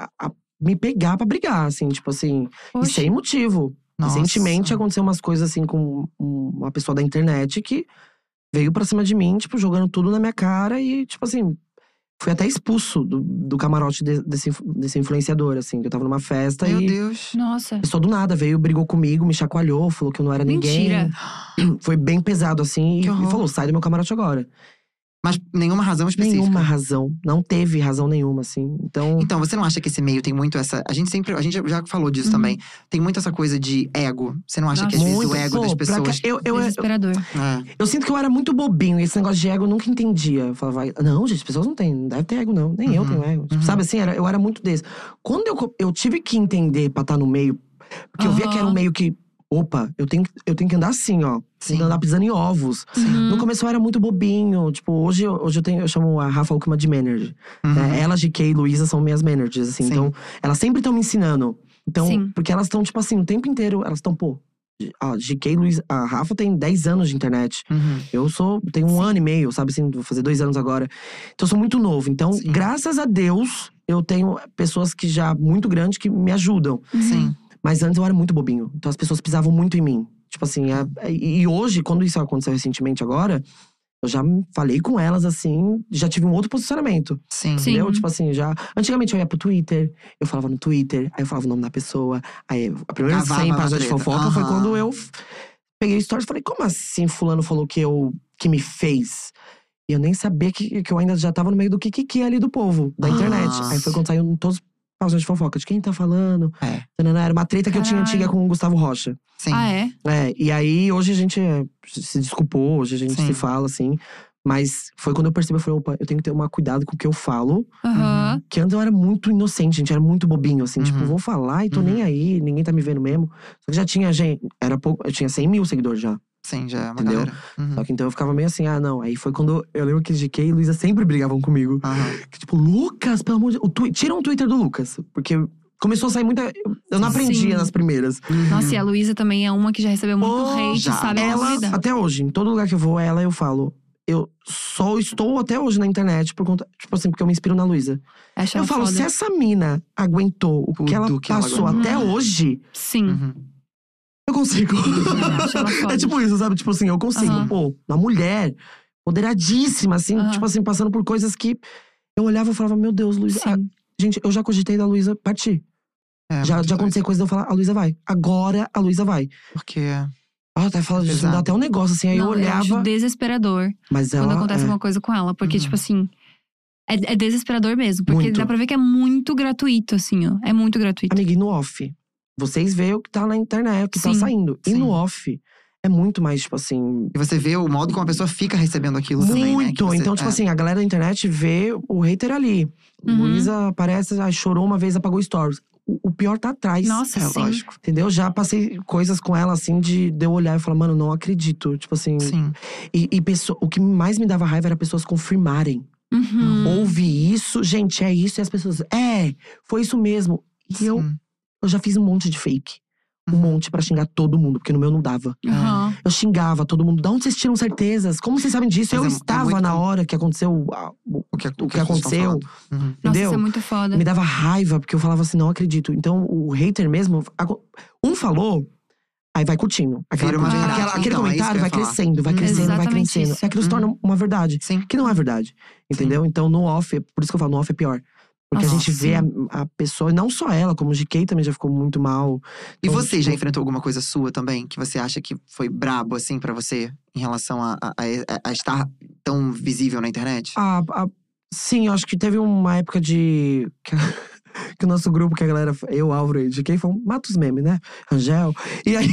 Speaker 3: a, a- a me pegar pra brigar, assim, tipo assim.
Speaker 1: Poxa.
Speaker 3: E sem motivo.
Speaker 2: Nossa.
Speaker 3: Recentemente aconteceu umas coisas assim com uma pessoa da internet que veio pra cima de mim, tipo, jogando tudo na minha cara e, tipo assim, fui até expulso do, do camarote de- desse, influ- desse influenciador, assim. que Eu tava numa festa
Speaker 2: Meu
Speaker 3: e.
Speaker 2: Deus.
Speaker 1: Nossa.
Speaker 3: A pessoa do nada veio, brigou comigo, me chacoalhou, falou que eu não era
Speaker 1: Mentira.
Speaker 3: ninguém. Foi bem pesado assim e,
Speaker 2: Que
Speaker 3: e
Speaker 2: horror.
Speaker 3: falou: sai do meu camarote agora.
Speaker 2: Mas nenhuma razão específica.
Speaker 3: Nenhuma razão. Não teve razão nenhuma, assim. Então.
Speaker 2: Então, você não acha que esse meio tem muito essa. A gente sempre. A gente já falou disso
Speaker 1: Uhum.
Speaker 2: também. Tem muito essa coisa de ego. Você não acha que às
Speaker 1: Nossa.
Speaker 2: vezes
Speaker 3: muito
Speaker 2: o ego
Speaker 3: pô,
Speaker 2: das
Speaker 3: pra cá-
Speaker 2: pessoas.
Speaker 3: eu, eu, eu,
Speaker 1: Desesperador.
Speaker 2: É.
Speaker 3: eu sinto que eu era muito bobinho. e Esse negócio de ego eu nunca entendia. Eu falava, não, gente, as pessoas não têm. Não deve ter ego, não. Nem eu
Speaker 2: Uhum.
Speaker 3: tenho ego. Tipo,
Speaker 2: Uhum.
Speaker 3: Sabe assim, era- eu era muito desse. Quando eu, co- eu tive que entender pra estar no meio, porque eu via que era um
Speaker 1: Aham.
Speaker 3: meio que. Opa, eu tenho, que- eu tenho que andar assim, ó.
Speaker 2: Sim. Hum.
Speaker 3: Andar pisando em ovos.
Speaker 1: Uhum.
Speaker 3: No começo eu era muito bobinho. Tipo, hoje, eu- hoje eu tenho, eu chamo a Rafa Alckman de manager.
Speaker 2: Uhum.
Speaker 3: Né? Elas, GK e Luísa, são minhas managers, assim.
Speaker 2: Sim.
Speaker 3: Então, elas sempre estão me ensinando. Então,
Speaker 1: Sim.
Speaker 3: porque elas estão, tipo assim, o tempo inteiro, elas estão, pô. A GK e Luísa. A Rafa tem 10 anos de internet.
Speaker 2: Uhum.
Speaker 3: Eu sou. tenho um ano e meio, sabe assim? Vou fazer dois anos agora. Então, eu sou muito novo. Então,
Speaker 2: Sim.
Speaker 3: graças a Deus, eu tenho pessoas que já muito grandes que me ajudam.
Speaker 1: Uhum.
Speaker 2: Sim.
Speaker 3: Mas antes eu era muito bobinho. Então as pessoas pisavam muito em mim. Tipo assim, a- e e hoje, quando isso aconteceu recentemente agora, eu já me- falei com elas assim, já tive um outro posicionamento.
Speaker 2: Sim.
Speaker 1: Sim.
Speaker 3: Entendeu? Tipo assim, já. Antigamente eu ia pro Twitter, eu falava no Twitter, aí eu falava o nome da pessoa. Aí a primeira
Speaker 2: Cavava
Speaker 3: 100
Speaker 2: na
Speaker 3: páginas de
Speaker 2: treta.
Speaker 3: fofoca foi
Speaker 2: Aham.
Speaker 3: quando eu f- peguei stories e falei, como assim fulano falou que eu que me fez? E eu nem sabia que, que eu ainda já tava no meio do Kikiki ali do povo, da internet.
Speaker 2: Nossa.
Speaker 3: Aí foi quando saiu em todos os páginas de fofoca, de quem tá falando.
Speaker 2: É.
Speaker 3: Tananã, Era uma treta que eu tinha
Speaker 1: Caralho.
Speaker 3: antiga com o Gustavo Rocha.
Speaker 2: Sim.
Speaker 1: Ah, é?
Speaker 3: É, e aí hoje a gente é, se desculpou, hoje a gente
Speaker 2: Sim.
Speaker 3: se fala, assim. Mas foi quando eu percebi, eu falei, opa, eu tenho que ter uma cuidado com o que eu falo.
Speaker 1: Aham.
Speaker 3: Que antes eu era muito inocente, gente, era muito bobinho, assim. Tipo,
Speaker 2: Uhum.
Speaker 3: vou falar e tô
Speaker 2: Uhum.
Speaker 3: nem aí, ninguém tá me vendo mesmo. Só que já tinha gente, era pouco, eu tinha 100 mil seguidores já.
Speaker 2: Sim, já é uma
Speaker 3: Entendeu?
Speaker 2: galera. Uhum.
Speaker 3: Só que então eu ficava meio assim, ah não. Aí foi quando eu lembro que GK e Luísa sempre brigavam comigo.
Speaker 2: Aham.
Speaker 3: Que, tipo, Lucas, pelo amor de Deus. Tira um Twitter do Lucas. Porque Começou a sair muita. Eu não aprendia
Speaker 1: Sim.
Speaker 3: nas primeiras.
Speaker 1: Nossa, e a Luísa também é uma que já recebeu muito
Speaker 3: Oh,
Speaker 1: hate,
Speaker 2: já.
Speaker 1: sabe? na
Speaker 3: Ela,
Speaker 1: É vida.
Speaker 3: até hoje, em todo lugar que eu vou, ela eu falo. Eu só estou até hoje na internet por conta. Tipo assim, porque eu me inspiro na Luísa.
Speaker 1: Acho
Speaker 3: Eu
Speaker 1: ela
Speaker 3: falo,
Speaker 1: foda.
Speaker 3: se essa mina aguentou o que
Speaker 2: Tudo
Speaker 3: ela
Speaker 2: que ela
Speaker 3: passou
Speaker 2: aguentou.
Speaker 3: até hoje,
Speaker 1: Sim.
Speaker 2: Uhum.
Speaker 3: eu consigo. [LAUGHS]
Speaker 1: Acho ela foda.
Speaker 3: É tipo isso, sabe? Tipo assim, eu consigo.
Speaker 1: Aham.
Speaker 3: Pô, uma mulher moderadíssima, assim,
Speaker 1: Aham.
Speaker 3: tipo assim, passando por coisas que eu olhava e falava, meu Deus, Luísa. ah,
Speaker 1: Sim.
Speaker 3: gente, eu já cogitei da Luísa partir.
Speaker 2: É,
Speaker 3: já
Speaker 2: muito
Speaker 3: já aconteceu coisa de eu falar, a Luísa vai. Agora a Luísa vai.
Speaker 2: doido. Porque.
Speaker 3: Ah, até fala disso, me
Speaker 2: Pesado.
Speaker 3: dá até um negócio, assim. Aí
Speaker 1: Não,
Speaker 3: eu
Speaker 1: acho
Speaker 3: olhava.
Speaker 1: desesperador
Speaker 3: Mas ela.
Speaker 1: quando acontece
Speaker 3: é,
Speaker 1: alguma coisa com ela. Porque,
Speaker 2: Uhum.
Speaker 1: tipo assim. É, é desesperador mesmo. Porque
Speaker 3: Muito.
Speaker 1: dá pra ver que é muito gratuito, assim, ó. É muito gratuito.
Speaker 3: Amiga, e no off? Vocês veem o que tá na internet, o que tá
Speaker 1: Sim.
Speaker 3: saindo. E
Speaker 2: Sim.
Speaker 3: no off, é muito mais, tipo assim.
Speaker 2: E você vê o modo como a pessoa fica recebendo aquilo também, né? Que
Speaker 3: Muito!
Speaker 2: você-
Speaker 3: então,
Speaker 2: é.
Speaker 3: tipo assim, a galera da internet vê o hater ali.
Speaker 1: Uhum.
Speaker 3: Luísa aparece, ai, chorou uma vez, apagou stories. O, o pior tá atrás.
Speaker 1: Nossa,
Speaker 2: É,
Speaker 1: sim.
Speaker 2: lógico.
Speaker 3: Entendeu? Já passei coisas com ela, assim, de, de eu olhar e falar, mano, não acredito. Tipo assim.
Speaker 2: Sim.
Speaker 3: E, e pessoa- o que mais me dava raiva era pessoas confirmarem.
Speaker 1: Uhum.
Speaker 2: Hum.
Speaker 3: Ouvi isso, gente, é isso. E as pessoas, é, foi isso mesmo. E eu,
Speaker 2: Sim.
Speaker 3: eu já fiz um monte de fake. Um
Speaker 2: Uhum.
Speaker 3: monte pra xingar todo mundo, porque no meu não dava.
Speaker 1: Aham.
Speaker 3: Eu xingava todo mundo. De onde vocês tiram certezas? Como vocês sabem disso?
Speaker 2: Mas
Speaker 3: eu
Speaker 2: é- é
Speaker 3: estava
Speaker 2: muito-
Speaker 3: na hora que aconteceu a- o,
Speaker 2: O que,
Speaker 3: o que
Speaker 2: as pessoas estão
Speaker 3: aconteceu.
Speaker 2: falando. Uhum.
Speaker 1: Nossa, isso é
Speaker 3: Entendeu?
Speaker 1: muito foda.
Speaker 3: Me dava raiva, porque eu falava assim, não acredito. Então, o hater mesmo… aco- Um falou, aí vai curtindo. Aquela-
Speaker 2: Vira uma
Speaker 3: aquela-
Speaker 2: verdade.
Speaker 3: aquele
Speaker 2: Então, é isso que eu
Speaker 3: comentário
Speaker 2: ia
Speaker 3: vai
Speaker 2: falar.
Speaker 3: crescendo, vai
Speaker 1: Hum.
Speaker 3: crescendo, vai
Speaker 1: Exatamente
Speaker 3: crescendo.
Speaker 1: isso. Uhum.
Speaker 3: E aquilo se torna uma verdade,
Speaker 2: Sim.
Speaker 3: que não é verdade. Entendeu? Então, no off… Por isso que eu falo, no off é pior. Porque a
Speaker 1: Nossa,
Speaker 3: gente vê a, a pessoa, e não só ela, como o GK também já ficou muito mal.
Speaker 2: E
Speaker 3: Então,
Speaker 2: você já
Speaker 3: tipo,
Speaker 2: enfrentou alguma coisa sua também que você acha que foi brabo, assim, pra você em relação a, a- a- a estar tão visível na internet?
Speaker 3: A, a- sim, eu acho que teve uma época de. [LAUGHS] Que, que o nosso grupo, que a galera. Eu, Álvaro e GK, falam, mata os memes, né? Angel. E aí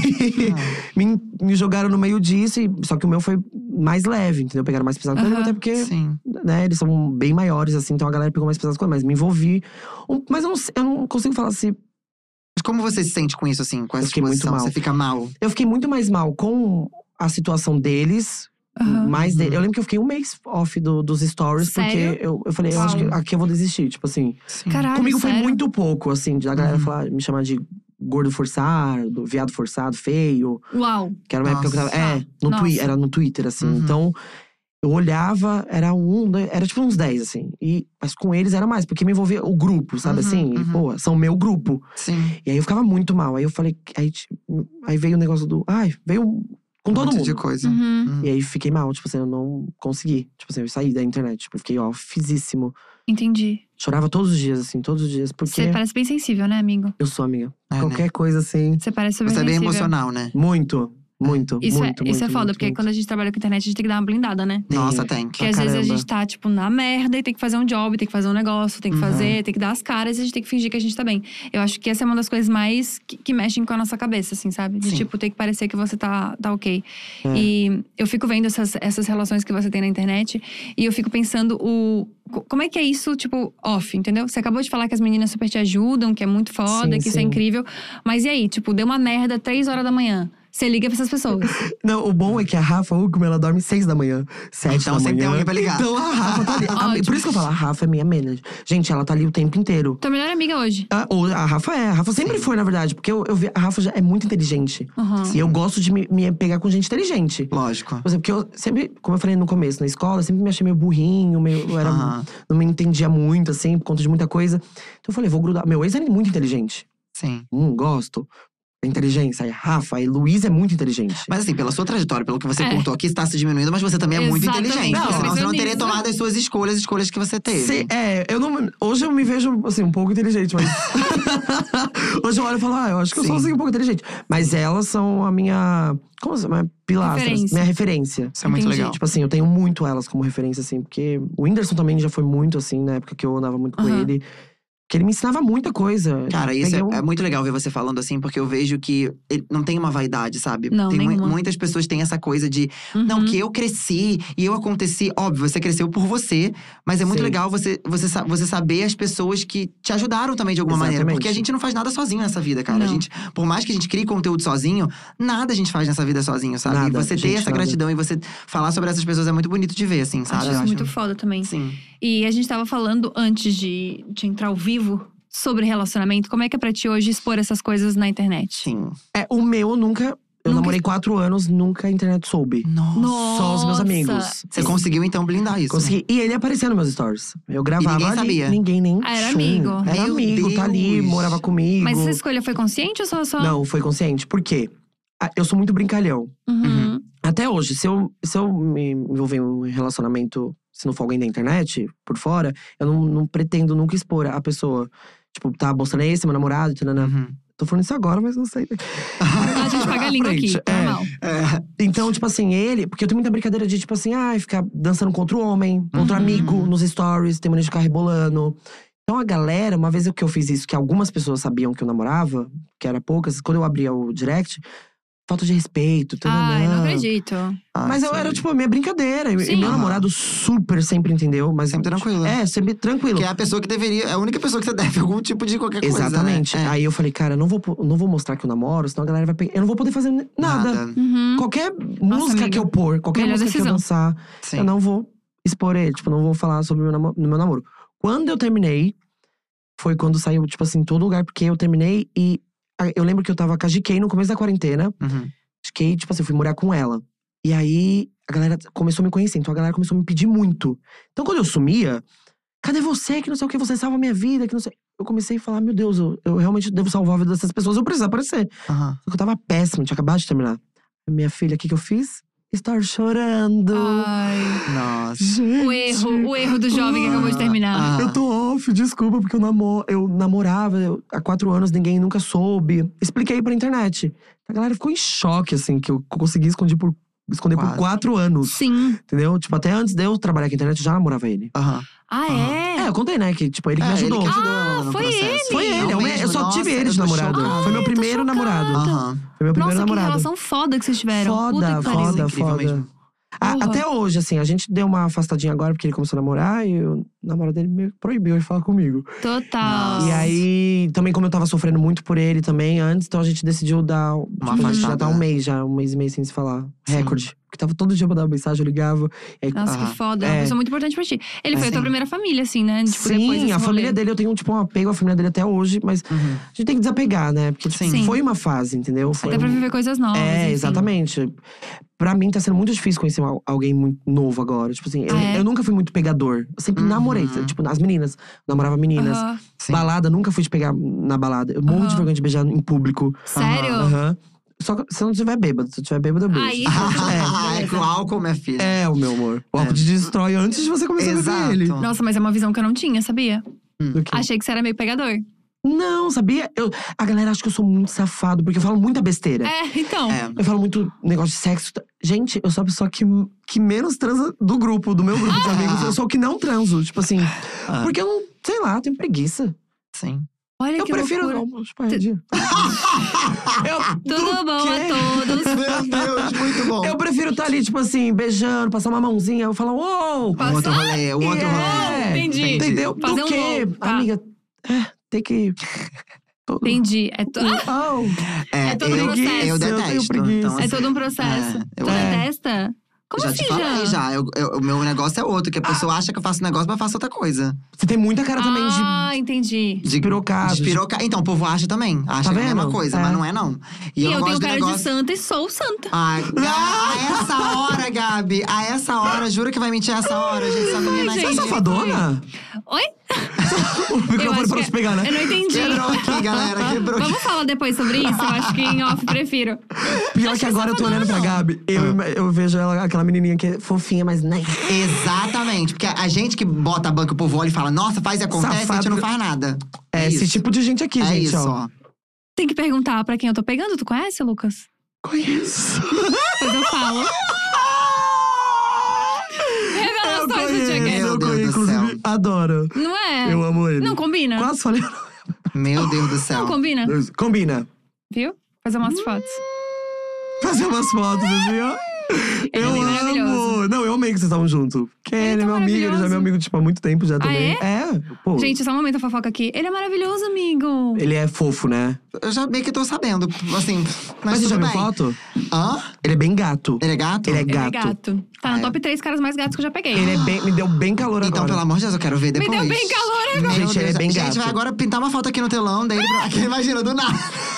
Speaker 3: me, me jogaram no meio disso, e, só que o meu foi mais leve, entendeu? Pegaram mais pesado,
Speaker 1: Aham,
Speaker 3: até porque
Speaker 2: Sim.
Speaker 3: né, eles são bem maiores, assim, então a galera pegou mais pesado com mas me envolvi. Um- mas eu não, sei- eu não consigo falar se.
Speaker 2: Mas como você se sente com isso, assim, com essa
Speaker 3: Eu fiquei muito
Speaker 2: exposição?
Speaker 3: mal.
Speaker 2: Você fica mal?
Speaker 3: Eu fiquei muito mais mal com a situação deles,
Speaker 1: Aham.
Speaker 3: mais
Speaker 2: Uhum.
Speaker 3: dele. Eu lembro que eu fiquei um mês off do- dos stories,
Speaker 1: Sério?
Speaker 3: porque eu, eu falei, eu acho que
Speaker 1: Uau.
Speaker 3: aqui eu vou desistir, tipo assim.
Speaker 2: Sim.
Speaker 1: Caralho,
Speaker 3: Comigo
Speaker 1: sério?
Speaker 3: foi muito pouco, assim, de a galera
Speaker 2: Uhum.
Speaker 3: falar, me chamar de gordo forçado, viado forçado, feio.
Speaker 1: Uau.
Speaker 3: Que era uma época que eu
Speaker 2: Nossa.
Speaker 3: tava. É, no
Speaker 1: Nossa.
Speaker 3: twi era no Twitter, assim.
Speaker 2: Uhum.
Speaker 3: Então, eu olhava, era um, dois- era tipo uns 10, assim. E, mas com eles era mais, porque me envolvia o grupo, sabe
Speaker 2: Uhum,
Speaker 3: assim? E,
Speaker 2: uhum.
Speaker 3: pô, são meu grupo.
Speaker 2: Sim.
Speaker 3: E aí eu ficava muito mal. Aí eu falei, aí, ti- aí veio o negócio do. Ai, veio com
Speaker 2: um
Speaker 3: todo
Speaker 2: monte
Speaker 3: mundo.
Speaker 2: de coisa.
Speaker 1: Uhum.
Speaker 3: E aí fiquei mal, tipo assim, eu não consegui. Tipo assim, eu saí da internet, tipo, eu fiquei offzíssimo.
Speaker 1: Entendi.
Speaker 3: Chorava todos os dias, assim, todos os dias, porque
Speaker 1: Você parece bem sensível, né, amigo?
Speaker 3: eu sou amiga.
Speaker 2: É, né?
Speaker 3: Qualquer coisa assim.
Speaker 1: Você parece super
Speaker 2: Você é bem
Speaker 1: sensível.
Speaker 2: emocional, né?
Speaker 3: Muito, muito.
Speaker 1: Isso,
Speaker 3: muito,
Speaker 1: é, isso é
Speaker 3: muito,
Speaker 1: foda,
Speaker 3: muito,
Speaker 1: porque
Speaker 3: muito.
Speaker 1: quando a gente trabalha com internet, a gente tem que dar uma blindada, né?
Speaker 3: Tem.
Speaker 2: Nossa, tem.
Speaker 1: Porque
Speaker 3: Pra
Speaker 1: às vezes a
Speaker 3: caramba.
Speaker 1: gente tá, tipo, na merda e tem que fazer um job, tem que fazer um negócio, tem que
Speaker 2: Uhum.
Speaker 1: fazer, tem que dar as caras e a gente tem que fingir que a gente tá bem. Eu acho que essa é uma das coisas mais que, que mexem com a nossa cabeça, assim, sabe? De,
Speaker 2: Sim.
Speaker 1: tipo, ter que parecer que você tá, tá ok.
Speaker 3: É.
Speaker 1: E eu fico vendo essas, essas relações que você tem na internet e eu fico pensando o. co- Como é que é isso, tipo, off, entendeu? Você acabou de falar que as meninas super te ajudam, que é muito foda,
Speaker 3: Sim,
Speaker 1: que isso é
Speaker 3: sim.
Speaker 1: incrível. Mas e aí, tipo, deu uma merda três horas da manhã. Você liga pra essas pessoas.
Speaker 3: Não, o bom é que a Rafa Huckman, ela dorme seis da manhã, sete
Speaker 2: Então
Speaker 3: da manhã.
Speaker 2: sempre tem alguém pra ligar.
Speaker 3: Então a Rafa [LAUGHS] tá ali. a-
Speaker 1: Ótimo.
Speaker 3: por isso que eu falo, a Rafa é minha manager. Gente, ela tá ali o tempo inteiro.
Speaker 1: Tua melhor amiga hoje.
Speaker 3: A, ou- a Rafa é, a Rafa sempre foi, na verdade, porque eu, eu vi, a Rafa já é muito inteligente.
Speaker 1: Aham.
Speaker 3: E eu gosto de me- me pegar com gente inteligente.
Speaker 2: Lógico.
Speaker 3: Por exemplo, porque eu sempre, como eu falei no começo, na escola, eu sempre me achei meio burrinho, meio, eu era,
Speaker 2: Aham.
Speaker 3: não me entendia muito, assim, por conta de muita coisa. Então eu falei, vou grudar. Meu ex é muito inteligente.
Speaker 2: Sim.
Speaker 3: Hum, gosto. Inteligência. Aí Rafa, aí Luiz é muito inteligente.
Speaker 2: Mas assim, pela sua trajetória, pelo que você
Speaker 1: É.
Speaker 2: contou aqui, está se diminuindo, mas você também é muito
Speaker 1: Exatamente,
Speaker 2: inteligente.
Speaker 1: eu
Speaker 2: Não, senão
Speaker 1: pensei
Speaker 2: você não teria
Speaker 1: nisso.
Speaker 2: tomado as suas escolhas, as escolhas que você teve.
Speaker 3: Se- é, eu não. Hoje eu me vejo, assim, um pouco
Speaker 2: [LAUGHS]
Speaker 3: inteligente, mas. hoje eu olho e falo, ah, eu acho que eu sou
Speaker 2: Sim.
Speaker 3: assim, um pouco inteligente. Mas elas são a minha. Como se minha pilastras,
Speaker 1: Referência.
Speaker 3: minha referência.
Speaker 2: Isso é muito
Speaker 1: Entendi.
Speaker 2: legal.
Speaker 3: Tipo assim, eu tenho muito elas como referência, assim, porque o Whindersson também já foi muito, assim, na época que eu andava muito com
Speaker 1: Aham.
Speaker 3: ele. Que ele me ensinava muita coisa.
Speaker 2: Cara, isso é,
Speaker 3: Peguei um-
Speaker 2: é muito legal ver você falando assim, porque eu vejo que ele não tem uma vaidade, sabe?
Speaker 1: Não,
Speaker 2: tem mui-
Speaker 1: nenhuma.
Speaker 2: muitas pessoas têm essa coisa de, não,
Speaker 1: Uhum.
Speaker 2: que eu cresci e eu aconteci. Óbvio, você cresceu por você, mas é muito
Speaker 3: Sim.
Speaker 2: legal você, você, sa- você saber as pessoas que te ajudaram também de alguma maneira.
Speaker 3: Exatamente.
Speaker 2: Porque a gente não faz nada sozinho nessa vida, cara. A
Speaker 1: Não.
Speaker 2: gente, por mais que a gente crie conteúdo sozinho, nada a gente faz nessa vida sozinho, sabe?
Speaker 3: Nada,
Speaker 2: e você ter
Speaker 3: gente,
Speaker 2: essa
Speaker 3: nada.
Speaker 2: gratidão e você falar sobre essas pessoas é muito bonito de ver, assim, sabe?
Speaker 1: Acho
Speaker 2: Eu
Speaker 1: isso muito foda também.
Speaker 2: Sim.
Speaker 1: E a gente tava falando antes de, de entrar ao vivo sobre relacionamento? Como é que é pra ti hoje expor essas coisas na internet?
Speaker 2: Sim.
Speaker 3: É, o meu nunca. Eu
Speaker 1: Nunca-
Speaker 3: namorei quatro anos, nunca a internet soube.
Speaker 2: Nossa.
Speaker 3: Só os meus
Speaker 1: Nossa.
Speaker 3: amigos.
Speaker 2: Você conseguiu, então, blindar isso.
Speaker 3: Consegui. E ele aparecia nos meus stories. Eu gravava
Speaker 2: ninguém
Speaker 3: ali,
Speaker 2: sabia?
Speaker 3: ninguém nem
Speaker 1: Ah, era
Speaker 3: tchum.
Speaker 1: amigo.
Speaker 3: Era
Speaker 2: Meu
Speaker 3: amigo, tá ali,
Speaker 2: Deus.
Speaker 3: morava comigo.
Speaker 1: Mas essa escolha foi consciente ou só? só...
Speaker 3: Não, foi consciente. Por quê? Ah, Eu sou muito brincalhão.
Speaker 1: Uhum.
Speaker 3: Até hoje, se eu, se eu me envolver em um relacionamento, se não for alguém da internet, por fora, eu não, não pretendo nunca expor a pessoa. Tipo, tá mostrando esse, meu namorado, tanana.
Speaker 2: Uhum.
Speaker 3: Tô falando isso agora, mas não sei.
Speaker 1: Então A gente paga a língua aqui, tá
Speaker 3: Frente, é.
Speaker 1: normal.
Speaker 2: É.
Speaker 3: Então, tipo assim, ele. Porque eu tenho muita brincadeira de, tipo assim, ai, ficar dançando contra o homem,
Speaker 1: Uhum.
Speaker 3: contra o amigo nos stories, tem mania de ficar rebolando. Então a galera, uma vez que eu fiz isso, que algumas pessoas sabiam que eu namorava, que era poucas, quando eu abria o direct, falta de respeito, tudo.
Speaker 1: Ai, não acredito.
Speaker 2: Ah,
Speaker 3: Mas eu
Speaker 2: sim.
Speaker 3: era, tipo, a minha brincadeira. E-
Speaker 1: Sim.
Speaker 3: E meu
Speaker 2: Aham.
Speaker 3: namorado super sempre entendeu, mas.
Speaker 2: Sempre tranquilo, né?
Speaker 3: É, sempre tranquilo.
Speaker 2: Que é a pessoa que deveria… É a única pessoa que você [LAUGHS] deve algum tipo de qualquer coisa,
Speaker 3: Exatamente.
Speaker 2: né?
Speaker 3: Aí eu falei, cara, eu não vou, po- não vou mostrar que eu namoro, senão a galera vai pegar. Eu não vou poder fazer
Speaker 2: É.
Speaker 3: n- nada.
Speaker 1: Uhum.
Speaker 3: Qualquer música
Speaker 1: amiga.
Speaker 3: que eu pôr, qualquer
Speaker 1: Melhor
Speaker 3: música que eu
Speaker 1: decisão.
Speaker 3: dançar,
Speaker 2: Sim.
Speaker 3: eu não vou expor ele, tipo, não vou falar sobre o meu, namo- no meu namoro. Quando eu terminei, foi quando saiu, tipo assim, em todo lugar, porque eu terminei e a- eu lembro que eu tava com a GK no começo da quarentena.
Speaker 2: Uhum.
Speaker 3: GK, tipo assim, eu fui morar com ela. E aí a galera começou a me conhecer, então a galera começou a me pedir muito. Então quando eu sumia, cadê você? Que não sei o que, você salva a minha vida, que não sei. Eu comecei a falar, meu Deus, eu, eu realmente devo salvar a vida dessas pessoas, eu preciso aparecer.
Speaker 2: Aham.
Speaker 3: Só que eu tava péssima, tinha acabado de terminar. Minha filha, o que, que eu fiz? Estar chorando.
Speaker 1: Ah, Ai.
Speaker 2: Nossa.
Speaker 1: O erro, o erro do jovem que acabou de terminar.
Speaker 2: Ah.
Speaker 3: Eu tô off, desculpa, porque eu, namo- eu namorava eu- há quatro anos, ninguém nunca soube. Expliquei pra internet. A galera ficou em choque, assim, que eu consegui esconder por, esconder por
Speaker 2: Quatro.
Speaker 3: quatro anos.
Speaker 1: Sim.
Speaker 3: Entendeu? Tipo, até antes de eu trabalhar com a internet, eu já namorava ele.
Speaker 2: Aham.
Speaker 1: Ah, é? Ah,
Speaker 3: É, eu contei, né? Que, tipo, ele que
Speaker 2: É,
Speaker 3: me ajudou.
Speaker 2: Ele que ajudou ela no
Speaker 1: foi Ah,
Speaker 2: processo.
Speaker 3: Foi ele,
Speaker 2: Não
Speaker 3: eu,
Speaker 2: mesmo?
Speaker 3: eu só
Speaker 2: Nossa,
Speaker 3: tive ele
Speaker 2: eu
Speaker 3: de
Speaker 2: tô
Speaker 3: namorado.
Speaker 2: chocada.
Speaker 3: Foi meu
Speaker 1: tô
Speaker 3: primeiro
Speaker 1: chocada.
Speaker 3: namorado.
Speaker 2: Aham.
Speaker 3: Foi meu primeiro
Speaker 1: Nossa, que
Speaker 3: namorado.
Speaker 1: relação foda que vocês tiveram.
Speaker 3: Foda,
Speaker 1: Puta que pariu.
Speaker 3: foda,
Speaker 2: Incrível
Speaker 3: foda.
Speaker 2: mesmo.
Speaker 3: A-
Speaker 1: Porra.
Speaker 3: até hoje, assim, a gente deu uma afastadinha agora porque ele começou a namorar e o namorado dele meio que proibiu ele falar comigo.
Speaker 1: Total.
Speaker 2: Nossa.
Speaker 3: E aí, também como eu tava sofrendo muito por ele também antes, então a gente decidiu dar tipo, a gente já
Speaker 2: afastada,
Speaker 3: tá um
Speaker 2: né?
Speaker 3: mês, já um mês e meio sem se falar.
Speaker 2: Sim.
Speaker 3: Recorde. Porque tava todo dia eu mandava mensagem, eu ligava. E aí,
Speaker 1: Nossa,
Speaker 2: Ah,
Speaker 1: que foda. É uma
Speaker 3: é.
Speaker 1: pessoa muito importante pra ti. Ele
Speaker 2: É,
Speaker 1: foi a tua
Speaker 2: sim.
Speaker 1: primeira família, assim, né? Tipo, depois
Speaker 3: Sim,
Speaker 1: desse
Speaker 3: a família
Speaker 1: rolê.
Speaker 3: dele, eu tenho tipo um apego à família dele até hoje, mas
Speaker 2: Uhum.
Speaker 3: a gente tem que desapegar, né? Porque tipo,
Speaker 1: Sim.
Speaker 3: foi uma fase, entendeu? Foi
Speaker 1: Até pra
Speaker 3: um-
Speaker 1: viver coisas novas.
Speaker 3: É,
Speaker 1: enfim.
Speaker 3: exatamente. Pra mim tá sendo muito difícil conhecer al- alguém muito novo agora. Tipo assim, eu,
Speaker 1: Ah, é?
Speaker 3: eu nunca fui muito pegador. Eu sempre
Speaker 2: Uhum.
Speaker 3: namorei. Tipo, as meninas. Namorava meninas.
Speaker 1: Aham.
Speaker 2: Sim.
Speaker 3: Balada, nunca fui de pegar na balada. Eu morro
Speaker 1: Aham.
Speaker 3: de vergonha de beijar em público.
Speaker 1: Sério?
Speaker 3: Aham. Só que se eu não tiver bêbado. Se eu tiver bêbado, eu beijo.
Speaker 1: Ah. Aí.
Speaker 3: [LAUGHS]
Speaker 1: tá.
Speaker 2: Ah, [LAUGHS] é com álcool, minha filha.
Speaker 3: É, o meu amor. O álcool te destrói antes de você começar a
Speaker 2: Exato.
Speaker 3: beber ele.
Speaker 1: Nossa, mas é uma visão que eu não tinha, sabia?
Speaker 3: Do quê?
Speaker 1: Achei que você era meio pegador.
Speaker 3: Não, sabia? Eu, a galera acha que eu sou muito safado, porque eu falo muita besteira.
Speaker 1: É, então.
Speaker 2: É.
Speaker 3: Eu falo muito negócio de sexo. Gente, eu sou a pessoa que, que menos transa do grupo, do meu
Speaker 1: [LAUGHS]
Speaker 3: grupo de amigos. Eu sou o que não transo, tipo assim.
Speaker 2: Ah.
Speaker 3: Porque eu não, sei lá, eu tenho preguiça.
Speaker 2: Sim.
Speaker 1: Olha
Speaker 3: eu
Speaker 1: que
Speaker 3: prefiro
Speaker 1: loucura.
Speaker 3: não,
Speaker 1: [LAUGHS]
Speaker 3: tipo, arredia. eu,
Speaker 1: Tudo
Speaker 3: do
Speaker 1: bom
Speaker 2: [LAUGHS]
Speaker 3: quê?
Speaker 1: a todos.
Speaker 2: Meu Deus, muito bom.
Speaker 3: Eu prefiro estar ali, tipo assim, beijando, passar uma mãozinha, eu falar, uou!
Speaker 2: Um outro rolê, um
Speaker 1: Ah,
Speaker 2: outro
Speaker 3: Yeah.
Speaker 2: rolê.
Speaker 1: É, Entendi.
Speaker 3: Entendeu?
Speaker 1: Fazer um
Speaker 3: do quê?
Speaker 1: novo, tá.
Speaker 3: Amiga, é, tem que. [LAUGHS] Todo.
Speaker 1: Entendi. É, to-
Speaker 3: Oh.
Speaker 2: É,
Speaker 1: É todo
Speaker 2: eu,
Speaker 1: processo.
Speaker 2: eu
Speaker 3: Eu tenho
Speaker 2: detesto.
Speaker 3: preguiça.
Speaker 1: é
Speaker 2: então, assim,
Speaker 1: todo um processo.
Speaker 2: é, eu
Speaker 1: tu
Speaker 2: é.
Speaker 1: detesta? Como
Speaker 2: já
Speaker 1: assim,
Speaker 2: te falei, já. Eu- eu- o meu negócio é outro,
Speaker 3: Ah.
Speaker 2: que a pessoa acha que eu faço um negócio, mas eu faço outra coisa.
Speaker 3: Você tem muita cara também de
Speaker 1: Ah, entendi.
Speaker 2: De
Speaker 3: pirocado. de-
Speaker 2: Despiroca... Então, o povo acha também. Acha que é a mesma
Speaker 3: vendo?
Speaker 2: coisa,
Speaker 3: É.
Speaker 2: mas não é, não. E,
Speaker 1: E
Speaker 2: eu,
Speaker 1: eu,
Speaker 2: não
Speaker 1: tenho
Speaker 2: gosto do
Speaker 1: cara
Speaker 2: negócio.
Speaker 1: de santa e sou santa.
Speaker 2: Ai, Gabi,
Speaker 3: [LAUGHS]
Speaker 2: a essa hora, Gabi, a essa hora, juro que vai mentir a essa hora, gente. Essa menina
Speaker 1: gente.
Speaker 3: Você é
Speaker 2: aqui.
Speaker 3: [LAUGHS] safadona?
Speaker 1: Oi?
Speaker 3: O
Speaker 1: Eu
Speaker 3: microfone
Speaker 1: acho
Speaker 3: pra
Speaker 1: que- é-
Speaker 3: te pegar, né?
Speaker 1: Eu não entendi.
Speaker 2: Quebrou aqui, galera, quebrou aqui.
Speaker 1: Vamos falar depois sobre isso? Eu acho que em off
Speaker 2: [LAUGHS]
Speaker 1: prefiro.
Speaker 3: Pior
Speaker 1: é
Speaker 3: que agora eu tô olhando pra Gabi, eu,
Speaker 1: Ah.
Speaker 3: ima- eu vejo ela, aquela menininha que é fofinha, mas nem.
Speaker 2: Exatamente, porque a gente que bota a banca, o povo olha e fala, nossa, faz e acontece, a gente
Speaker 3: Safado.
Speaker 2: não faz nada.
Speaker 3: É, esse
Speaker 2: isso.
Speaker 3: tipo de gente aqui,
Speaker 2: É
Speaker 3: gente,
Speaker 2: isso,
Speaker 3: ó.
Speaker 2: ó.
Speaker 1: Tem que perguntar pra quem eu tô pegando. Tu conhece, Lucas?
Speaker 3: Conheço.
Speaker 1: Depois eu falo. Ah!
Speaker 3: Eu
Speaker 1: Revelações do Tia
Speaker 3: conheço,
Speaker 1: Guedes.
Speaker 2: Meu Deus
Speaker 3: eu
Speaker 2: do
Speaker 3: conheço,
Speaker 2: céu.
Speaker 3: inclusive, adoro.
Speaker 1: Não é?
Speaker 3: Eu amo ele.
Speaker 1: Não combina?
Speaker 3: Quase falei.
Speaker 2: Meu Deus do céu.
Speaker 1: Não combina,
Speaker 3: [LAUGHS] Combina.
Speaker 1: viu? Fazer umas fotos.
Speaker 3: Fazer umas fotos, assim, ó.
Speaker 1: Ele é
Speaker 3: eu
Speaker 1: maravilhoso.
Speaker 3: amo! Não, eu amei que vocês estavam juntos. Porque
Speaker 1: Ele
Speaker 3: ele,
Speaker 1: tá
Speaker 3: é meu amigo, ele já é
Speaker 1: maravilhoso.
Speaker 3: meu amigo, tipo, há muito tempo
Speaker 2: Ah,
Speaker 3: já também. é? pô.
Speaker 1: Gente, só um momento a fofoca aqui. Ele é maravilhoso, amigo.
Speaker 3: Ele é fofo, né?
Speaker 2: Eu já meio que tô sabendo, assim. Mas,
Speaker 3: Mas você
Speaker 2: tudo
Speaker 3: já viu
Speaker 2: bem.
Speaker 3: foto?
Speaker 2: Hã?
Speaker 3: Ele é bem gato.
Speaker 2: Ele é gato?
Speaker 3: Ele é
Speaker 1: Ele é
Speaker 3: gato. Ah,
Speaker 1: gato. Tá no top três caras mais gatos que eu já peguei.
Speaker 3: Ele é bem, me deu bem calor
Speaker 2: Então,
Speaker 3: agora.
Speaker 2: pelo amor de Deus, eu quero ver
Speaker 1: Me
Speaker 2: depois.
Speaker 1: deu bem calor agora.
Speaker 2: Meu
Speaker 3: Gente, ele é
Speaker 2: Deus,
Speaker 3: bem
Speaker 2: Gente,
Speaker 3: gato.
Speaker 2: vai agora pintar uma foto aqui no telão, daí ele pra... aqui, imagina, do nada.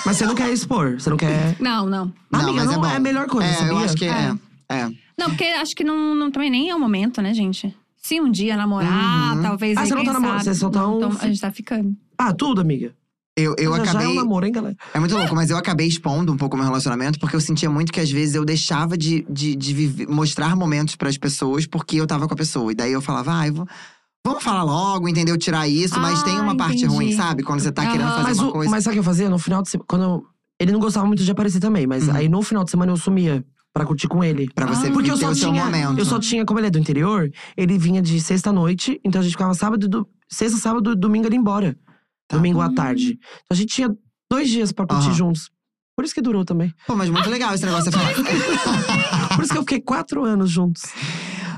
Speaker 3: Mas você não quer expor, você não quer…
Speaker 1: [GASPS] Não, não.
Speaker 3: Ah, Amiga,
Speaker 2: mas
Speaker 3: não
Speaker 2: bom.
Speaker 3: é a melhor coisa,
Speaker 2: É, eu
Speaker 3: sabia?
Speaker 2: acho que é. é.
Speaker 1: Não, porque acho que não, não- também nem é o momento, né, gente? Se um dia namorar, talvez.
Speaker 3: Ah,
Speaker 1: aí,
Speaker 3: você não
Speaker 1: quem
Speaker 3: tá namorando,
Speaker 1: sabe.
Speaker 3: você só tá
Speaker 1: Não,
Speaker 3: um-
Speaker 1: então, A gente tá ficando.
Speaker 3: Ah, tudo, amiga.
Speaker 2: Eu, eu
Speaker 3: já, Já é
Speaker 2: acabei.
Speaker 3: um namoro, hein, galera?
Speaker 2: É muito louco, mas eu acabei expondo um pouco meu relacionamento, porque eu sentia muito que às vezes eu deixava de, de, de viver- mostrar momentos pras pessoas porque eu tava com a pessoa. E daí eu falava, ai, vou- vamos falar logo, entendeu? Tirar isso, mas
Speaker 1: Ah,
Speaker 2: tem uma parte
Speaker 1: entendi.
Speaker 2: ruim, sabe? Quando você tá querendo
Speaker 1: Aham.
Speaker 2: fazer
Speaker 3: Mas,
Speaker 2: uma
Speaker 3: o-
Speaker 2: coisa.
Speaker 3: mas sabe o que eu fazia? No final de semana, quando eu- Ele não gostava muito de aparecer também, mas
Speaker 2: Uhum.
Speaker 3: aí no final de semana eu sumia pra curtir com ele.
Speaker 2: Pra você
Speaker 1: Ah.
Speaker 2: porque
Speaker 3: Porque eu só
Speaker 2: o seu
Speaker 3: tinha-
Speaker 2: momento.
Speaker 3: Eu só tinha, como ele é do interior, ele vinha de sexta-noite, então a gente ficava sábado, e do, sexta, sábado e domingo ele ia embora.
Speaker 2: Tá.
Speaker 3: Domingo à tarde. Então a gente tinha dois dias pra curtir
Speaker 2: Aham.
Speaker 3: juntos. Por isso que durou também.
Speaker 2: Pô, mas muito legal esse negócio que você
Speaker 1: [LAUGHS]
Speaker 2: falou.
Speaker 3: Por isso que eu fiquei quatro anos juntos.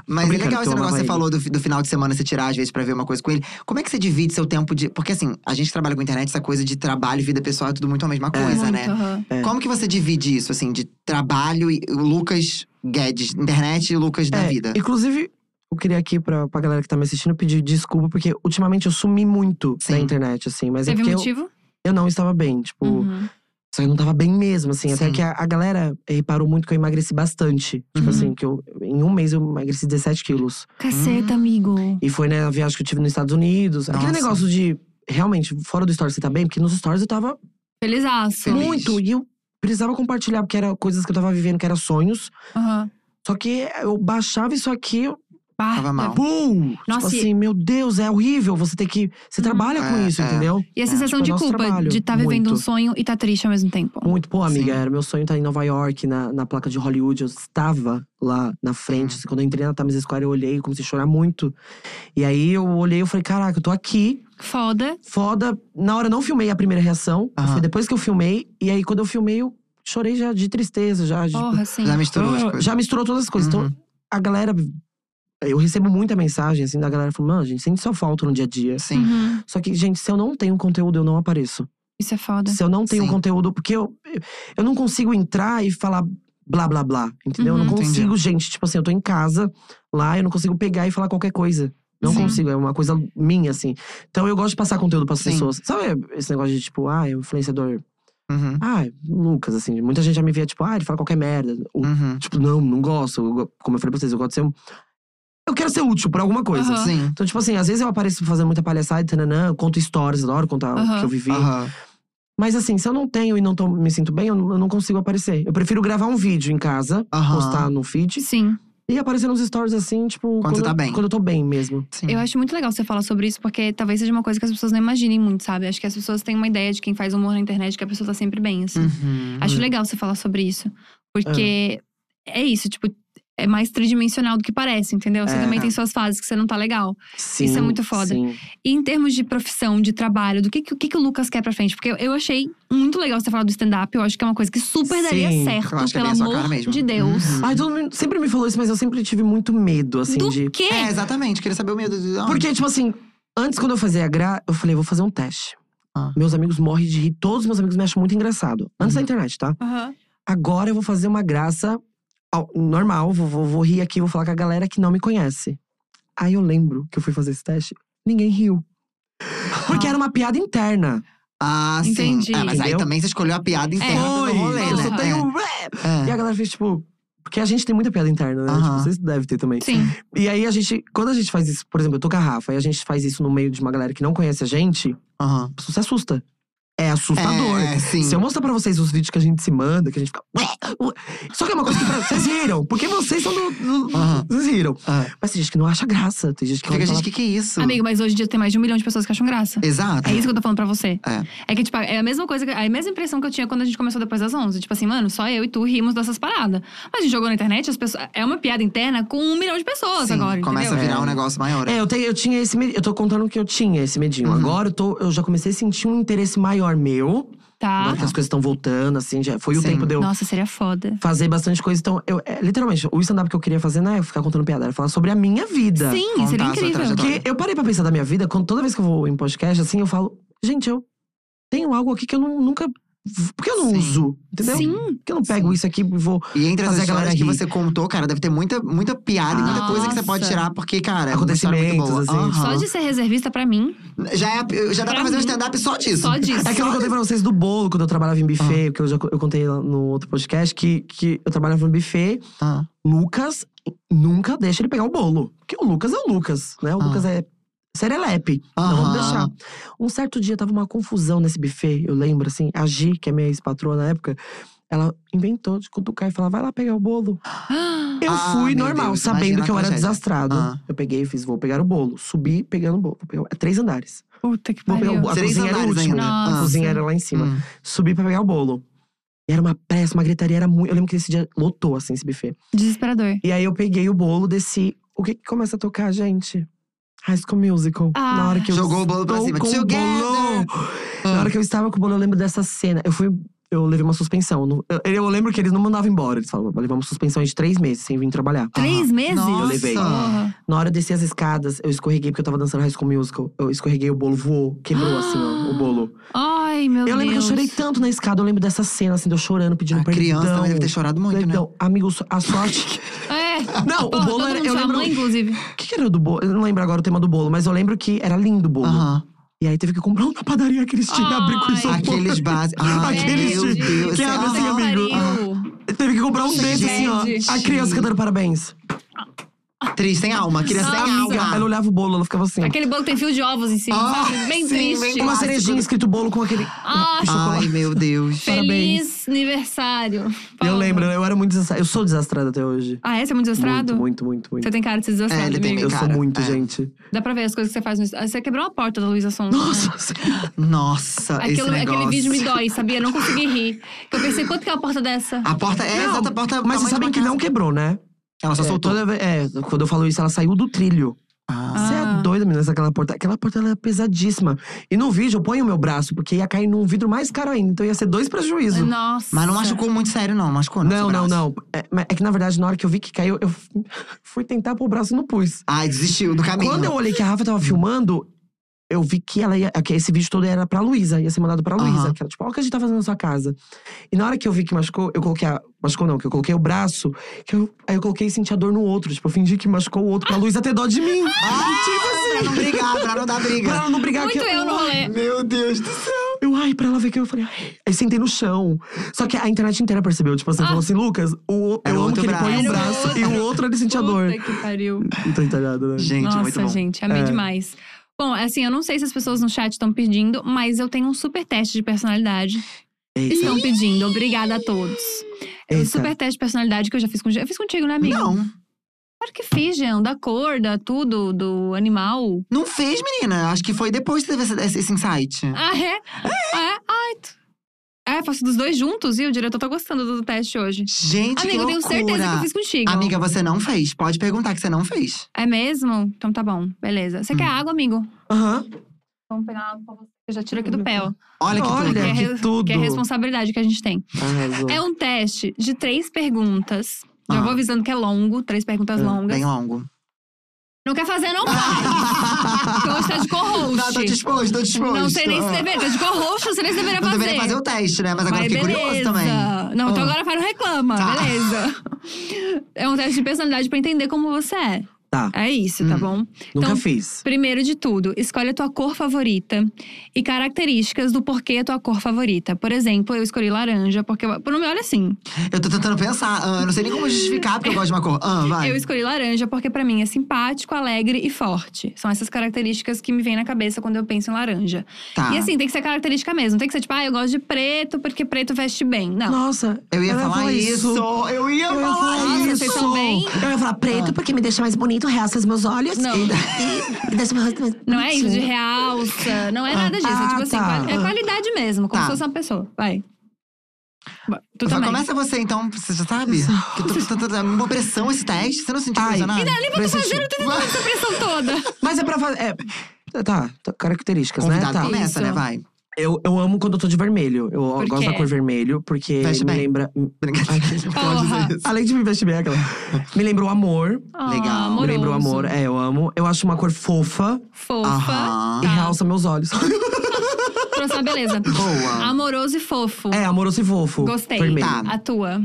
Speaker 2: Mas
Speaker 3: Tô
Speaker 2: é
Speaker 3: brincando,
Speaker 2: legal
Speaker 3: que
Speaker 2: esse negócio
Speaker 3: eu amava
Speaker 2: que você
Speaker 3: ele.
Speaker 2: falou do, fi- do final de semana você tirar às vezes pra ver uma coisa com ele. Como é que você divide seu tempo de. Porque assim, a gente trabalha com internet, essa coisa de trabalho e vida pessoal é tudo muito a mesma coisa,
Speaker 1: Muito,
Speaker 2: né?
Speaker 1: aham.
Speaker 3: É.
Speaker 2: Como que você divide isso, assim, de trabalho e o Lucas Guedes, internet e Lucas [LAUGHS] da
Speaker 3: É,
Speaker 2: vida?
Speaker 3: Inclusive, eu queria aqui pra, pra galera que tá me assistindo pedir desculpa, porque ultimamente eu sumi muito
Speaker 2: Sim.
Speaker 3: na internet, assim. Mas é
Speaker 1: Teve um
Speaker 3: porque eu,
Speaker 1: motivo?
Speaker 3: eu não estava bem, tipo…
Speaker 1: Uhum.
Speaker 3: Só que eu não tava bem mesmo, assim. Até
Speaker 2: Sim.
Speaker 3: que a, a galera eh, reparou muito que eu emagreci bastante.
Speaker 2: Uhum.
Speaker 3: Tipo assim, que eu, em um mês eu emagreci 17 quilos. Hum.
Speaker 1: Caceta, amigo.
Speaker 3: E foi na viagem que eu tive nos Estados Unidos. Aquele
Speaker 2: Nossa.
Speaker 3: negócio de, realmente, fora do stories você tá bem? Porque nos stories eu tava
Speaker 1: Feliz aço.
Speaker 2: Feliz.
Speaker 3: muito. E eu precisava compartilhar, porque eram coisas que eu tava vivendo, que eram sonhos. Só que eu baixava isso aqui, eu-
Speaker 2: Tava mal.
Speaker 3: pum!
Speaker 1: Nossa,
Speaker 3: tipo
Speaker 1: e-
Speaker 3: assim, meu Deus, é horrível você ter que… Você trabalha com
Speaker 2: É,
Speaker 3: isso,
Speaker 2: é.
Speaker 3: entendeu?
Speaker 1: E a
Speaker 3: É,
Speaker 1: sensação
Speaker 3: tipo, é
Speaker 1: de
Speaker 3: nosso
Speaker 1: culpa
Speaker 3: trabalho,
Speaker 1: de estar vivendo um
Speaker 3: muito. Hum.
Speaker 1: sonho e tá triste ao mesmo tempo.
Speaker 3: Muito. Pô, amiga,
Speaker 2: Sim.
Speaker 3: era meu sonho estar em Nova York, na, na placa de Hollywood. Eu estava lá na frente.
Speaker 2: Uhum.
Speaker 3: Assim, Quando eu entrei na Times Square, eu olhei e comecei a chorar muito. E aí eu olhei e falei: caraca, eu tô aqui,
Speaker 1: Foda.
Speaker 3: foda. Na hora eu não filmei a primeira reação.
Speaker 2: Aham.
Speaker 3: Foi depois que eu filmei. E aí quando eu filmei, eu chorei já de tristeza, já. de-
Speaker 2: Tipo,
Speaker 1: Porra, assim.
Speaker 2: Já misturou Oh. as
Speaker 3: Ah,
Speaker 2: coisas.
Speaker 3: já misturou todas as coisas.
Speaker 2: Uhum.
Speaker 3: Então, a galera. Eu recebo muita mensagem, assim, da galera falando: mano, gente, sente sua falta no dia a dia.
Speaker 2: Sim.
Speaker 1: Uhum.
Speaker 3: Só que, gente, se eu não tenho conteúdo, eu não apareço.
Speaker 1: Isso é foda.
Speaker 3: Se eu não tenho
Speaker 2: Sim.
Speaker 3: conteúdo, porque eu, eu não consigo entrar e falar blá blá blá, entendeu? eu
Speaker 1: Uhum.
Speaker 3: não
Speaker 2: Entendi.
Speaker 3: consigo, gente. Tipo assim, eu tô em casa, lá, eu não consigo pegar e falar qualquer coisa. Não
Speaker 1: Sim.
Speaker 3: consigo, é uma coisa minha, assim. Então eu gosto de passar conteúdo pras
Speaker 2: Sim.
Speaker 3: pessoas. Sabe esse negócio de tipo, ah, é um influenciador.
Speaker 2: Uhum.
Speaker 3: Ah, é Lucas, assim. Muita gente já me via, tipo, ah, ele fala qualquer merda. Ou,
Speaker 2: Uhum.
Speaker 3: tipo, não, não gosto. Eu go- como eu falei pra vocês, eu gosto de ser um. Eu quero ser útil pra alguma coisa.
Speaker 1: Aham.
Speaker 2: Sim.
Speaker 3: Então, tipo assim, às vezes eu apareço fazendo muita palhaçada, tananã, eu conto histórias, adoro contar o
Speaker 1: Aham.
Speaker 3: que eu vivi.
Speaker 2: Aham.
Speaker 3: Mas assim, se eu não tenho e não tô- me sinto bem, eu, não- eu não consigo aparecer. Eu prefiro gravar um vídeo em casa,
Speaker 2: Aham.
Speaker 3: postar no feed
Speaker 1: Sim.
Speaker 3: e aparecer nos stories assim, tipo. Quando,
Speaker 2: você tá
Speaker 3: eu-
Speaker 2: bem.
Speaker 3: Quando eu tô bem mesmo.
Speaker 2: Sim.
Speaker 1: Eu acho muito legal você falar sobre isso, porque talvez seja uma coisa que as pessoas não imaginem muito, sabe? Acho que as pessoas têm uma ideia de quem faz humor na internet que a pessoa tá sempre bem, assim.
Speaker 2: Uhum.
Speaker 1: Acho legal você falar sobre isso. Porque é isso, tipo, é mais tridimensional do que parece, entendeu? Você
Speaker 3: É.
Speaker 1: também tem suas fases que você não tá legal.
Speaker 3: Sim,
Speaker 1: é muito foda.
Speaker 2: Uhum.
Speaker 3: Sim.
Speaker 1: E em termos de profissão, de trabalho, do que, que, o que que o Lucas quer pra frente? Porque eu, eu achei muito legal você falar do stand-up. Eu acho que é uma coisa que super daria
Speaker 3: Sim,
Speaker 1: certo,
Speaker 2: eu acho que é
Speaker 1: pelo
Speaker 2: bem a sua cara
Speaker 1: amor
Speaker 2: mesmo.
Speaker 1: de Deus.
Speaker 2: Uhum.
Speaker 3: Ai, todo mundo sempre me falou isso, mas eu sempre tive muito medo, assim,
Speaker 1: Do
Speaker 3: de.
Speaker 1: quê?
Speaker 2: É, exatamente. Queria saber o medo de. onde.
Speaker 3: Porque, tipo assim, antes quando eu fazia gra, eu falei, vou fazer um teste.
Speaker 2: Ah.
Speaker 3: Meus amigos morrem de rir, todos meus amigos me acham muito engraçado. Antes da
Speaker 2: Uhum.
Speaker 3: internet, tá?
Speaker 1: Aham.
Speaker 3: Agora eu vou fazer uma graça ao- normal, vou, vou, vou rir aqui, vou falar com a galera que não me conhece. Aí eu lembro que eu fui fazer esse teste, ninguém riu. Porque era uma piada interna.
Speaker 2: Ah, sim.
Speaker 1: Entendi. É.
Speaker 2: Ah, mas aí
Speaker 3: Entendeu?
Speaker 2: também você escolheu a piada interna do rolê,
Speaker 3: eu
Speaker 2: né?
Speaker 3: só tenho.
Speaker 2: É.
Speaker 3: E a galera fez tipo. Porque a gente tem muita piada interna, né?
Speaker 2: Aham.
Speaker 3: Tipo, vocês devem ter também.
Speaker 1: Sim.
Speaker 3: E aí a gente. Quando a gente faz isso, por exemplo, eu tô com a Rafa, e a gente faz isso no meio de uma galera que não conhece a gente,
Speaker 2: É. Aham.
Speaker 3: a pessoa se assusta. É assustador.
Speaker 2: É, sim.
Speaker 3: Se eu mostrar pra vocês os vídeos que a gente se manda, que a gente fica. "Ué, ué". Só que é uma coisa que pra... vocês riram. Porque vocês são do. do-
Speaker 2: Aham.
Speaker 3: Vocês riram.
Speaker 2: Ah.
Speaker 3: Mas tem gente que não acha graça. Tem gente que
Speaker 2: Fica,
Speaker 3: olha e
Speaker 2: gente,
Speaker 3: fala,
Speaker 2: o que, que é isso?
Speaker 1: Amigo, mas hoje em dia tem mais de um milhão de pessoas que acham graça.
Speaker 2: Exato.
Speaker 1: É isso que eu tô falando pra você.
Speaker 2: É.
Speaker 1: É que, tipo, é a mesma coisa, que- é a mesma impressão que eu tinha quando a gente começou depois das 11. Tipo assim, mano, só eu e tu rimos dessas paradas. Mas a gente jogou na internet, as pessoas. É uma piada interna com um milhão de pessoas
Speaker 2: Sim,
Speaker 1: agora.
Speaker 2: Começa
Speaker 1: entendeu?
Speaker 2: a virar um negócio maior.
Speaker 3: É, eu, tenho, eu tinha
Speaker 2: Uhum.
Speaker 3: esse medinho. Eu tô contando que eu tinha esse medinho. Agora eu, tô, eu já comecei a sentir um interesse maior meu.
Speaker 1: Tá.
Speaker 3: Agora que as coisas estão voltando, assim, já foi o
Speaker 2: Sim.
Speaker 3: tempo de eu
Speaker 1: Nossa, seria foda.
Speaker 3: fazer bastante coisa. Então, eu, é, literalmente, o stand-up que eu queria fazer não é ficar contando piada, era falar sobre a minha vida.
Speaker 1: Sim,
Speaker 2: Contar
Speaker 1: seria
Speaker 2: a sua
Speaker 1: incrível.
Speaker 2: trajetória.
Speaker 3: Porque eu parei pra pensar da minha vida, quando, toda vez que eu vou em podcast, assim, eu falo, gente, eu tenho algo aqui que eu não- nunca. Por que eu não
Speaker 2: Sim. É
Speaker 3: uso? Entendeu?
Speaker 1: Sim.
Speaker 3: Por que eu não pego isso aqui e vou.
Speaker 2: E entre as
Speaker 3: Fazer a galera
Speaker 2: histórias que
Speaker 3: rir.
Speaker 2: você contou, cara, deve ter muita, muita piada e muita coisa que você pode
Speaker 1: Nossa.
Speaker 2: tirar, porque, cara, é uma história muito boa.
Speaker 3: Acontecimentos, assim,
Speaker 2: Aham.
Speaker 1: Só de ser reservista pra mim,
Speaker 2: Já, é, já dá pra
Speaker 1: Pra
Speaker 2: fazer um
Speaker 1: mim,
Speaker 2: stand-up só disso.
Speaker 1: só disso.
Speaker 3: É aquilo que eu contei pra vocês do bolo, quando eu trabalhava em buffet, que eu já co- eu contei lá no outro podcast, que, que eu trabalhava no buffet
Speaker 2: Ah.
Speaker 3: Lucas nunca deixa ele pegar o bolo. Porque o Lucas é o Lucas, né? O
Speaker 2: Ah.
Speaker 3: Lucas é serelepe. Não
Speaker 2: Aham.
Speaker 3: vamos deixar. Um certo dia tava uma confusão nesse buffet, eu lembro, assim. A Gi, que é minha ex-patroa na época, ela inventou de cutucar e falar: vai lá pegar o bolo. Eu
Speaker 2: Ah,
Speaker 3: fui
Speaker 2: meu
Speaker 3: normal,
Speaker 2: Deus, imagina
Speaker 3: sabendo
Speaker 2: a
Speaker 3: que eu era
Speaker 2: tragédia.
Speaker 3: desastrado.
Speaker 2: Ah.
Speaker 3: Eu peguei e fiz: vou pegar o bolo. Subi pegando o bolo. Vou pegar- é três andares.
Speaker 1: [GASPS] Puta que
Speaker 3: Vou pegar o
Speaker 1: pariu.
Speaker 3: bolo. A
Speaker 2: Três
Speaker 3: cozinha era o
Speaker 2: andares
Speaker 3: último.
Speaker 2: ainda.
Speaker 3: A
Speaker 1: Nossa.
Speaker 3: cozinha era lá em cima.
Speaker 2: Ah, Hum.
Speaker 3: Subi pra pegar o bolo. E era uma pressa, uma gritaria, era muito. Eu lembro que esse dia lotou, assim, esse buffet.
Speaker 1: Desesperador.
Speaker 3: E aí eu peguei o bolo, desci. O que que começa a tocar, gente? High School Musical.
Speaker 1: Ah.
Speaker 3: Na hora que eu
Speaker 2: Jogou o bolo pra
Speaker 3: estou
Speaker 2: cima.
Speaker 3: com o
Speaker 2: Together! Ah.
Speaker 3: bolo. Na hora que eu estava com o bolo, eu lembro dessa cena. Eu fui… Eu levei uma suspensão. No- Eu, eu lembro que eles não mandavam embora. Eles falavam, vai levar uma suspensão de três meses sem vir trabalhar.
Speaker 1: Três meses?
Speaker 2: Nossa.
Speaker 3: Eu levei.
Speaker 1: Porra.
Speaker 3: Na hora eu desci as escadas, eu escorreguei. Porque eu tava dançando High School Musical. Eu escorreguei, o bolo voou. Quebrou,
Speaker 2: [GASPS]
Speaker 3: assim, ó, o bolo.
Speaker 1: Ai, meu Deus.
Speaker 3: eu lembro que eu chorei tanto na escada. Eu lembro dessa cena, assim, de eu chorando, pedindo
Speaker 2: A
Speaker 3: perdão.
Speaker 2: criança também deve ter chorado muito, né?
Speaker 3: Perdão. Amigo, so-
Speaker 2: [LAUGHS]
Speaker 3: a sorte…
Speaker 1: É.
Speaker 3: Não,
Speaker 1: Porra,
Speaker 3: o bolo
Speaker 1: todo
Speaker 3: era…
Speaker 1: mundo
Speaker 3: Eu
Speaker 1: sua
Speaker 3: lembro…
Speaker 1: mãe, inclusive.
Speaker 3: O que, que era do bolo? Eu não lembro agora o tema do bolo, mas eu lembro que era lindo o bolo.
Speaker 2: Aham.
Speaker 3: E aí teve que comprar uma padaria que eles tinham
Speaker 1: Ai.
Speaker 3: abrir com isso. um
Speaker 2: Aqueles
Speaker 3: [LAUGHS]
Speaker 2: bases. Ah,
Speaker 3: Aqueles
Speaker 2: meu
Speaker 3: de-
Speaker 2: Deus.
Speaker 3: que
Speaker 2: Você-
Speaker 3: abre assim,
Speaker 2: Ah.
Speaker 1: Puta que
Speaker 3: amigo.
Speaker 1: pariu.
Speaker 3: Teve que comprar um
Speaker 1: Nossa,
Speaker 3: desse, assim, ó.
Speaker 1: gente.
Speaker 3: A criança cantando parabéns.
Speaker 2: Atriz sem alma, queria sem
Speaker 1: Amiga,
Speaker 2: alma.
Speaker 3: Ela olhava o bolo, ela ficava assim.
Speaker 1: Aquele bolo que tem fio de ovos em cima,
Speaker 2: Ah,
Speaker 1: sabe? Bem
Speaker 2: sim, bem
Speaker 1: triste.
Speaker 3: Uma
Speaker 2: clássico.
Speaker 3: cerejinha escrito bolo com aquele.
Speaker 1: Ah,
Speaker 2: Ai, meu Deus.
Speaker 1: feliz aniversário.
Speaker 3: eu
Speaker 1: Paulo.
Speaker 3: lembro, eu era muito desastrado. Eu sou desastrado até hoje.
Speaker 1: Ah, é? Você é muito desastrado?
Speaker 3: Muito, muito, muito, muito.
Speaker 1: Você tá tem cara de ser desastrado,
Speaker 2: É, ele tem
Speaker 1: amigo.
Speaker 3: Eu
Speaker 2: cara,
Speaker 3: sou muito,
Speaker 2: é.
Speaker 3: gente.
Speaker 1: Dá pra ver as coisas que você faz. No... Ah, Você quebrou a porta da Luísa Sonza. né?
Speaker 3: Nossa, você-
Speaker 2: Nossa, esse
Speaker 1: Aquilo,
Speaker 2: negócio.
Speaker 1: aquele vídeo me dói, sabia? Eu não consegui rir. Que eu pensei, quanto que é uma porta dessa?
Speaker 2: A porta é
Speaker 3: Não,
Speaker 2: exata, a porta.
Speaker 3: Mas
Speaker 2: tamanho
Speaker 3: vocês
Speaker 2: de
Speaker 3: sabem
Speaker 2: uma
Speaker 3: que
Speaker 2: casa.
Speaker 3: não quebrou, né?
Speaker 2: Ela só
Speaker 3: É,
Speaker 2: soltou.
Speaker 3: toda vez- é, quando eu falo isso, ela saiu do trilho.
Speaker 2: Ah.
Speaker 3: Você
Speaker 1: Ah.
Speaker 3: é doida, menina, aquela porta. Aquela porta ela é pesadíssima. E no vídeo eu ponho o meu braço, porque ia cair num vidro mais caro ainda. Então ia ser dois prejuízos.
Speaker 1: Nossa.
Speaker 2: Mas não machucou muito sério, não. Machucou, não.
Speaker 3: Não,
Speaker 2: seu braço.
Speaker 3: não, não. É, mas é que na verdade, na hora que eu vi que caiu, eu [LAUGHS] f- fui tentar pôr o braço e não pus.
Speaker 2: Ai, desistiu do caminho.
Speaker 3: Quando eu olhei que a Rafa tava filmando, eu vi que ela ia. é Que esse vídeo todo era pra Luísa, ia ser mandado pra Luísa.
Speaker 2: Aham.
Speaker 3: Que era tipo, olha o que a gente tá fazendo na sua casa. E na hora que eu vi que machucou, eu coloquei a. Machucou não, que eu coloquei o braço, que eu, aí eu coloquei e senti a dor no outro. Tipo, eu fingi que machucou o outro pra Luísa ter dó de mim.
Speaker 2: Ah, pra não brigar, pra não dar
Speaker 3: Pra
Speaker 2: briga.
Speaker 3: ela não brigar
Speaker 1: Muito
Speaker 3: que
Speaker 1: eu no rolê.
Speaker 2: Meu Deus do céu.
Speaker 3: Eu, ai, pra ela ver que eu falei, ai. Aí sentei no chão. Só que a internet inteira percebeu. Tipo assim,
Speaker 1: Ah.
Speaker 3: falou assim, Lucas, o,
Speaker 2: Era
Speaker 3: eu
Speaker 2: o
Speaker 3: amo
Speaker 2: outro
Speaker 3: que ele põe um
Speaker 1: braço.
Speaker 3: braço e o outro ele sente a dor.
Speaker 1: Puta que pariu.
Speaker 3: Não tô entendendo, né?
Speaker 2: Gente,
Speaker 1: Nossa,
Speaker 2: muito bom. É.
Speaker 1: gente, amei demais. Bom, assim, eu não sei se as pessoas no chat estão pedindo, mas eu tenho um super teste de personalidade.
Speaker 3: Eita.
Speaker 1: Estão pedindo, obrigada a todos. É O
Speaker 3: Eita.
Speaker 1: super teste de personalidade que eu já fiz contigo. Eu fiz contigo, né, amigo?
Speaker 2: Não,
Speaker 1: Claro que fiz, Jean, da cor, da tudo, do animal.
Speaker 2: não fez, menina. Acho que foi depois que teve esse, esse- esse insight.
Speaker 1: Ah, é? É? Ai, tu- É, faço dos dois juntos, e o diretor tá gostando do teste hoje.
Speaker 2: Gente,
Speaker 1: Amigo,
Speaker 2: que
Speaker 1: eu tenho
Speaker 2: loucura.
Speaker 1: certeza que eu fiz contigo.
Speaker 2: Amiga, você não fez. Pode perguntar que você não fez.
Speaker 1: É mesmo? Então tá bom, beleza. Você quer
Speaker 2: Hum.
Speaker 1: água, amigo?
Speaker 3: Aham.
Speaker 1: Vamos pegar uma água pra você. Eu já tiro
Speaker 2: Hum.
Speaker 1: aqui do pé, ó.
Speaker 2: Olha que
Speaker 3: Olha.
Speaker 2: tudo.
Speaker 1: que, é
Speaker 3: que tudo.
Speaker 1: que é a responsabilidade que a gente tem.
Speaker 3: Arrasou.
Speaker 1: É um teste de três perguntas. Já
Speaker 2: Ah.
Speaker 1: vou avisando que é longo, três perguntas
Speaker 3: É,
Speaker 1: longas.
Speaker 2: Bem longo.
Speaker 1: Não quer fazer, não faz. Porque hoje tá de
Speaker 2: um- [LAUGHS] Não, tô
Speaker 1: co-host.
Speaker 2: disposto, tô disposto.
Speaker 1: Não sei nem se deveria. Tá de co-host, não sei nem se deveria
Speaker 2: Não
Speaker 1: fazer.
Speaker 2: deveria fazer o teste, né? Mas agora
Speaker 1: Mas
Speaker 2: fiquei
Speaker 1: beleza.
Speaker 2: curioso também.
Speaker 1: Não, então
Speaker 2: Ah.
Speaker 1: agora faz não reclama,
Speaker 2: Tá.
Speaker 1: beleza. É um teste de personalidade pra entender como você é.
Speaker 3: Tá.
Speaker 1: É isso, tá
Speaker 2: Hum.
Speaker 1: bom?
Speaker 3: Nunca
Speaker 1: então-
Speaker 3: fiz.
Speaker 1: Primeiro de tudo, escolhe a tua cor favorita e características do porquê a tua cor favorita. Por exemplo, eu escolhi laranja, porque. eu- Não me olha assim.
Speaker 2: Eu tô tentando pensar. Ah, eu não sei nem como justificar, porque eu gosto de uma cor. Ah, vai.
Speaker 1: Eu escolhi laranja porque pra mim é simpático, alegre e forte. São essas características que me vêm na cabeça quando eu penso em laranja.
Speaker 2: Tá.
Speaker 1: E assim, tem que ser característica mesmo. Não tem que ser tipo, ah, eu gosto de preto porque preto veste bem. Não.
Speaker 3: Nossa.
Speaker 2: eu ia
Speaker 3: ela
Speaker 2: falar isso. Eu ia
Speaker 3: Eu ia
Speaker 2: falar
Speaker 3: falar
Speaker 1: Nossa,
Speaker 2: isso.
Speaker 1: vocês são bem-
Speaker 3: isso. Eu ia falar preto porque me deixa mais bonito, realça os meus olhos.
Speaker 1: Não.
Speaker 3: E, e, e deixa meu rosto mais
Speaker 1: Não é isso de
Speaker 3: bonitinho.
Speaker 1: realça, não é nada disso. é
Speaker 3: Ah,
Speaker 1: tipo assim,
Speaker 3: tá.
Speaker 1: quali- é qualidade mesmo, como
Speaker 2: Tá.
Speaker 1: se fosse uma pessoa. Vai. Vai, Tu
Speaker 2: Vai,
Speaker 1: também.
Speaker 2: começa você então, você já sabe? Que eu tô tentando. É uma pressão esse teste. Você não sentiu
Speaker 3: Ai,
Speaker 2: pressionado?
Speaker 1: Ali pra tu
Speaker 3: Vai
Speaker 1: fazer, eu tô tentando essa pressão toda.
Speaker 3: Mas é pra fazer. É. Tá, tá, características, né?
Speaker 2: Convidado
Speaker 3: Tá.
Speaker 2: começa,
Speaker 1: Isso.
Speaker 2: né? Vai.
Speaker 3: Eu, eu amo quando eu tô de vermelho. Eu
Speaker 1: Por
Speaker 3: gosto
Speaker 1: quê?
Speaker 3: da cor vermelho, porque
Speaker 2: Veste
Speaker 3: me
Speaker 2: bem.
Speaker 3: lembra.
Speaker 2: Brincadeira.
Speaker 1: Porra.
Speaker 2: Pode dizer isso.
Speaker 3: Além de me vestir bem, é aquela. me lembra o amor.
Speaker 1: Ah,
Speaker 2: Legal.
Speaker 1: amoroso.
Speaker 3: Me lembra o amor. É, eu amo. Eu acho uma cor fofa
Speaker 1: Fofa.
Speaker 2: Aham.
Speaker 3: e
Speaker 1: Tá.
Speaker 3: realça meus
Speaker 1: [LAUGHS]
Speaker 3: olhos.
Speaker 1: Trouxe uma beleza.
Speaker 2: Boa.
Speaker 1: Amoroso e fofo.
Speaker 3: é, amoroso e fofo.
Speaker 1: Gostei.
Speaker 3: Vermelho.
Speaker 2: Tá.
Speaker 1: A tua.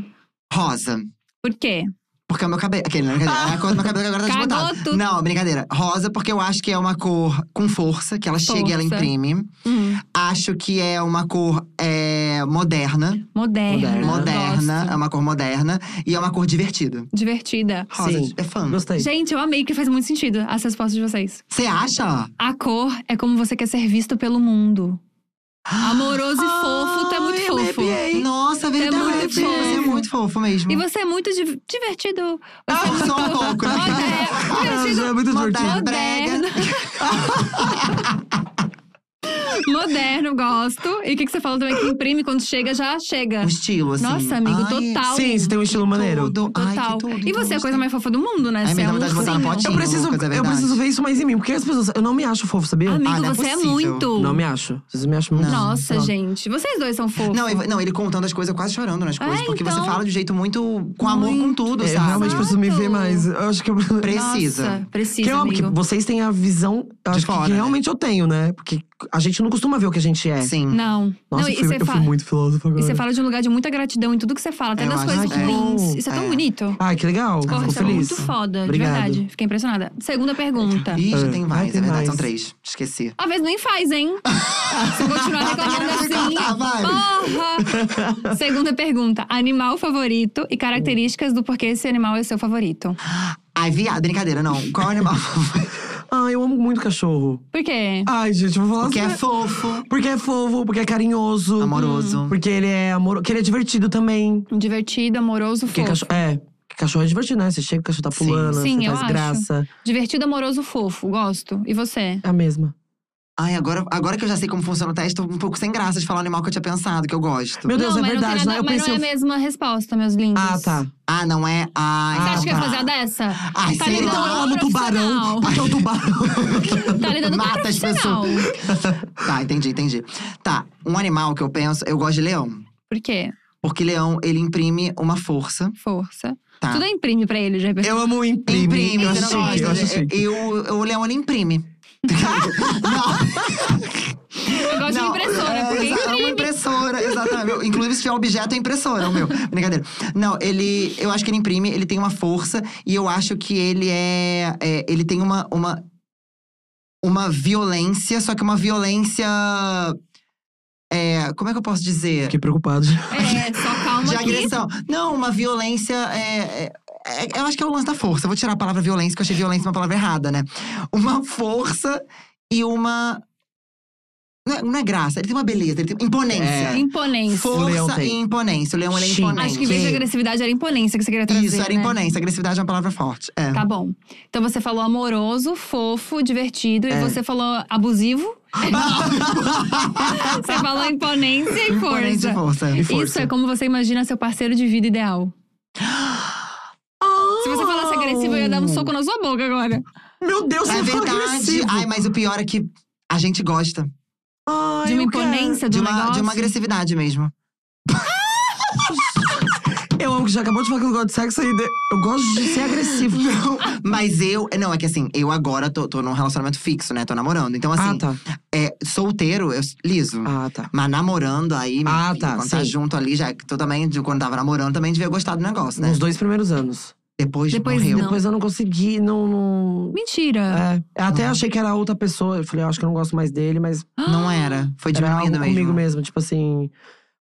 Speaker 2: Rosa.
Speaker 1: Por quê?
Speaker 2: Porque é o meu cabelo. Aquele, não é brincadeira. É a cor do meu cabelo que agora tá
Speaker 1: Ah. Cagou
Speaker 2: desbotada.
Speaker 1: tudo.
Speaker 2: Não, brincadeira. Rosa, porque eu acho que é uma cor com força, que ela chega e ela
Speaker 1: Força.
Speaker 2: imprime.
Speaker 1: Hum,
Speaker 2: Acho que é uma cor é, moderna.
Speaker 1: moderna.
Speaker 3: Moderna.
Speaker 2: Moderna.
Speaker 1: Gosto.
Speaker 2: É uma cor moderna. E é uma cor divertida.
Speaker 1: Divertida.
Speaker 2: Rosa,
Speaker 3: Sim.
Speaker 2: é fã.
Speaker 3: Gostei.
Speaker 1: Gente, eu amei que faz muito sentido as respostas de vocês.
Speaker 2: Você acha?
Speaker 1: A cor é como você quer ser visto pelo mundo. Amoroso e fofo, tu é muito
Speaker 3: Ai, eu
Speaker 1: fofo.
Speaker 3: arrepiei.
Speaker 2: Nossa, verdade.
Speaker 1: muito
Speaker 2: você é
Speaker 1: fofo.
Speaker 2: muito fofo mesmo.
Speaker 1: E você é muito di- divertido. é
Speaker 2: Ah, só um pouco, né?
Speaker 1: Moderno.
Speaker 3: Ah, já é
Speaker 1: Divertido.
Speaker 3: muito
Speaker 2: Moderno.
Speaker 3: divertido.
Speaker 1: Moderno. [LAUGHS] Moderno, gosto. E o que, que você falou também que imprime quando chega, já chega.
Speaker 2: Um estilo, assim.
Speaker 1: é. Nossa, amigo,
Speaker 2: Ai,
Speaker 1: total.
Speaker 3: Sim, você tem um estilo maneiro.
Speaker 2: Tudo. Ai,
Speaker 1: Total.
Speaker 2: que tudo,
Speaker 1: e
Speaker 2: então,
Speaker 1: você é a coisa
Speaker 2: gostei.
Speaker 1: mais fofa do mundo, né?
Speaker 2: Ai,
Speaker 1: Você
Speaker 2: me
Speaker 1: é
Speaker 2: dá
Speaker 1: um
Speaker 2: vontade de botar na
Speaker 1: ursinho.
Speaker 2: tá potinha.
Speaker 3: Eu preciso,
Speaker 2: Lucas, é
Speaker 3: eu
Speaker 2: verdade.
Speaker 3: preciso ver isso mais em mim, porque as pessoas. Eu não me acho fofo, sabia?
Speaker 1: Amigo,
Speaker 2: Ah, não é
Speaker 1: você é,
Speaker 2: possível.
Speaker 1: muito.
Speaker 3: Não me acho. Vocês me acham muito.
Speaker 1: Nossa,
Speaker 3: Não.
Speaker 1: gente. Vocês dois são fofos.
Speaker 2: Não, e- não, ele contando as coisas, eu quase chorando nas coisas. porque
Speaker 1: então.
Speaker 2: você fala de um jeito muito. com amor, com tudo,
Speaker 3: É, eu
Speaker 2: sabe?
Speaker 3: realmente preciso me ver mais. Eu acho que eu.
Speaker 2: Precisa.
Speaker 1: Nossa, precisa,
Speaker 3: Que eu- é que
Speaker 1: amigo.
Speaker 3: vocês têm a visão eu acho que-
Speaker 2: fora,
Speaker 3: que
Speaker 2: né?
Speaker 3: realmente eu tenho, né? Porque a gente não costuma ver o que a gente é.
Speaker 2: Sim.
Speaker 1: Não. não,
Speaker 3: Nossa, eu,
Speaker 1: e
Speaker 3: fui,
Speaker 1: você
Speaker 3: eu fui
Speaker 1: fala.
Speaker 3: muito filósofo agora.
Speaker 1: E você fala de um lugar de muita gratidão em tudo que você fala, até
Speaker 2: Eu
Speaker 1: nas
Speaker 2: acho
Speaker 1: coisas
Speaker 2: que é.
Speaker 1: ruins. Isso é tão
Speaker 2: É.
Speaker 1: bonito.
Speaker 3: Ai, que legal.
Speaker 2: Porra,
Speaker 1: Porra,
Speaker 3: Fico
Speaker 1: isso é
Speaker 3: feliz.
Speaker 1: muito foda,
Speaker 3: Obrigado.
Speaker 1: de verdade. Fiquei impressionada. Segunda
Speaker 3: [LAUGHS]
Speaker 1: pergunta.
Speaker 2: Ih, já
Speaker 3: É.
Speaker 2: tem
Speaker 3: Ai,
Speaker 2: mais,
Speaker 3: tem
Speaker 2: é verdade,
Speaker 3: mais.
Speaker 2: são três. Esqueci.
Speaker 1: A vez nem faz, hein? Se
Speaker 3: [LAUGHS]
Speaker 1: continuar reclamando
Speaker 2: Tá querendo
Speaker 1: assim.
Speaker 2: me cortar, vai.
Speaker 1: Porra! Segunda pergunta. Animal favorito e características do porquê esse animal é seu favorito.
Speaker 2: Ai, viado, brincadeira, não. Qual
Speaker 3: [LAUGHS]
Speaker 2: animal favorito?
Speaker 3: Ai, eu amo muito cachorro.
Speaker 1: Por quê?
Speaker 3: Ai, gente, eu vou falar
Speaker 2: Porque é
Speaker 3: sério.
Speaker 2: fofo,
Speaker 1: Uhum.
Speaker 3: Porque é fofo, porque é carinhoso.
Speaker 2: amoroso.
Speaker 3: Porque ele é amoroso. Porque ele é divertido também.
Speaker 1: Divertido, amoroso,
Speaker 3: Porque
Speaker 1: fofo.
Speaker 3: cachorro. É. porque Cachorro é divertido, né? Você chega, o cachorro tá
Speaker 2: Sim.
Speaker 3: pulando,
Speaker 1: Sim,
Speaker 3: você
Speaker 1: eu
Speaker 3: faz
Speaker 1: acho.
Speaker 3: graça.
Speaker 1: Divertido, amoroso, fofo. Gosto. E você?
Speaker 3: É a mesma.
Speaker 2: Ai, agora, agora que eu já sei como funciona o teste, tô um pouco sem graça de falar o animal que eu tinha pensado, que eu gosto.
Speaker 3: Meu Deus,
Speaker 1: não,
Speaker 3: é
Speaker 1: mas
Speaker 3: verdade.
Speaker 1: não tem nada,
Speaker 3: né? Eu
Speaker 1: mas
Speaker 3: pensei.
Speaker 1: não é a mesma resposta, meus lindos.
Speaker 3: ah, tá.
Speaker 2: Ah, não é? Ai,
Speaker 1: Você acha
Speaker 2: tá.
Speaker 1: que eu ia fazer a dessa?
Speaker 2: Ai, sei
Speaker 1: ligando
Speaker 2: lá.
Speaker 1: com
Speaker 3: Então eu
Speaker 1: um
Speaker 3: amo tubarão.
Speaker 1: profissional.
Speaker 3: Porque o tubarão.
Speaker 1: Tá lidando com um
Speaker 2: Mata as
Speaker 1: profissional.
Speaker 2: Tá, entendi, entendi. Tá, um animal que eu penso, eu gosto de leão.
Speaker 1: Por quê?
Speaker 2: Porque leão, ele imprime uma força,
Speaker 1: Força.
Speaker 2: tá?
Speaker 1: Tudo é imprime pra ele, já percebi.
Speaker 3: Eu amo um imprime.
Speaker 2: Imprime,
Speaker 3: eu
Speaker 2: eu
Speaker 3: acho chique, eu acho
Speaker 2: gosto.
Speaker 3: chique.
Speaker 2: E o- o leão, ele imprime.
Speaker 1: [LAUGHS] Eu gosto
Speaker 2: Não,
Speaker 1: de impressora,
Speaker 2: é,
Speaker 1: porque
Speaker 2: exa- É uma
Speaker 1: imprime.
Speaker 2: impressora, exatamente. Eu, Inclusive, se tiver objeto, é impressora, o meu. [LAUGHS] Brincadeira. Não, ele… Eu acho que ele imprime, ele tem uma força. E eu acho que ele é… é, ele tem uma, uma… Uma violência, só que uma violência… É, como é que eu posso dizer?
Speaker 3: Fiquei preocupado.
Speaker 1: É, só calma
Speaker 2: De
Speaker 1: aqui.
Speaker 2: agressão. Não, uma violência. é, é, é, eu acho que é o lance da força. Eu vou tirar a palavra violência, porque eu achei violência uma palavra errada, né? Uma força e uma. Não é, não é graça, ele tem uma beleza, ele tem imponência.
Speaker 1: Imponência.
Speaker 3: O leão
Speaker 2: Força e
Speaker 3: tem.
Speaker 2: imponência. O leão ele é
Speaker 3: Chique.
Speaker 2: imponente.
Speaker 1: É. Acho que em vez de agressividade era imponência que você queria trazer.
Speaker 2: Isso, era
Speaker 1: né?
Speaker 2: imponência. Agressividade é uma palavra forte. É.
Speaker 1: Tá bom. Então você falou amoroso, fofo, divertido. E você falou abusivo. você falou imponência e
Speaker 2: Imponente e
Speaker 1: força.
Speaker 2: força.
Speaker 1: Isso é como você imagina seu parceiro de vida ideal. Se você falasse agressivo, eu ia
Speaker 2: Oh!
Speaker 1: dar um soco na sua boca agora.
Speaker 3: Meu Deus,
Speaker 2: É
Speaker 3: você foi
Speaker 2: verdade.
Speaker 3: agressivo.
Speaker 2: Ai, mas o pior é que a gente gosta
Speaker 3: Ai,
Speaker 1: De uma
Speaker 3: eu quero.
Speaker 1: imponência,
Speaker 2: de
Speaker 1: do
Speaker 2: uma,
Speaker 1: negócio.
Speaker 2: de uma agressividade mesmo.
Speaker 3: Eu amo que já acabou de falar que eu gosto de sexo e de- eu gosto de ser
Speaker 1: [LAUGHS]
Speaker 3: agressivo.
Speaker 2: Mas eu. Não, é que assim, eu agora tô, tô num relacionamento fixo, né? Tô namorando. Então, assim,
Speaker 3: ah, tá.
Speaker 2: é, solteiro, eu liso.
Speaker 3: Ah, tá.
Speaker 2: Mas namorando aí, meu
Speaker 3: Ah,
Speaker 2: filho,
Speaker 3: tá,
Speaker 2: quando tá
Speaker 3: sim.
Speaker 2: junto ali, já que tu também, de quando tava namorando, também devia gostar do negócio, né?
Speaker 3: Nos dois primeiros anos.
Speaker 2: Depois,
Speaker 1: Depois
Speaker 2: morreu.
Speaker 1: Não.
Speaker 3: Depois eu não consegui, não. não...
Speaker 1: Mentira.
Speaker 3: É. Eu Até achei que era outra pessoa. Eu falei, eu acho que eu não gosto mais dele, mas
Speaker 2: É, Não. era. Foi
Speaker 3: era algo
Speaker 2: diminuindo
Speaker 3: comigo
Speaker 2: mesmo.
Speaker 3: mesmo. Tipo assim.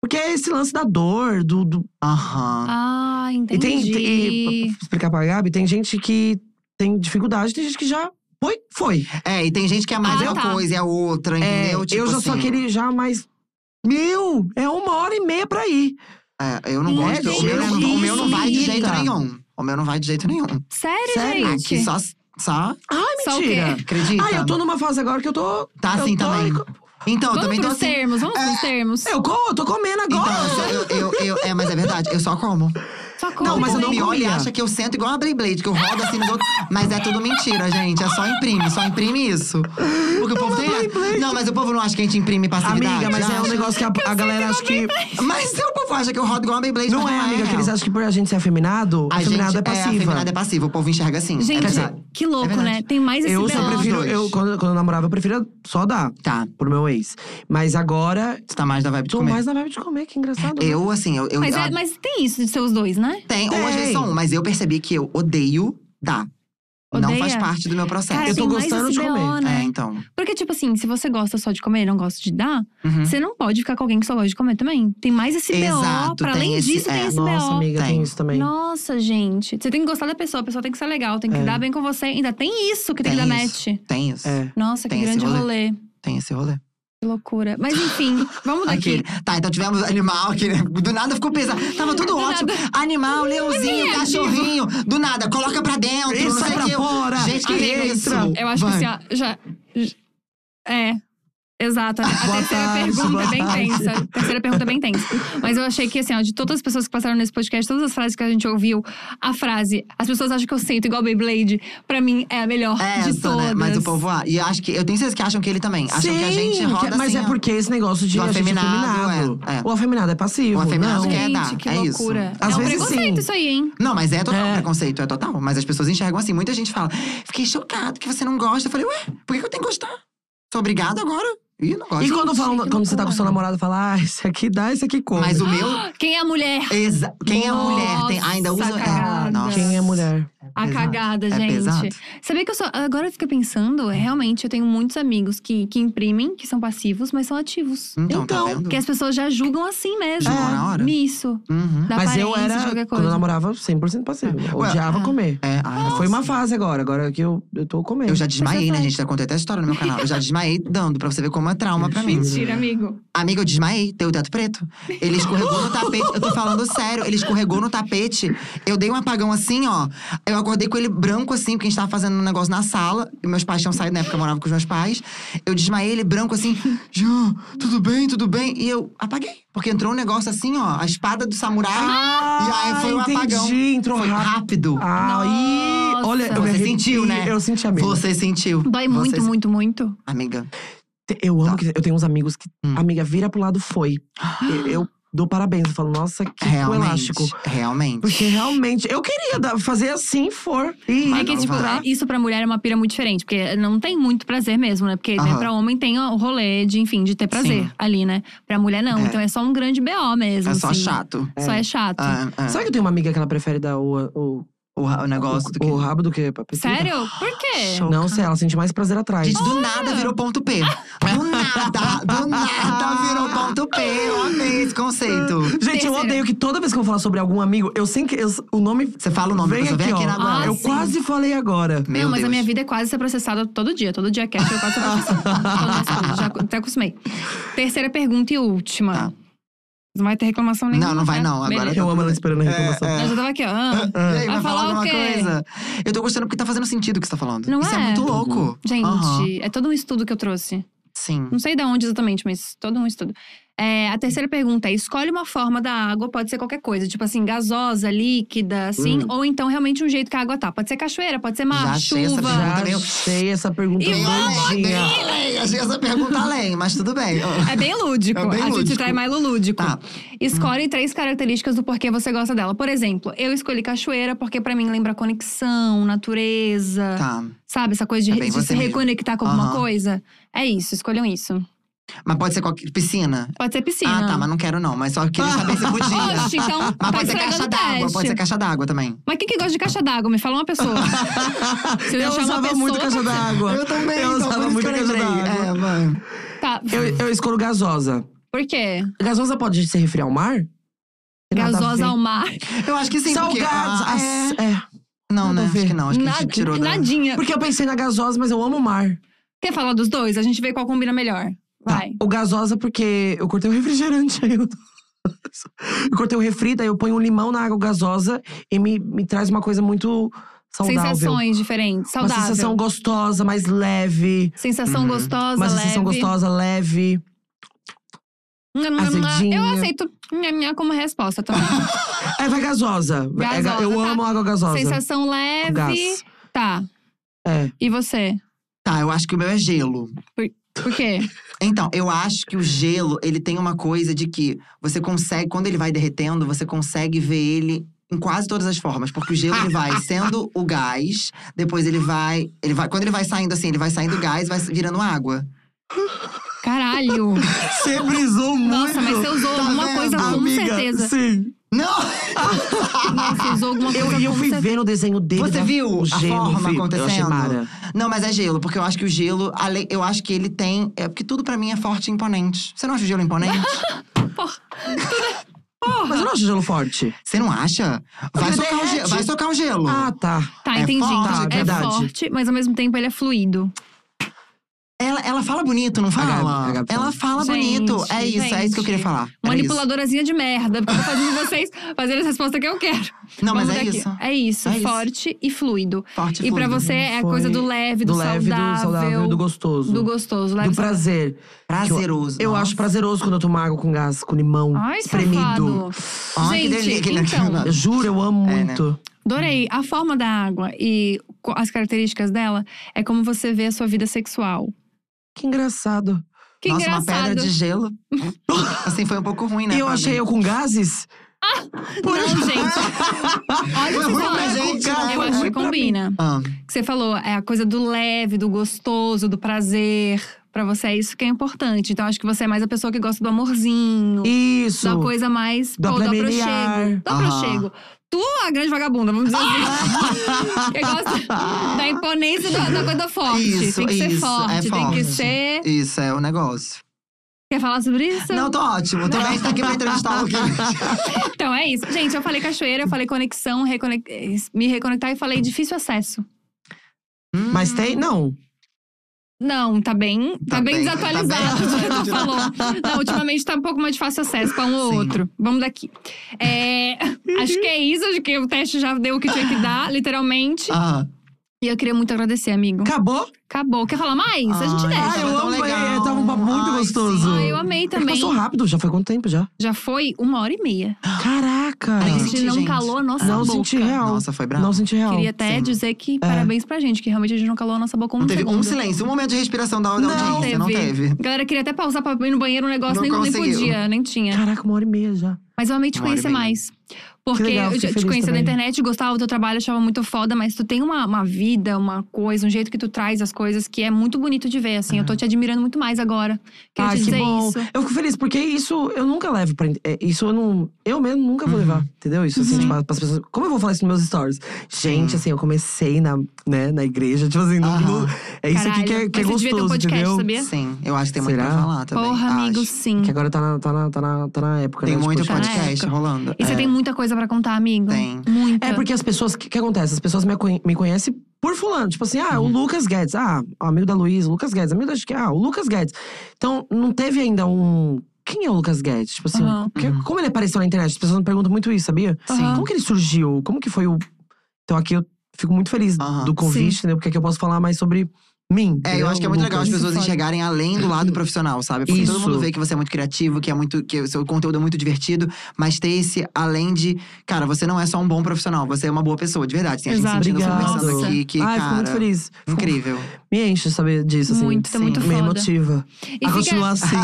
Speaker 3: Porque é esse lance da dor, do. do...
Speaker 2: Aham.
Speaker 1: Ah,
Speaker 3: E
Speaker 1: entendi.
Speaker 3: tem. tem pra explicar pra Gabi, tem gente que tem dificuldade, tem gente que já. Foi, foi.
Speaker 2: É, e tem gente que é mais
Speaker 1: Ah,
Speaker 2: é uma
Speaker 1: tá.
Speaker 2: coisa, é outra,
Speaker 3: É,
Speaker 2: entendeu?
Speaker 3: eu,
Speaker 2: Tipo
Speaker 3: já
Speaker 2: assim,
Speaker 3: sou aquele já mais. Meu, é uma hora e meia pra ir.
Speaker 2: é,
Speaker 3: Né,
Speaker 2: eu não
Speaker 1: Não,
Speaker 2: gosto. o, meu não,
Speaker 1: gente,
Speaker 2: o meu não vai de
Speaker 3: isso,
Speaker 2: jeito
Speaker 3: menina.
Speaker 2: nenhum. O meu não vai de jeito nenhum.
Speaker 1: Sério,
Speaker 3: Sério?
Speaker 1: gente?
Speaker 2: Aqui Ah, só. só é,
Speaker 3: Ai,
Speaker 1: Só o
Speaker 3: mentira.
Speaker 2: acredita?
Speaker 3: Ai, eu tô numa fase agora que eu tô.
Speaker 2: Tá assim
Speaker 3: eu tô-
Speaker 2: também. Então, eu
Speaker 1: Vamos
Speaker 2: também tô
Speaker 1: pros
Speaker 2: assim.
Speaker 1: termos, vamos pros termos.
Speaker 3: Eu, co- eu tô comendo
Speaker 2: Então,
Speaker 3: agora.
Speaker 2: eu, só- eu, eu- eu- é, mas é verdade, eu só como.
Speaker 1: Socorro,
Speaker 2: Não, mas
Speaker 1: eu
Speaker 2: ele
Speaker 1: não
Speaker 2: me olha e
Speaker 3: comia.
Speaker 2: acha que eu sento igual a Beyblade, que eu rodo assim nos outros. Mas é tudo mentira, gente. É só imprime, só imprime isso. Porque o povo tem. Não, mas o povo não acha que a gente imprime passividade.
Speaker 3: Amiga, mas é um
Speaker 2: acha?
Speaker 3: negócio que a, a galera acha que.
Speaker 2: Mas o povo acha que eu rodo igual a Beyblade,
Speaker 3: Não
Speaker 2: mas
Speaker 3: é, amiga, que
Speaker 2: não.
Speaker 3: eles acham que por a gente ser afeminado,
Speaker 2: A gente
Speaker 3: afeminado é passiva.
Speaker 2: afeminada é passiva, o povo enxerga assim.
Speaker 1: Gente,
Speaker 2: é verdade.
Speaker 1: que louco,
Speaker 2: verdade.
Speaker 1: né? Tem mais esse
Speaker 3: eu só
Speaker 1: BO.
Speaker 3: prefiro.
Speaker 2: Dois.
Speaker 3: Eu, quando, quando eu namorava, eu preferia só dar
Speaker 2: Tá,
Speaker 3: pro meu ex. Mas agora,
Speaker 2: você tá mais da vibe de
Speaker 3: tô
Speaker 2: comer.
Speaker 3: mais na vibe de comer, que engraçado. né?
Speaker 2: Eu, assim, eu. eu
Speaker 1: Mas,
Speaker 2: eu-
Speaker 1: é- mas tem isso de ser os dois, né?
Speaker 2: Tem, ou às
Speaker 3: Tem.
Speaker 2: vezes só um, mas eu percebi que eu odeio dar. Não
Speaker 1: Odeia?
Speaker 2: faz parte do meu processo.
Speaker 1: Cara,
Speaker 3: Eu tô
Speaker 1: tem
Speaker 3: gostando
Speaker 1: mais esse
Speaker 3: de
Speaker 1: BO,
Speaker 3: comer.
Speaker 1: né?
Speaker 2: É, então.
Speaker 1: Porque, tipo assim, se você gosta só de comer e não gosta de dar,
Speaker 2: Uhum.
Speaker 1: você não pode ficar com alguém que só gosta de comer também. Tem mais esse BO.
Speaker 2: Exato,
Speaker 1: Pra
Speaker 2: tem
Speaker 1: além
Speaker 2: esse-
Speaker 1: disso, tem
Speaker 2: é.
Speaker 1: esse
Speaker 3: Nossa,
Speaker 1: BO.
Speaker 3: amiga, tem,
Speaker 2: Tem.
Speaker 3: isso também.
Speaker 1: Nossa, gente. Você tem que gostar da pessoa, a pessoa tem que ser legal, tem que
Speaker 3: É.
Speaker 1: dar bem com você. Ainda tem isso que tem, que
Speaker 2: Tem
Speaker 1: dar
Speaker 2: isso.
Speaker 1: match.
Speaker 2: Tem isso.
Speaker 3: É.
Speaker 1: Nossa,
Speaker 2: Tem
Speaker 1: que
Speaker 2: esse
Speaker 1: grande rolê.
Speaker 2: Tem esse rolê.
Speaker 1: Que loucura. Mas
Speaker 2: [LAUGHS]
Speaker 1: enfim, vamos daqui.
Speaker 2: Aquele. Tá, então tivemos animal aqui. né? Do nada ficou pesado. Tava tudo
Speaker 1: Do
Speaker 2: ótimo. Animal, leãozinho, cachorrinho. Do nada, coloca pra dentro.
Speaker 3: Isso
Speaker 2: não sei
Speaker 3: sai
Speaker 2: o
Speaker 3: pra
Speaker 2: quê.
Speaker 3: fora!
Speaker 2: Gente, que
Speaker 3: Aí
Speaker 2: isso?
Speaker 3: entra.
Speaker 1: Eu acho
Speaker 2: Vai.
Speaker 1: que assim, ó, já. j- É. Exato. A
Speaker 3: Boa
Speaker 1: terceira
Speaker 3: tarde,
Speaker 1: pergunta
Speaker 3: boa
Speaker 1: é bem
Speaker 3: tarde.
Speaker 1: tensa. A terceira pergunta é bem tensa. Mas eu achei que, assim, ó, de todas as pessoas que passaram nesse podcast, todas as frases que a gente ouviu, a frase, as pessoas acham que eu sento igual Beyblade, pra mim é a melhor
Speaker 2: É
Speaker 1: de
Speaker 2: essa,
Speaker 1: todas.
Speaker 2: né? Mas o povo. Ah, e acho que. Eu tenho certeza que acham que ele também. Acham que a gente
Speaker 3: Sim,
Speaker 2: roda
Speaker 3: que- mas
Speaker 2: assim,
Speaker 3: é
Speaker 2: ó.
Speaker 3: porque esse negócio de
Speaker 2: Do
Speaker 3: a gente
Speaker 2: afeminado,
Speaker 3: afeminado.
Speaker 2: é, é.
Speaker 3: O afeminado é passivo.
Speaker 2: O afeminado
Speaker 3: não.
Speaker 2: quer
Speaker 1: Gente,
Speaker 2: dar,
Speaker 1: que
Speaker 2: é isso.
Speaker 1: loucura.
Speaker 3: Às
Speaker 1: é um
Speaker 3: vezes,
Speaker 1: preconceito
Speaker 3: sim.
Speaker 1: isso aí, hein?
Speaker 2: Não, mas é total
Speaker 3: É.
Speaker 2: preconceito, é total. Mas as pessoas enxergam assim. Muita gente fala, fiquei chocado que você não gosta. Eu falei, ué, por que que eu tenho que gostar? Sou obrigado agora? Ih, não gosto.
Speaker 3: E quando, falam-
Speaker 1: que
Speaker 3: quando você tá com
Speaker 1: loucura.
Speaker 3: seu namorado, fala, ah, esse aqui dá, esse aqui come.
Speaker 2: Mas o meu.
Speaker 3: Ah!
Speaker 1: Quem é a mulher?
Speaker 2: Exa... Quem é mulher tem, ainda usa.
Speaker 1: Nossa,
Speaker 2: É,
Speaker 1: cagada.
Speaker 2: nossa.
Speaker 3: Quem é mulher?
Speaker 1: A
Speaker 2: pesado.
Speaker 1: cagada,
Speaker 2: É
Speaker 1: gente.
Speaker 2: pesado.
Speaker 1: Sabia que eu sou. Agora eu fico pensando, realmente, eu tenho muitos amigos que, que imprimem, que são passivos, mas são ativos.
Speaker 2: Então,
Speaker 3: Então,
Speaker 2: tá vendo?
Speaker 1: Porque as pessoas já julgam assim mesmo.
Speaker 2: Julgam na hora?
Speaker 1: Isso.
Speaker 2: Uhum.
Speaker 1: Da
Speaker 3: Mas eu
Speaker 1: aparência,
Speaker 3: era,
Speaker 1: de qualquer
Speaker 3: quando
Speaker 1: coisa.
Speaker 3: eu namorava, 100% passivo.
Speaker 2: Ué,
Speaker 3: Odiava
Speaker 1: ah.
Speaker 3: comer.
Speaker 2: É, ai, nossa.
Speaker 3: Foi uma fase agora, agora que eu, eu tô comendo.
Speaker 2: Eu já desmaiei, né,
Speaker 1: Mas-
Speaker 2: gente? Já contei até a história no meu canal. Eu já desmaiei dando, pra você ver como é trauma pra mim.
Speaker 1: Mentira, amigo.
Speaker 2: Amiga, eu desmaiei, tem o teto preto. Ele escorregou no tapete. Eu tô falando sério, ele escorregou no tapete. Eu dei um apagão assim, ó. Eu acordei com ele branco assim, porque a gente tava fazendo um negócio na sala. E meus pais tinham saído, na época eu morava com os meus pais. Eu desmaiei ele branco assim, Jean, tudo bem, tudo bem. E eu apaguei. Porque entrou um negócio assim, ó, a espada do samurai. e aí foi um
Speaker 3: Ah, entendi,
Speaker 2: apagão.
Speaker 3: entrou
Speaker 2: Foi um
Speaker 3: rápido.
Speaker 2: rápido.
Speaker 3: Ah, e
Speaker 1: Nossa.
Speaker 3: olha, eu me
Speaker 2: Você
Speaker 3: arrepi-
Speaker 2: sentiu, né?
Speaker 3: Eu senti a mesma.
Speaker 2: Você sentiu.
Speaker 1: Dói
Speaker 2: Você
Speaker 1: muito,
Speaker 2: se-
Speaker 1: muito, muito.
Speaker 2: Amiga.
Speaker 3: Te- Eu amo
Speaker 2: Tá.
Speaker 3: que eu tenho uns amigos que
Speaker 2: Hum.
Speaker 3: amiga vira pro lado foi.
Speaker 2: [GASPS]
Speaker 3: Eu, eu dou parabéns, eu falo, nossa, que
Speaker 2: realmente.
Speaker 3: elástico.
Speaker 2: Realmente.
Speaker 3: Porque realmente, eu queria dar- fazer assim for. E
Speaker 2: Mas
Speaker 1: é que,
Speaker 2: não
Speaker 1: tipo,
Speaker 2: vai.
Speaker 1: isso pra mulher é uma pira muito diferente, porque não tem muito prazer mesmo, né? Porque né,
Speaker 2: Aham.
Speaker 1: pra homem tem o rolê de, enfim, de ter prazer
Speaker 2: Sim.
Speaker 1: ali, né? Pra mulher não.
Speaker 2: É.
Speaker 1: Então é só um grande BO mesmo.
Speaker 2: É só
Speaker 1: assim.
Speaker 2: chato.
Speaker 1: Só é chato.
Speaker 2: É, é.
Speaker 3: Sabe que eu tenho uma amiga que ela prefere dar o, o,
Speaker 2: O, ra- Ah, o negócio
Speaker 3: o,
Speaker 2: do que.
Speaker 3: o rabo do que pra
Speaker 2: é
Speaker 3: pepita?
Speaker 1: Sério? Por quê?
Speaker 3: Não sei, ela sente mais prazer atrás.
Speaker 2: Gente, do nada virou ponto P. Do nada, do nada virou ponto P. Eu amei esse conceito.
Speaker 3: Gente, eu
Speaker 1: Terceira.
Speaker 3: odeio que toda vez que eu vou falar sobre algum amigo, eu sem que. eu- o nome.
Speaker 2: Você fala o nome da
Speaker 3: vem
Speaker 2: pessoa, vem aqui na
Speaker 3: ó.
Speaker 1: Ah,
Speaker 2: agora.
Speaker 3: Eu
Speaker 1: sim.
Speaker 3: quase falei agora.
Speaker 2: Meu
Speaker 1: não, mas a
Speaker 2: Deus.
Speaker 1: minha vida é quase ser processada todo dia. Todo dia é cash, eu quase sou processada.
Speaker 2: [LAUGHS]
Speaker 1: Então, nossa, já até acostumei. Terceira pergunta e última.
Speaker 2: Tá.
Speaker 1: Não vai ter reclamação nenhuma.
Speaker 2: Não, não vai
Speaker 1: né?
Speaker 2: não, agora
Speaker 1: Beleza.
Speaker 3: Eu amo ela
Speaker 2: É,
Speaker 3: esperando a reclamação.
Speaker 1: Eu já tava aqui, ó. ah.
Speaker 2: E aí,
Speaker 1: Vai
Speaker 2: vai
Speaker 1: falar
Speaker 2: falar
Speaker 1: o
Speaker 2: alguma
Speaker 1: quê?
Speaker 2: coisa? Eu tô gostando porque tá fazendo sentido o que você tá falando.
Speaker 1: Não
Speaker 2: Isso é,
Speaker 1: é?
Speaker 2: muito louco.
Speaker 1: Gente,
Speaker 2: Aham.
Speaker 1: é todo um estudo que eu trouxe.
Speaker 2: Sim.
Speaker 1: Não sei de onde exatamente, mas todo um estudo. É, a terceira pergunta é: escolhe uma forma da água, pode ser qualquer coisa, tipo assim, gasosa, líquida, assim, ou então realmente um jeito que a água tá. Pode ser cachoeira, pode ser mar,
Speaker 2: Hum. Já achei essa
Speaker 1: chuva.
Speaker 2: pergunta.
Speaker 3: Já
Speaker 2: Também eu-
Speaker 3: achei essa pergunta
Speaker 1: E vamos
Speaker 3: doidinha.
Speaker 2: Além, achei essa pergunta além, mas tudo bem.
Speaker 1: É bem lúdico.
Speaker 2: É bem
Speaker 1: a gente
Speaker 2: lúdico.
Speaker 1: trai mais no lúdico.
Speaker 2: Tá.
Speaker 1: Escolhe três características do porquê você gosta dela. Por exemplo, eu escolhi cachoeira porque pra mim lembra conexão, natureza.
Speaker 2: Tá.
Speaker 1: Sabe, essa coisa de,
Speaker 2: É bem
Speaker 1: de
Speaker 2: você
Speaker 1: se
Speaker 2: mesmo.
Speaker 1: reconectar com alguma
Speaker 2: Aham.
Speaker 1: coisa. É isso, escolham isso.
Speaker 2: Mas pode ser qualquer. Piscina?
Speaker 1: Pode ser piscina.
Speaker 2: Ah, tá, mas não quero não. Mas só queria saber
Speaker 1: [LAUGHS]
Speaker 2: se podia.
Speaker 1: Oxe, então
Speaker 2: Mas
Speaker 1: tá
Speaker 2: Ah, pode ser
Speaker 1: estragando
Speaker 2: caixa
Speaker 1: o
Speaker 2: d'água,
Speaker 1: teste.
Speaker 2: pode ser caixa d'água também.
Speaker 1: Mas quem que gosta de caixa d'água? Me fala uma pessoa. Se
Speaker 3: Eu
Speaker 1: achar uma
Speaker 3: usava muito
Speaker 1: pessoa-
Speaker 3: caixa d'água.
Speaker 1: [LAUGHS]
Speaker 2: então,
Speaker 3: Eu usava muito caixa d'água.
Speaker 2: É, mano.
Speaker 1: Tá,
Speaker 3: Eu, eu escolho gasosa.
Speaker 1: por quê?
Speaker 3: Gasosa pode se referir ao mar? Tem nada a ver.
Speaker 1: Gasosa ao mar.
Speaker 2: Eu acho que sim, porque…
Speaker 3: Salgados.
Speaker 2: Ah, é.
Speaker 3: as- é.
Speaker 2: Não,
Speaker 3: Nada
Speaker 2: né?
Speaker 3: a
Speaker 2: Acho
Speaker 3: ver.
Speaker 2: que não, é- acho que a gente
Speaker 1: Nad-
Speaker 2: tirou da…
Speaker 1: Nadinha.
Speaker 3: Porque eu pensei na gasosa, mas eu amo o mar. Tá.
Speaker 1: Quer falar dos dois? A gente vê qual combina melhor. Vai.
Speaker 3: O gasosa, porque eu cortei o [LAUGHS] refrigerante aí. Eu, tô- eu cortei o refri, daí eu ponho um limão na água gasosa e me, me traz uma coisa muito saudável.
Speaker 1: Sensações diferentes.
Speaker 3: Uma
Speaker 1: Saudável.
Speaker 3: sensação gostosa, mais leve.
Speaker 1: Sensação gostosa,
Speaker 3: uma
Speaker 1: leve.
Speaker 3: sensação gostosa, leve.
Speaker 1: Nham, Eu
Speaker 3: Azedinha.
Speaker 1: aceito nham, nham, como resposta tá? também.
Speaker 3: É, vai gasosa. Vai- é ga-
Speaker 1: Gasosa,
Speaker 3: eu
Speaker 1: tá.
Speaker 3: amo água gasosa.
Speaker 1: Sensação leve.
Speaker 3: Gás.
Speaker 1: Tá.
Speaker 3: É.
Speaker 1: E você?
Speaker 2: Tá, eu acho que o meu é gelo.
Speaker 1: Por quê?
Speaker 2: Então, eu acho que o gelo, ele tem uma coisa de que você consegue, quando ele vai derretendo, você consegue ver ele em quase todas as formas, porque o gelo
Speaker 1: [LAUGHS]
Speaker 2: ele vai sendo o gás, depois ele vai, ele vai, quando ele vai saindo assim, ele vai saindo gás, vai virando água.
Speaker 1: Caralho.
Speaker 6: Você brisou muito.
Speaker 1: Nossa, mas você usou
Speaker 2: Tá
Speaker 1: alguma
Speaker 2: vendo,
Speaker 1: coisa com
Speaker 6: Amiga,
Speaker 1: certeza.
Speaker 6: Sim.
Speaker 2: Não,
Speaker 1: Nossa, você usou alguma coisa
Speaker 3: Eu, e eu
Speaker 1: com
Speaker 3: fui
Speaker 1: certeza.
Speaker 3: vendo o desenho dele. né?
Speaker 2: Você
Speaker 3: da-
Speaker 2: viu
Speaker 3: o
Speaker 2: a
Speaker 3: gelo,
Speaker 2: forma
Speaker 3: vi. Eu achei
Speaker 2: acontecendo?
Speaker 3: mara.
Speaker 2: não, mas é gelo, porque eu acho que o gelo, além- eu acho que ele tem, é porque tudo pra mim é forte e imponente. Você não acha o gelo
Speaker 3: [LAUGHS]
Speaker 2: imponente?
Speaker 3: Mas eu não acho gelo forte.
Speaker 2: Você não acha? Vai
Speaker 3: Porque
Speaker 2: socar, o gelo,
Speaker 3: derrete.
Speaker 2: vai socar o gelo.
Speaker 3: Ah, tá.
Speaker 1: Tá,
Speaker 2: É
Speaker 1: entendi.
Speaker 2: forte,
Speaker 1: Então,
Speaker 3: é
Speaker 1: é
Speaker 3: verdade.
Speaker 1: forte, mas ao mesmo tempo ele é fluido.
Speaker 2: Ela, ela fala bonito, não fala?
Speaker 3: Gabi- a Gabi
Speaker 2: ela fala
Speaker 1: Gente,
Speaker 2: bonito. É isso, é isso que eu queria
Speaker 1: gente.
Speaker 2: falar. Era isso.
Speaker 1: Manipuladorazinha de merda, porque eu tô fazendo vocês [LAUGHS] fazerem essa resposta que eu quero.
Speaker 2: Não, mas
Speaker 1: Vamos
Speaker 2: é
Speaker 1: ver aqui.
Speaker 2: isso.
Speaker 1: É isso,
Speaker 2: É isso.
Speaker 1: forte e fluido.
Speaker 2: Forte
Speaker 1: e pra
Speaker 2: fluido.
Speaker 1: você é a
Speaker 3: Foi
Speaker 1: coisa do leve, do,
Speaker 3: do leve,
Speaker 1: saudável,
Speaker 3: do saudável e do gostoso.
Speaker 1: do gostoso, leve saudável.
Speaker 3: Do prazer.
Speaker 2: Prazeroso.
Speaker 3: Eu
Speaker 2: nossa.
Speaker 3: acho prazeroso quando eu tomo água com gás, com limão,
Speaker 1: Ai,
Speaker 3: espremido.
Speaker 1: safado.
Speaker 2: Ai, que delícia,
Speaker 1: Gente,
Speaker 2: que delícia.
Speaker 1: então,
Speaker 3: Eu juro, eu amo
Speaker 2: É, né?
Speaker 3: muito.
Speaker 1: adorei. A forma da água e co- as características dela é como você vê a sua vida sexual.
Speaker 3: Que engraçado.
Speaker 1: Que
Speaker 2: Nossa, uma
Speaker 1: engraçado.
Speaker 2: pedra de gelo.
Speaker 1: [LAUGHS]
Speaker 2: assim, foi um pouco ruim, né?
Speaker 3: E eu
Speaker 2: Fábio?
Speaker 3: achei eu com gases?
Speaker 1: Não,
Speaker 2: [LAUGHS]
Speaker 1: gente. Olha o que
Speaker 2: Foi ruim
Speaker 1: você
Speaker 2: pra
Speaker 1: falou.
Speaker 2: gente, né?
Speaker 1: Eu
Speaker 2: Foi
Speaker 1: acho que
Speaker 2: ruim pra
Speaker 1: combina.
Speaker 2: Ah,
Speaker 1: [LAUGHS] O que você falou é a coisa do leve, do gostoso, do prazer. Pra você é isso que é importante. Então acho que você é mais a pessoa que gosta do amorzinho.
Speaker 3: Isso.
Speaker 1: Da coisa mais.
Speaker 3: Do
Speaker 1: pô, do
Speaker 3: familiar.
Speaker 1: aprochego. Do
Speaker 2: Aham.
Speaker 1: aprochego. Tu, a grande vagabunda, vamos dizer assim. que gosta
Speaker 2: [LAUGHS]
Speaker 1: da imponência da, da coisa forte.
Speaker 2: Ah. Isso,
Speaker 1: tem que ser
Speaker 2: isso, é
Speaker 1: forte, tem que
Speaker 2: forte.
Speaker 1: ser.
Speaker 2: isso é o negócio.
Speaker 1: Quer falar sobre isso?
Speaker 2: Não, tô ótimo. Tô bem, você tá aqui pra entrevistar alguém.
Speaker 1: Então é isso. Gente, eu falei cachoeira, eu falei conexão, reconec- me reconectar e falei difícil acesso.
Speaker 3: Mas tem.
Speaker 1: Hum.
Speaker 3: Não.
Speaker 1: Não, tá bem, tá,
Speaker 2: Tá
Speaker 1: bem,
Speaker 2: bem,
Speaker 1: desatualizado, [LAUGHS]
Speaker 2: tá bem.
Speaker 1: como tu falou. Não, ultimamente tá um pouco mais de fácil acesso pra um ou
Speaker 2: Sim.
Speaker 1: outro. Vamos daqui. É, [LAUGHS] acho que é isso, acho que o teste já deu o que tinha que
Speaker 2: [LAUGHS]
Speaker 1: dar, literalmente.
Speaker 2: [LAUGHS] Ah,
Speaker 1: E eu queria muito agradecer, amigo.
Speaker 3: Acabou?
Speaker 1: Acabou. Quer falar mais? a gente
Speaker 2: Ai,
Speaker 1: desce.
Speaker 3: Ah, eu
Speaker 2: tava tão
Speaker 3: amo.
Speaker 2: legal.
Speaker 3: é, tava um papo muito
Speaker 2: Ai,
Speaker 3: gostoso.
Speaker 2: sim.
Speaker 1: Ah, eu amei
Speaker 3: É que
Speaker 1: também.
Speaker 3: Passou rápido, já foi quanto tempo
Speaker 1: [GASPS]
Speaker 3: já?
Speaker 1: Já foi uma hora e meia.
Speaker 3: Caraca.
Speaker 1: A
Speaker 2: Nem
Speaker 1: gente
Speaker 2: senti,
Speaker 1: não
Speaker 2: Ah, gente.
Speaker 1: calou a nossa
Speaker 3: Não
Speaker 1: boca.
Speaker 3: senti real.
Speaker 2: nossa, foi bravo.
Speaker 3: Não senti é real.
Speaker 1: é Queria até
Speaker 2: Sim. É.
Speaker 1: dizer que parabéns pra gente, que realmente a gente não calou a nossa boca um
Speaker 2: Não teve
Speaker 1: segundo.
Speaker 2: um silêncio, um momento de respiração da, da
Speaker 3: Não
Speaker 2: audiência. Não teve.
Speaker 1: Galera, queria até pausar pra ir no banheiro, um negócio
Speaker 2: Não
Speaker 1: nem, nem
Speaker 2: conseguiu.
Speaker 1: podia, nem tinha.
Speaker 3: Caraca, uma hora e meia já.
Speaker 1: Mas eu amei te
Speaker 2: Uma hora e
Speaker 1: conhecer
Speaker 2: meia.
Speaker 1: mais. Porque
Speaker 3: Que legal,
Speaker 1: eu
Speaker 3: fiquei
Speaker 1: te- te
Speaker 3: feliz
Speaker 1: conhecia na
Speaker 3: também.
Speaker 1: internet, gostava do teu trabalho, achava muito foda, mas tu tem uma, uma vida, uma coisa, um jeito que tu traz as coisas que é muito bonito de ver, assim. Eu
Speaker 2: Uhum.
Speaker 1: tô te admirando muito mais agora. Queria
Speaker 3: Ai,
Speaker 1: te
Speaker 3: que
Speaker 1: dizer
Speaker 3: bom.
Speaker 1: isso.
Speaker 3: Eu fico feliz, porque isso eu nunca levo pra. é, Isso eu não. Eu mesmo nunca vou
Speaker 2: Uhum.
Speaker 3: levar, entendeu? Isso, assim,
Speaker 1: Uhum.
Speaker 3: tipo, pras pessoas. Como eu vou falar isso nos meus stories? Gente,
Speaker 2: Sim.
Speaker 3: assim, eu comecei na, né, na igreja, tipo assim, no-
Speaker 2: Aham.
Speaker 3: é isso aqui que é,
Speaker 1: Caralho,
Speaker 3: que é
Speaker 1: mas você devia ter um
Speaker 3: gostoso,
Speaker 1: podcast,
Speaker 3: entendeu?
Speaker 1: sabia?
Speaker 2: Sim, eu acho que tem muito
Speaker 3: Será?
Speaker 2: pra falar também.
Speaker 1: Porra, amigo,
Speaker 2: acho.
Speaker 1: sim.
Speaker 3: Que agora tá na, tá na, tá na, tá na época,
Speaker 2: Tem
Speaker 3: né? de
Speaker 2: muito
Speaker 1: tá na
Speaker 3: podcast.
Speaker 2: podcast
Speaker 1: época.
Speaker 2: rolando.
Speaker 1: E você
Speaker 2: É.
Speaker 1: tem muita coisa pra contar, amigo?
Speaker 2: Tem.
Speaker 1: Muita.
Speaker 3: É porque as pessoas. O que, que acontece? As pessoas me, conhe- me conhecem por fulano. Tipo assim, ah, o
Speaker 2: Uhum.
Speaker 3: Lucas Guedes. Ah, o amigo da Luísa, o Lucas Guedes. Amigo da que Ah, o Lucas Guedes. Então, não teve ainda um. Quem é o Lucas Guedes? Tipo assim,
Speaker 1: Aham.
Speaker 3: que-
Speaker 2: Uhum.
Speaker 3: como ele apareceu na internet? As pessoas me perguntam muito isso, sabia?
Speaker 1: Aham.
Speaker 3: Como que ele surgiu? Como que foi o. Então, aqui eu fico muito feliz
Speaker 2: Aham.
Speaker 3: do convite,
Speaker 1: Sim.
Speaker 3: entendeu? Porque aqui eu posso falar mais sobre mim.
Speaker 2: É, eu acho que é muito legal as
Speaker 1: Isso
Speaker 2: pessoas
Speaker 1: fora.
Speaker 2: enxergarem além do
Speaker 3: [CLEARS THROAT]
Speaker 2: lado profissional, sabe? Porque todo
Speaker 3: Isso.
Speaker 2: mundo vê que você é muito criativo, que é muito que o seu conteúdo é muito divertido, mas ter esse além de, cara, você não é só um bom profissional, você é uma boa pessoa, de verdade. Tem a gente
Speaker 1: Exato.
Speaker 2: sentindo
Speaker 3: Obrigado.
Speaker 2: conversando aqui que,
Speaker 3: Ai, fico
Speaker 2: cara,
Speaker 3: muito feliz. Fico-
Speaker 2: incrível.
Speaker 3: Me enche saber disso, assim.
Speaker 1: Muito, tá
Speaker 2: sim.
Speaker 1: muito
Speaker 3: Me
Speaker 1: foda.
Speaker 3: emotiva.
Speaker 1: E
Speaker 3: a
Speaker 1: fica-
Speaker 3: continuar assim.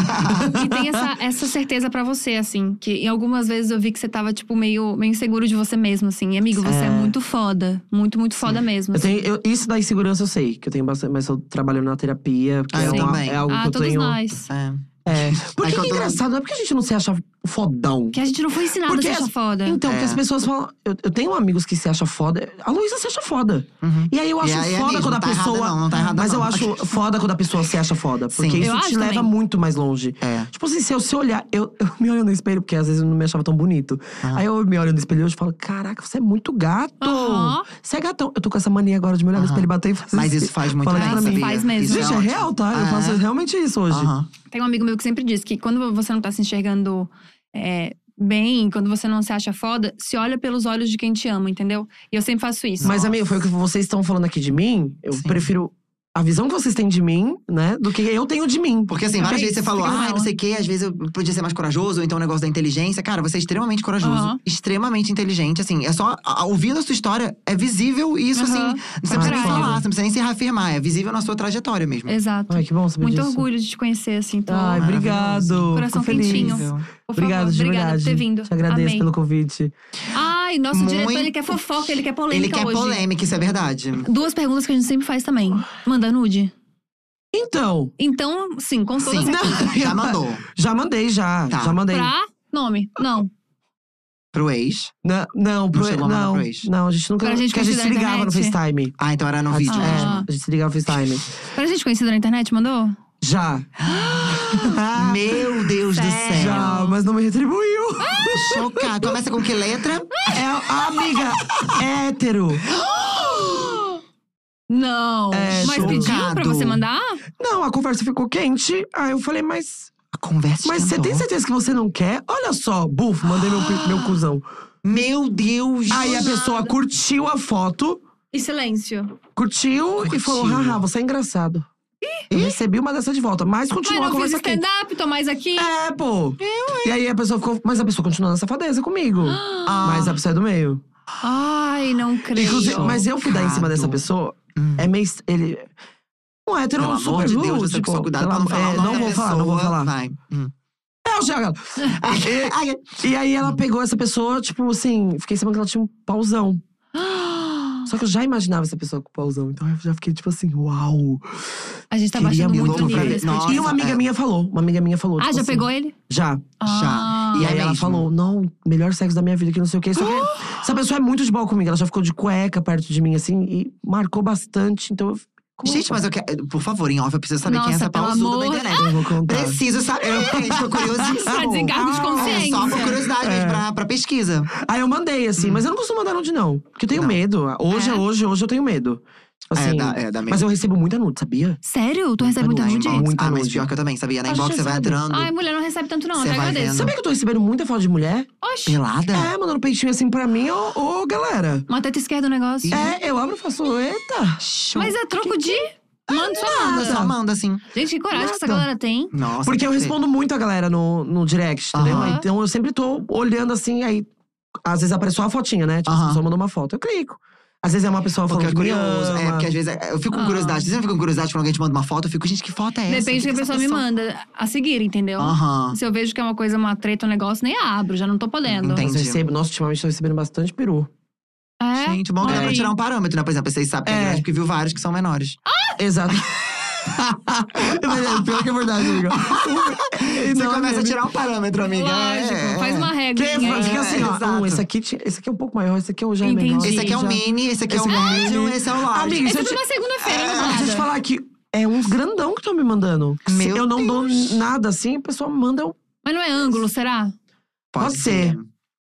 Speaker 1: E tem essa, essa certeza pra você, assim, que em algumas vezes eu vi que você tava, tipo, meio, meio inseguro de você mesmo, assim. E, amigo, você é,
Speaker 3: É.
Speaker 1: muito foda. Muito, muito foda mesmo.
Speaker 2: Uhum.
Speaker 3: Eu
Speaker 1: assim.
Speaker 3: tenho, eu- isso da insegurança eu sei, que eu tenho bastante, mas eu trabalho na terapia, que
Speaker 2: Ah,
Speaker 3: é,
Speaker 2: eu
Speaker 3: uma-
Speaker 2: também.
Speaker 3: é algo
Speaker 1: ah,
Speaker 3: que eu
Speaker 1: todos
Speaker 3: tenho.
Speaker 1: nós.
Speaker 2: É. [LAUGHS]
Speaker 3: É. Por
Speaker 2: É que eu
Speaker 3: que, que é
Speaker 2: tô-
Speaker 3: engraçado? Não é porque a gente não se acha fodão.
Speaker 1: Que a gente não foi ensinado
Speaker 3: Porque
Speaker 1: a se achar
Speaker 3: as-
Speaker 1: foda.
Speaker 3: Então,
Speaker 2: É.
Speaker 3: porque as pessoas falam. Eu, eu tenho amigos que se acham foda. A Luísa se acha foda.
Speaker 2: Uhum.
Speaker 3: E aí eu acho
Speaker 2: E aí é
Speaker 3: foda
Speaker 2: mesmo,
Speaker 3: quando a
Speaker 2: tá errada
Speaker 3: pessoa.
Speaker 2: não, não tá errada
Speaker 3: mas
Speaker 2: não.
Speaker 3: eu acho foda quando a pessoa se acha foda. Porque
Speaker 2: Sim.
Speaker 3: isso
Speaker 1: Eu acho
Speaker 3: te leva
Speaker 1: também.
Speaker 3: muito mais longe.
Speaker 2: É.
Speaker 3: Tipo assim, se eu se olhar, eu, [LAUGHS] eu me olho no espelho, porque às vezes eu não me achava tão bonito.
Speaker 2: Ah.
Speaker 3: Aí eu me olho no espelho hoje e falo: Caraca, você é muito gato.
Speaker 1: Aham.
Speaker 3: Você é gatão. Eu tô com essa mania agora de me olhar no
Speaker 2: Aham.
Speaker 3: espelho e bater e fazer
Speaker 2: Mas isso
Speaker 3: assim.
Speaker 2: faz muito
Speaker 3: Fala
Speaker 2: bem,
Speaker 3: pra mim.
Speaker 2: sabia?
Speaker 1: Faz mesmo.
Speaker 2: Isso
Speaker 3: Gente, é,
Speaker 2: ótimo.
Speaker 3: real, tá? Eu
Speaker 2: É.
Speaker 3: faço realmente isso hoje.
Speaker 2: Aham.
Speaker 1: Tem um amigo meu que sempre diz que quando você não tá se enxergando é, bem, quando você não se acha foda, se olha pelos olhos de quem te ama, entendeu? E eu sempre faço isso.
Speaker 3: Mas, amigo, foi o que vocês estão falando aqui de mim. Eu
Speaker 2: Sim.
Speaker 3: prefiro a visão que vocês têm de mim, né? Do que eu tenho de mim.
Speaker 2: Porque assim, várias
Speaker 1: É
Speaker 2: vezes você
Speaker 1: isso,
Speaker 2: falou,
Speaker 1: fica na
Speaker 2: ah, não
Speaker 1: aula."
Speaker 2: sei o quê, às vezes eu podia ser mais corajoso, ou então o negócio da inteligência. Cara, você é extremamente corajoso,
Speaker 1: Aham.
Speaker 2: extremamente inteligente. Assim, é só a- ouvindo a sua história, é visível e isso, assim,
Speaker 1: Aham.
Speaker 2: não precisa nem
Speaker 1: Caralho.
Speaker 2: falar, você não precisa nem se reafirmar, é visível na sua trajetória mesmo.
Speaker 1: Exato.
Speaker 3: Ai, que bom saber
Speaker 1: Muito
Speaker 3: disso.
Speaker 1: orgulho de te conhecer, assim. Então,
Speaker 3: Ai, obrigado.
Speaker 1: Coração
Speaker 3: Fico feliz.
Speaker 1: quentinho. por favor,
Speaker 3: Obrigado, de
Speaker 1: obrigada
Speaker 3: verdade.
Speaker 1: por ter vindo.
Speaker 3: Te agradeço
Speaker 1: Amei.
Speaker 3: pelo convite.
Speaker 1: Ai, nosso diretor,
Speaker 2: Muito-
Speaker 1: ele quer fofoca, ele quer polêmica
Speaker 2: Ele quer
Speaker 1: hoje.
Speaker 2: polêmica, isso é verdade.
Speaker 1: Duas perguntas que a gente sempre faz também. Manda nude?
Speaker 3: Então,
Speaker 1: Então, sim, com toda
Speaker 2: Sim,
Speaker 1: certeza.
Speaker 2: [LAUGHS] já mandou.
Speaker 3: já mandei, já.
Speaker 2: Tá.
Speaker 3: Já mandei.
Speaker 1: Pra nome? Não.
Speaker 2: Pro ex.
Speaker 3: Na- não, pro,
Speaker 2: chegou a mandar
Speaker 3: não,
Speaker 2: pro ex.
Speaker 3: não, a gente nunca.
Speaker 1: Pra gente
Speaker 3: porque a gente se
Speaker 1: conhecer na
Speaker 3: ligava no
Speaker 1: internet.
Speaker 3: FaceTime.
Speaker 2: Ah, então era no
Speaker 3: A gente-
Speaker 2: vídeo.
Speaker 1: Ah.
Speaker 2: mesmo.
Speaker 3: é, a gente se ligava no FaceTime.
Speaker 1: Pra gente conhecida na internet, mandou? [GASPS]
Speaker 3: Já.
Speaker 2: Meu Deus do
Speaker 1: Sério?
Speaker 2: céu.
Speaker 3: Já, mas não me retribuiu.
Speaker 2: Chocado. Começa com que letra?
Speaker 3: É, a amiga, é hétero.
Speaker 1: Não.
Speaker 3: É,
Speaker 1: Mas pediu
Speaker 2: chocado.
Speaker 1: pra você mandar?
Speaker 3: Não, a conversa ficou quente. Aí eu falei, mas.
Speaker 2: A conversa
Speaker 3: Mas você
Speaker 2: esquentou.
Speaker 3: tem certeza que você não quer? Olha só, buf, mandei meu, meu cuzão.
Speaker 2: Meu Deus. Ah.
Speaker 3: Aí a pessoa curtiu a foto,
Speaker 1: E silêncio.
Speaker 3: curtiu, e
Speaker 2: Curtiu.
Speaker 3: falou: haha, você é engraçado. Eu recebi uma dessa de volta,
Speaker 1: Mas
Speaker 3: mas continuou a
Speaker 1: não fiz
Speaker 3: conversa quente.
Speaker 1: stand-up, tô mais aqui.
Speaker 3: É, pô. e aí a pessoa ficou. Mas a pessoa continuou na safadeza comigo.
Speaker 2: Ah.
Speaker 3: Mas a pessoa é do meio.
Speaker 1: Ai, não creio.
Speaker 3: Inclusive, mas eu fui dar em cima
Speaker 2: Chocado.
Speaker 3: dessa pessoa.
Speaker 2: Hum.
Speaker 3: É meio. Ele. Um hétero
Speaker 2: Pelo amor
Speaker 3: super
Speaker 2: de
Speaker 3: rude,
Speaker 2: Deus, você
Speaker 3: tipo,
Speaker 2: tipo, cuidado
Speaker 3: pelo
Speaker 2: pra não falar.
Speaker 3: amor- é,
Speaker 2: o nome
Speaker 3: não
Speaker 2: da
Speaker 3: vou falar, não vou
Speaker 2: pessoa.
Speaker 3: falar.
Speaker 2: Vai. Hum. É,
Speaker 3: É o Thiago.
Speaker 2: Ai,
Speaker 3: E aí ela pegou essa pessoa, tipo assim, fiquei sabendo que ela tinha um pauzão. Só que eu já imaginava essa pessoa com pauzão. Então eu já fiquei tipo assim, uau.
Speaker 1: [GASPS] A gente tá
Speaker 3: Queria
Speaker 1: baixando
Speaker 3: me
Speaker 1: muito
Speaker 2: louco pra
Speaker 1: nível
Speaker 2: ver.
Speaker 1: nesse
Speaker 2: Nossa.
Speaker 1: podcast.
Speaker 3: e uma amiga
Speaker 2: é.
Speaker 3: minha falou, uma amiga minha falou.
Speaker 1: Ah,
Speaker 3: tipo
Speaker 1: já
Speaker 3: assim,
Speaker 1: pegou ele?
Speaker 3: Já.
Speaker 1: Ah.
Speaker 2: E
Speaker 3: E
Speaker 1: [LAUGHS]
Speaker 2: é
Speaker 3: aí ela
Speaker 2: mesmo?
Speaker 3: falou, não, melhor sexo da minha vida, que não sei o quê. Só que essa pessoa é muito de boa comigo. Ela já ficou de cueca perto de mim, assim, e marcou bastante. Então eu. Como
Speaker 2: Gente, mas eu quero. Por favor, em off, eu preciso saber quem é
Speaker 1: Nossa,
Speaker 2: essa
Speaker 1: pelo
Speaker 2: pausuda da
Speaker 1: amor.
Speaker 2: internet.
Speaker 3: eu
Speaker 2: [LAUGHS]
Speaker 3: vou contar.
Speaker 2: Preciso saber. Eu, gente, tô
Speaker 1: Pra
Speaker 2: curiosíssimo.
Speaker 1: desencargo Tá de
Speaker 2: É assim, só por
Speaker 1: consciência.
Speaker 2: curiosidade mesmo, pra, pra pesquisa.
Speaker 3: Aí eu mandei, assim, mas eu não costumo mandar nude, não. Porque eu tenho
Speaker 2: Hum. Não.
Speaker 3: medo. Hoje,
Speaker 1: É?
Speaker 3: hoje, hoje eu tenho medo. Assim,
Speaker 2: é, dá, é, dá mesmo.
Speaker 3: Mas eu recebo muita nude, sabia?
Speaker 1: Sério? Tu recebe muita
Speaker 2: Na
Speaker 1: nude?
Speaker 2: inbox.
Speaker 3: Muita
Speaker 2: Ah, mas
Speaker 3: nude.
Speaker 2: pior que eu também, sabia? Na
Speaker 3: A
Speaker 2: inbox
Speaker 3: gente
Speaker 2: você vai
Speaker 3: recebe.
Speaker 2: entrando.
Speaker 1: Ai, mulher não recebe tanto não, até
Speaker 2: Cê vai
Speaker 1: agradeço.
Speaker 2: vendo.
Speaker 3: Sabia que eu tô recebendo muita foto de mulher?
Speaker 1: Oxi.
Speaker 2: Pelada?
Speaker 3: É, mandando peitinho assim pra mim, ô, ô, galera.
Speaker 1: Uma teta esquerda o negócio.
Speaker 3: É, eu abro e faço, eita.
Speaker 2: Show.
Speaker 1: Mas é troco de… Manda só
Speaker 2: Nada,
Speaker 1: manda.
Speaker 2: Só manda assim.
Speaker 1: Gente, que coragem que essa
Speaker 3: Nada.
Speaker 1: galera tem.
Speaker 2: Nossa.
Speaker 3: Porque eu
Speaker 2: que
Speaker 3: respondo muito a galera no, no direct, entendeu?
Speaker 2: Aham.
Speaker 3: Então eu sempre tô olhando assim, aí às vezes aparece só a fotinha, né? Tipo,
Speaker 2: Aham.
Speaker 3: a pessoa mandou uma foto, eu clico. Às vezes é uma pessoa
Speaker 2: Porque
Speaker 3: falando
Speaker 2: é
Speaker 3: que me
Speaker 2: curioso.
Speaker 3: ama.
Speaker 2: É, porque às vezes é- eu fico com
Speaker 1: Ah.
Speaker 2: curiosidade. Vocês não ficam com curiosidade quando alguém te manda uma foto? Eu fico, gente, que foto é essa?
Speaker 1: Depende do
Speaker 2: Quem
Speaker 1: que a pessoa me manda a seguir, entendeu?
Speaker 2: Aham.
Speaker 1: Se eu vejo que é uma coisa, uma treta, um negócio, nem abro, já não tô podendo.
Speaker 2: Entendi.
Speaker 3: Mas eu recebo, nossa, ultimamente tô recebendo bastante peru.
Speaker 1: É?
Speaker 2: Gente, bom que dá
Speaker 1: Olha
Speaker 2: pra
Speaker 1: aí.
Speaker 2: tirar um parâmetro, né? Por exemplo, vocês sabem que é
Speaker 3: É.
Speaker 2: grande, porque viu vários que são
Speaker 1: [LAUGHS]
Speaker 2: menores. [LAUGHS]
Speaker 3: Exato.
Speaker 2: Pior que é verdade, amiga. Você
Speaker 3: Não,
Speaker 2: começa
Speaker 3: amiga.
Speaker 2: a tirar um parâmetro, amiga.
Speaker 1: é Lógico,
Speaker 2: É,
Speaker 1: faz
Speaker 2: é.
Speaker 1: uma
Speaker 3: Que
Speaker 1: regra.
Speaker 3: fica assim, ó.
Speaker 2: exato.
Speaker 3: hum, esse, aqui, ti- esse aqui é um pouco maior, esse aqui eu já é
Speaker 1: Entendi.
Speaker 3: menor.
Speaker 2: Esse aqui é o
Speaker 3: já-
Speaker 2: mini, esse aqui é o
Speaker 3: Esse é o
Speaker 2: médio,
Speaker 3: médio.
Speaker 2: esse é o large.
Speaker 3: Amiga,
Speaker 1: um Esse
Speaker 3: se
Speaker 1: é
Speaker 3: eu
Speaker 1: tudo
Speaker 3: te,
Speaker 1: na segunda-feira,
Speaker 2: É,
Speaker 1: é,
Speaker 3: Mas deixa eu te falar que é uns grandão que estão me mandando.
Speaker 2: Meu
Speaker 3: eu não
Speaker 2: Deus.
Speaker 3: dou nada assim, a pessoa manda eu.
Speaker 1: Mas não é ângulo, será?
Speaker 2: Pode
Speaker 3: Você.
Speaker 2: ser.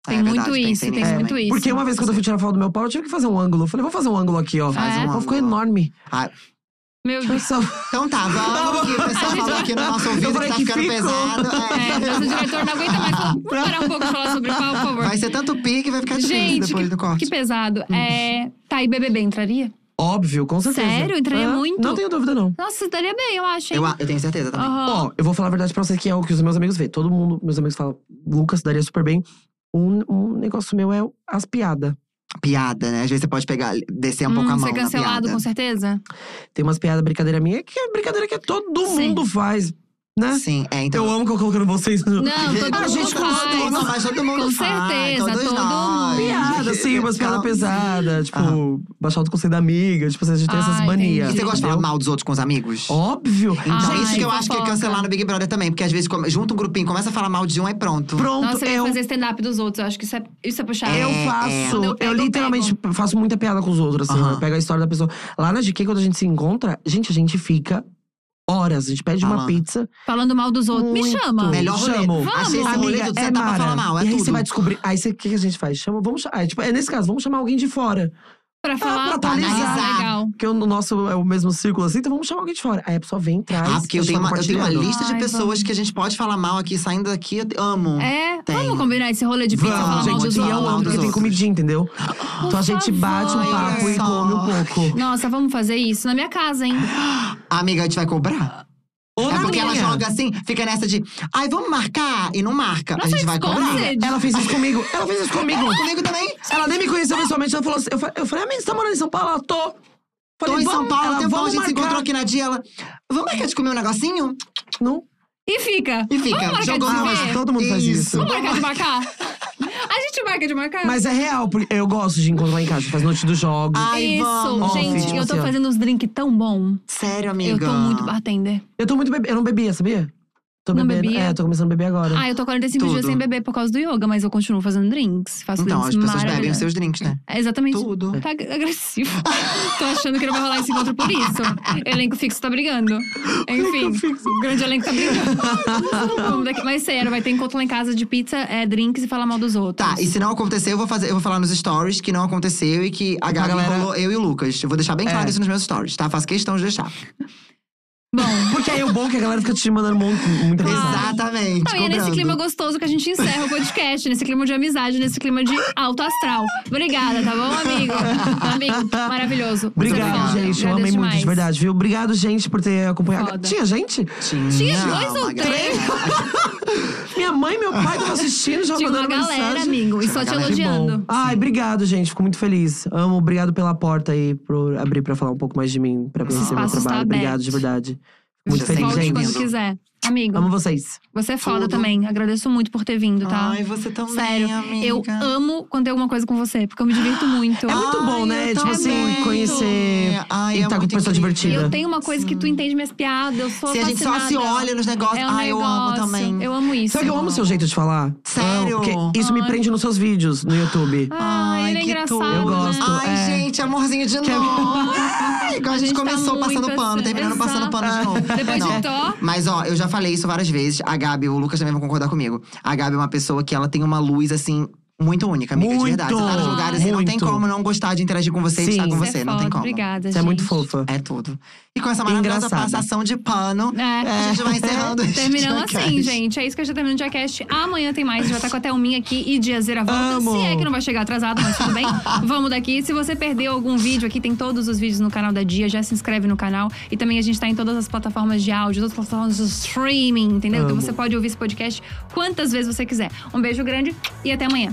Speaker 1: Tem
Speaker 2: É
Speaker 1: muito
Speaker 2: verdade, É.
Speaker 1: isso,
Speaker 2: pensei
Speaker 1: tem
Speaker 2: nisso
Speaker 1: muito
Speaker 2: também.
Speaker 1: isso.
Speaker 3: Porque uma vez quando eu fui tirar foto do meu pau, eu tive que fazer um ângulo. Eu falei, vou fazer um ângulo aqui, ó.
Speaker 2: Faz
Speaker 1: É?
Speaker 2: um
Speaker 3: Ela
Speaker 2: ângulo.
Speaker 3: ficou enorme.
Speaker 2: Ah,
Speaker 1: Meu
Speaker 2: [LAUGHS]
Speaker 3: Eu
Speaker 1: Deus.
Speaker 3: só-
Speaker 2: então
Speaker 1: [LAUGHS]
Speaker 2: tá, vamos que o pessoal falou aqui no nosso ouvido que
Speaker 3: falei
Speaker 2: tá
Speaker 3: que
Speaker 2: ficando
Speaker 3: ficou.
Speaker 2: pesado.
Speaker 1: É,
Speaker 2: É.
Speaker 1: nosso diretor não aguenta mais. Vamos parar um pouco de falar sobre o pau, por favor.
Speaker 2: Vai ser tanto pique, vai ficar difícil
Speaker 1: Gente,
Speaker 2: depois do corte.
Speaker 1: Que pesado.
Speaker 2: Hum.
Speaker 1: É, tá, e BBB entraria?
Speaker 3: Óbvio, com certeza.
Speaker 1: Sério? Entraria
Speaker 3: Ah,
Speaker 1: muito?
Speaker 3: Não tenho dúvida, não.
Speaker 1: Nossa, você estaria bem, eu acho, hein?
Speaker 2: Eu, eu tenho certeza também.
Speaker 1: Aham.
Speaker 3: Ó, eu vou falar a verdade pra vocês, que é o que os meus amigos veem. Todo mundo, meus amigos falam, Lucas, daria super bem. Um, um negócio meu é as piadas.
Speaker 2: Piada, né? Às vezes você pode pegar, descer um pouco
Speaker 1: Hum,
Speaker 2: a mão
Speaker 1: Ser cancelado,
Speaker 2: na
Speaker 1: com
Speaker 2: piada.
Speaker 1: certeza.
Speaker 3: Tem umas piadas, brincadeira minha, que é brincadeira que todo
Speaker 1: Sim.
Speaker 3: mundo faz, né?
Speaker 2: Sim, é, então…
Speaker 3: Eu amo que eu colocando vocês no.
Speaker 1: Não,
Speaker 2: tá
Speaker 1: todo
Speaker 3: A
Speaker 1: mundo
Speaker 3: gente
Speaker 1: faz.
Speaker 3: todo mundo
Speaker 2: mas todo mundo
Speaker 1: Com
Speaker 2: faz,
Speaker 1: certeza,
Speaker 2: todos
Speaker 1: todo
Speaker 2: nós.
Speaker 1: mundo.
Speaker 3: Piada, assim, umas piadas
Speaker 2: Calma. Ah.
Speaker 3: pesadas. Tipo,
Speaker 2: Aham.
Speaker 3: baixar o conselho da amiga. Tipo, a gente tem essas
Speaker 1: Ah,
Speaker 3: manias.
Speaker 2: E você gosta de falar
Speaker 3: entendeu?
Speaker 2: mal dos outros com os amigos?
Speaker 3: Óbvio.
Speaker 2: Então,
Speaker 1: Ai,
Speaker 2: isso que eu acho que é
Speaker 1: fofoca.
Speaker 2: cancelar no Big Brother também. Porque às vezes come- junta um grupinho, começa a falar mal de um, aí pronto.
Speaker 3: Pronto,
Speaker 1: Nossa, eu
Speaker 3: eu,
Speaker 1: ia fazer stand-up dos outros. Eu acho que isso é, isso é puxado.
Speaker 3: eu
Speaker 2: um É,
Speaker 3: faço.
Speaker 1: é.
Speaker 3: Eu, literalmente faço muita piada com os outros, assim.
Speaker 2: Aham.
Speaker 3: Eu pego a história da pessoa. Lá na GQ, quando a gente se encontra, gente, a gente fica horas. A gente pede uma
Speaker 2: Falando.
Speaker 3: pizza.
Speaker 1: Falando mal dos outros. Me
Speaker 3: Muito.
Speaker 1: chama.
Speaker 2: Melhor rolê.
Speaker 3: Chamo.
Speaker 2: Achei esse
Speaker 1: Vamos.
Speaker 2: rolê
Speaker 3: Amiga,
Speaker 2: tudo,
Speaker 3: é
Speaker 2: você tá pra falar
Speaker 3: Mara.
Speaker 2: mal, é
Speaker 3: e aí
Speaker 2: tudo.
Speaker 3: você vai descobrir. Aí você- o que, que a gente faz? Chama, vamos chamar. É, tipo, é nesse caso, vamos chamar alguém de fora.
Speaker 1: Pra falar,
Speaker 3: pra
Speaker 1: tá,
Speaker 2: atualizar.
Speaker 1: legal.
Speaker 3: Porque o nosso é o mesmo círculo assim, então vamos chamar alguém de fora. Aí a pessoa vem, traz.
Speaker 2: Ah, porque eu
Speaker 3: a gente
Speaker 2: tenho, uma,
Speaker 3: vai
Speaker 2: eu tenho uma
Speaker 3: compartilhando.
Speaker 2: lista de
Speaker 1: Ai,
Speaker 2: pessoas
Speaker 1: vamos.
Speaker 2: que a gente pode falar mal aqui, saindo daqui, eu te- amo.
Speaker 1: É,
Speaker 2: Tem.
Speaker 1: vamos combinar esse rolê de pizza
Speaker 2: Vamos,
Speaker 1: falar mal
Speaker 2: gente,
Speaker 1: dos
Speaker 3: e
Speaker 2: vamos,
Speaker 3: eu amo
Speaker 2: dos
Speaker 3: que
Speaker 1: outros.
Speaker 3: tem
Speaker 2: outros.
Speaker 3: comidinha, entendeu? Então a gente bate um
Speaker 1: favor.
Speaker 3: papo e
Speaker 2: Olha Oh, só.
Speaker 3: come um pouco.
Speaker 1: Nossa, vamos fazer isso na minha casa, hein?
Speaker 2: Amiga, a gente vai cobrar?
Speaker 3: Ou
Speaker 2: é
Speaker 3: na
Speaker 2: porque ela
Speaker 3: minha.
Speaker 2: joga assim, fica nessa de… Ai, vamos marcar? E não marca. a
Speaker 1: Nossa,
Speaker 2: gente vai
Speaker 1: esconde.
Speaker 2: cobrar.
Speaker 3: Ela fez isso comigo. Ela fez isso comigo.
Speaker 2: Ela Comigo também.
Speaker 3: Ela nem me conheceu pessoalmente. Ela falou assim, eu fa- eu falei, amiga, você tá morando em São Paulo? Ela, tô.
Speaker 2: Tô
Speaker 3: Falei,
Speaker 2: em São
Speaker 3: "Vamos?"
Speaker 2: Paulo,
Speaker 3: Ela,
Speaker 2: tem um bom, a
Speaker 3: "Vamos
Speaker 2: gente se
Speaker 3: marcar."
Speaker 2: encontrou aqui na dia. Ela, vamos marcar de comer um negocinho?
Speaker 3: Não.
Speaker 1: E fica.
Speaker 2: E fica.
Speaker 1: Vamos marcar
Speaker 2: Jogou
Speaker 1: de
Speaker 2: no
Speaker 1: se
Speaker 3: Ah,
Speaker 1: ver?
Speaker 3: mas todo mundo faz isso.
Speaker 1: Vamos marcar de marcar? A gente marca de marcar?
Speaker 3: Mas é real, porque eu gosto de encontrar em casa. Faz noite dos jogos.
Speaker 2: Ai,
Speaker 1: Isso,
Speaker 2: vamos.
Speaker 1: gente,
Speaker 3: Ótimo,
Speaker 1: eu tô
Speaker 3: Luciana.
Speaker 1: fazendo uns drinks tão bom.
Speaker 2: Sério, é amiga.
Speaker 1: Eu tô muito bartender.
Speaker 3: Eu tô muito bebê. Eu não bebia, sabia? Tô
Speaker 1: Não
Speaker 3: bebendo.
Speaker 1: bebia?
Speaker 3: É, tô começando a beber agora.
Speaker 1: Ah, eu tô 45 dias
Speaker 2: Tudo.
Speaker 1: sem beber por causa do yoga, mas eu continuo fazendo drinks. Faço
Speaker 2: Então, as
Speaker 1: drinks
Speaker 2: pessoas bebem os
Speaker 1: maravilhosos.
Speaker 2: seus drinks, né?
Speaker 1: É, exatamente.
Speaker 2: Tudo.
Speaker 1: Tá ag- agressivo. [LAUGHS] Tô achando que não vai rolar esse encontro por isso. Elenco fixo tá brigando. Enfim, o grande elenco tá brigando. Vamos daqui- Mas sério, vai ter encontro lá em casa de pizza, é, drinks e falar mal dos outros.
Speaker 2: Tá, e se não acontecer, eu vou, fazer, eu vou falar nos stories que não aconteceu e que a Gabi
Speaker 3: Então, galera- é.
Speaker 2: enrolou eu e o Lucas. Eu vou deixar bem claro isso nos meus stories, tá? Faço questão de deixar.
Speaker 1: Bom,
Speaker 3: Porque aí o bom é que a galera fica te mandando muito, muita mensagem.
Speaker 2: Exatamente.
Speaker 1: Então, e é nesse
Speaker 2: cobrando.
Speaker 1: clima gostoso que a gente encerra o podcast, nesse clima de amizade, nesse clima de alto astral. Obrigada, tá bom, amigo? Tá, amigo, maravilhoso.
Speaker 3: Obrigado,
Speaker 1: Você é foda.
Speaker 3: gente.
Speaker 1: Agradeço
Speaker 3: Eu amei muito,
Speaker 1: demais.
Speaker 3: de verdade, viu? Obrigado, gente, por ter acompanhado.
Speaker 1: Foda.
Speaker 3: Tinha gente?
Speaker 1: Tinha dois ou
Speaker 2: uma
Speaker 1: três?
Speaker 2: galera.
Speaker 3: Minha mãe e meu pai
Speaker 1: [LAUGHS]
Speaker 3: estavam assistindo, já
Speaker 1: Tinha uma
Speaker 3: mandando
Speaker 1: galera,
Speaker 3: mensagem.
Speaker 1: amigo, e
Speaker 2: Tinha
Speaker 1: só
Speaker 2: uma
Speaker 1: te
Speaker 2: galera.
Speaker 1: elogiando.
Speaker 3: Ai, obrigado, gente. Fico muito feliz. Amo, obrigado pela porta aí, por abrir pra falar um pouco mais de mim, pra conhecer meu
Speaker 1: espaço está
Speaker 3: trabalho. Obrigado,
Speaker 1: aberto.
Speaker 3: de verdade. Fico muito
Speaker 2: Já
Speaker 3: feliz,
Speaker 2: sei
Speaker 1: Volte
Speaker 2: que
Speaker 1: quando
Speaker 3: gente.
Speaker 2: entendo.
Speaker 1: quiser. Amigo,
Speaker 3: Amo vocês.
Speaker 1: você é foda
Speaker 2: Tudo.
Speaker 1: também. Agradeço muito por ter vindo, tá?
Speaker 2: Ai, você também,
Speaker 1: Sério,
Speaker 2: amiga.
Speaker 1: eu amo quando tem alguma coisa com você, porque eu me
Speaker 2: [GASPS]
Speaker 1: divirto muito.
Speaker 3: É muito bom,
Speaker 2: Ai,
Speaker 3: né?
Speaker 2: eu
Speaker 3: Tipo
Speaker 2: também.
Speaker 3: assim, conhecer
Speaker 2: Ai,
Speaker 3: e
Speaker 2: é
Speaker 3: tá com
Speaker 2: muito
Speaker 1: E
Speaker 2: incrível.
Speaker 3: pessoa divertida.
Speaker 1: eu tenho uma coisa que tu entende minhas piadas, eu sou
Speaker 2: Se a gente só
Speaker 1: fascinada.
Speaker 2: se olha nos negócios.
Speaker 1: É um
Speaker 2: Ai, eu amo
Speaker 1: negócio.
Speaker 2: também.
Speaker 1: Eu amo isso. é
Speaker 3: Sabe que eu amo o seu jeito de falar?
Speaker 2: Sério?
Speaker 3: Amo, porque isso me
Speaker 1: Ai.
Speaker 3: prende nos seus vídeos no YouTube.
Speaker 1: Ai, ele é
Speaker 2: que
Speaker 1: engraçado,
Speaker 2: tudo.
Speaker 3: Eu gosto.
Speaker 1: né?
Speaker 2: Ai,
Speaker 3: É.
Speaker 2: gente, amorzinho de novo. Ai, Igual a,
Speaker 1: A
Speaker 2: gente
Speaker 1: gente tá
Speaker 2: começou
Speaker 1: muito
Speaker 2: passando pano,
Speaker 1: assim,
Speaker 2: terminando passando
Speaker 1: exato.
Speaker 2: pano de novo.
Speaker 1: [LAUGHS] Depois
Speaker 2: Não.
Speaker 1: de Tó.
Speaker 2: Mas ó, eu já falei isso várias vezes. A Gabi, o Lucas também vai concordar comigo. A Gabi é uma pessoa que ela tem uma luz assim. Muito única, amiga, de
Speaker 3: Muito!
Speaker 2: verdade. Você tá nos lugares e não tem
Speaker 3: Muito.
Speaker 2: como não gostar de interagir com você e
Speaker 3: Sim.
Speaker 2: estar com
Speaker 3: Isso
Speaker 1: é
Speaker 2: você. não
Speaker 1: foda,
Speaker 2: tem como.
Speaker 1: Obrigada,
Speaker 3: Você é muito
Speaker 1: gente.
Speaker 3: fofa.
Speaker 2: É tudo. E com essa maravilhosa
Speaker 3: Engraçada.
Speaker 2: passação de pano,
Speaker 1: É.
Speaker 2: a gente
Speaker 1: [LAUGHS]
Speaker 2: vai encerrando. esse
Speaker 1: Terminamos assim,
Speaker 2: podcast.
Speaker 1: gente. É isso que a gente termina o Diacast. Amanhã tem mais. Já tá com a Thelminha aqui e Diazeira volta.
Speaker 3: Amo.
Speaker 1: Se é que não vai chegar atrasado, mas tudo
Speaker 2: [LAUGHS]
Speaker 1: bem. Vamos daqui. Se você perdeu algum vídeo aqui, tem todos os vídeos no canal da Dia. Já se inscreve no canal. E também a gente tá em todas as plataformas de áudio, todas as plataformas de streaming, entendeu? Então você pode ouvir esse podcast quantas vezes você quiser. Um beijo grande e até amanhã.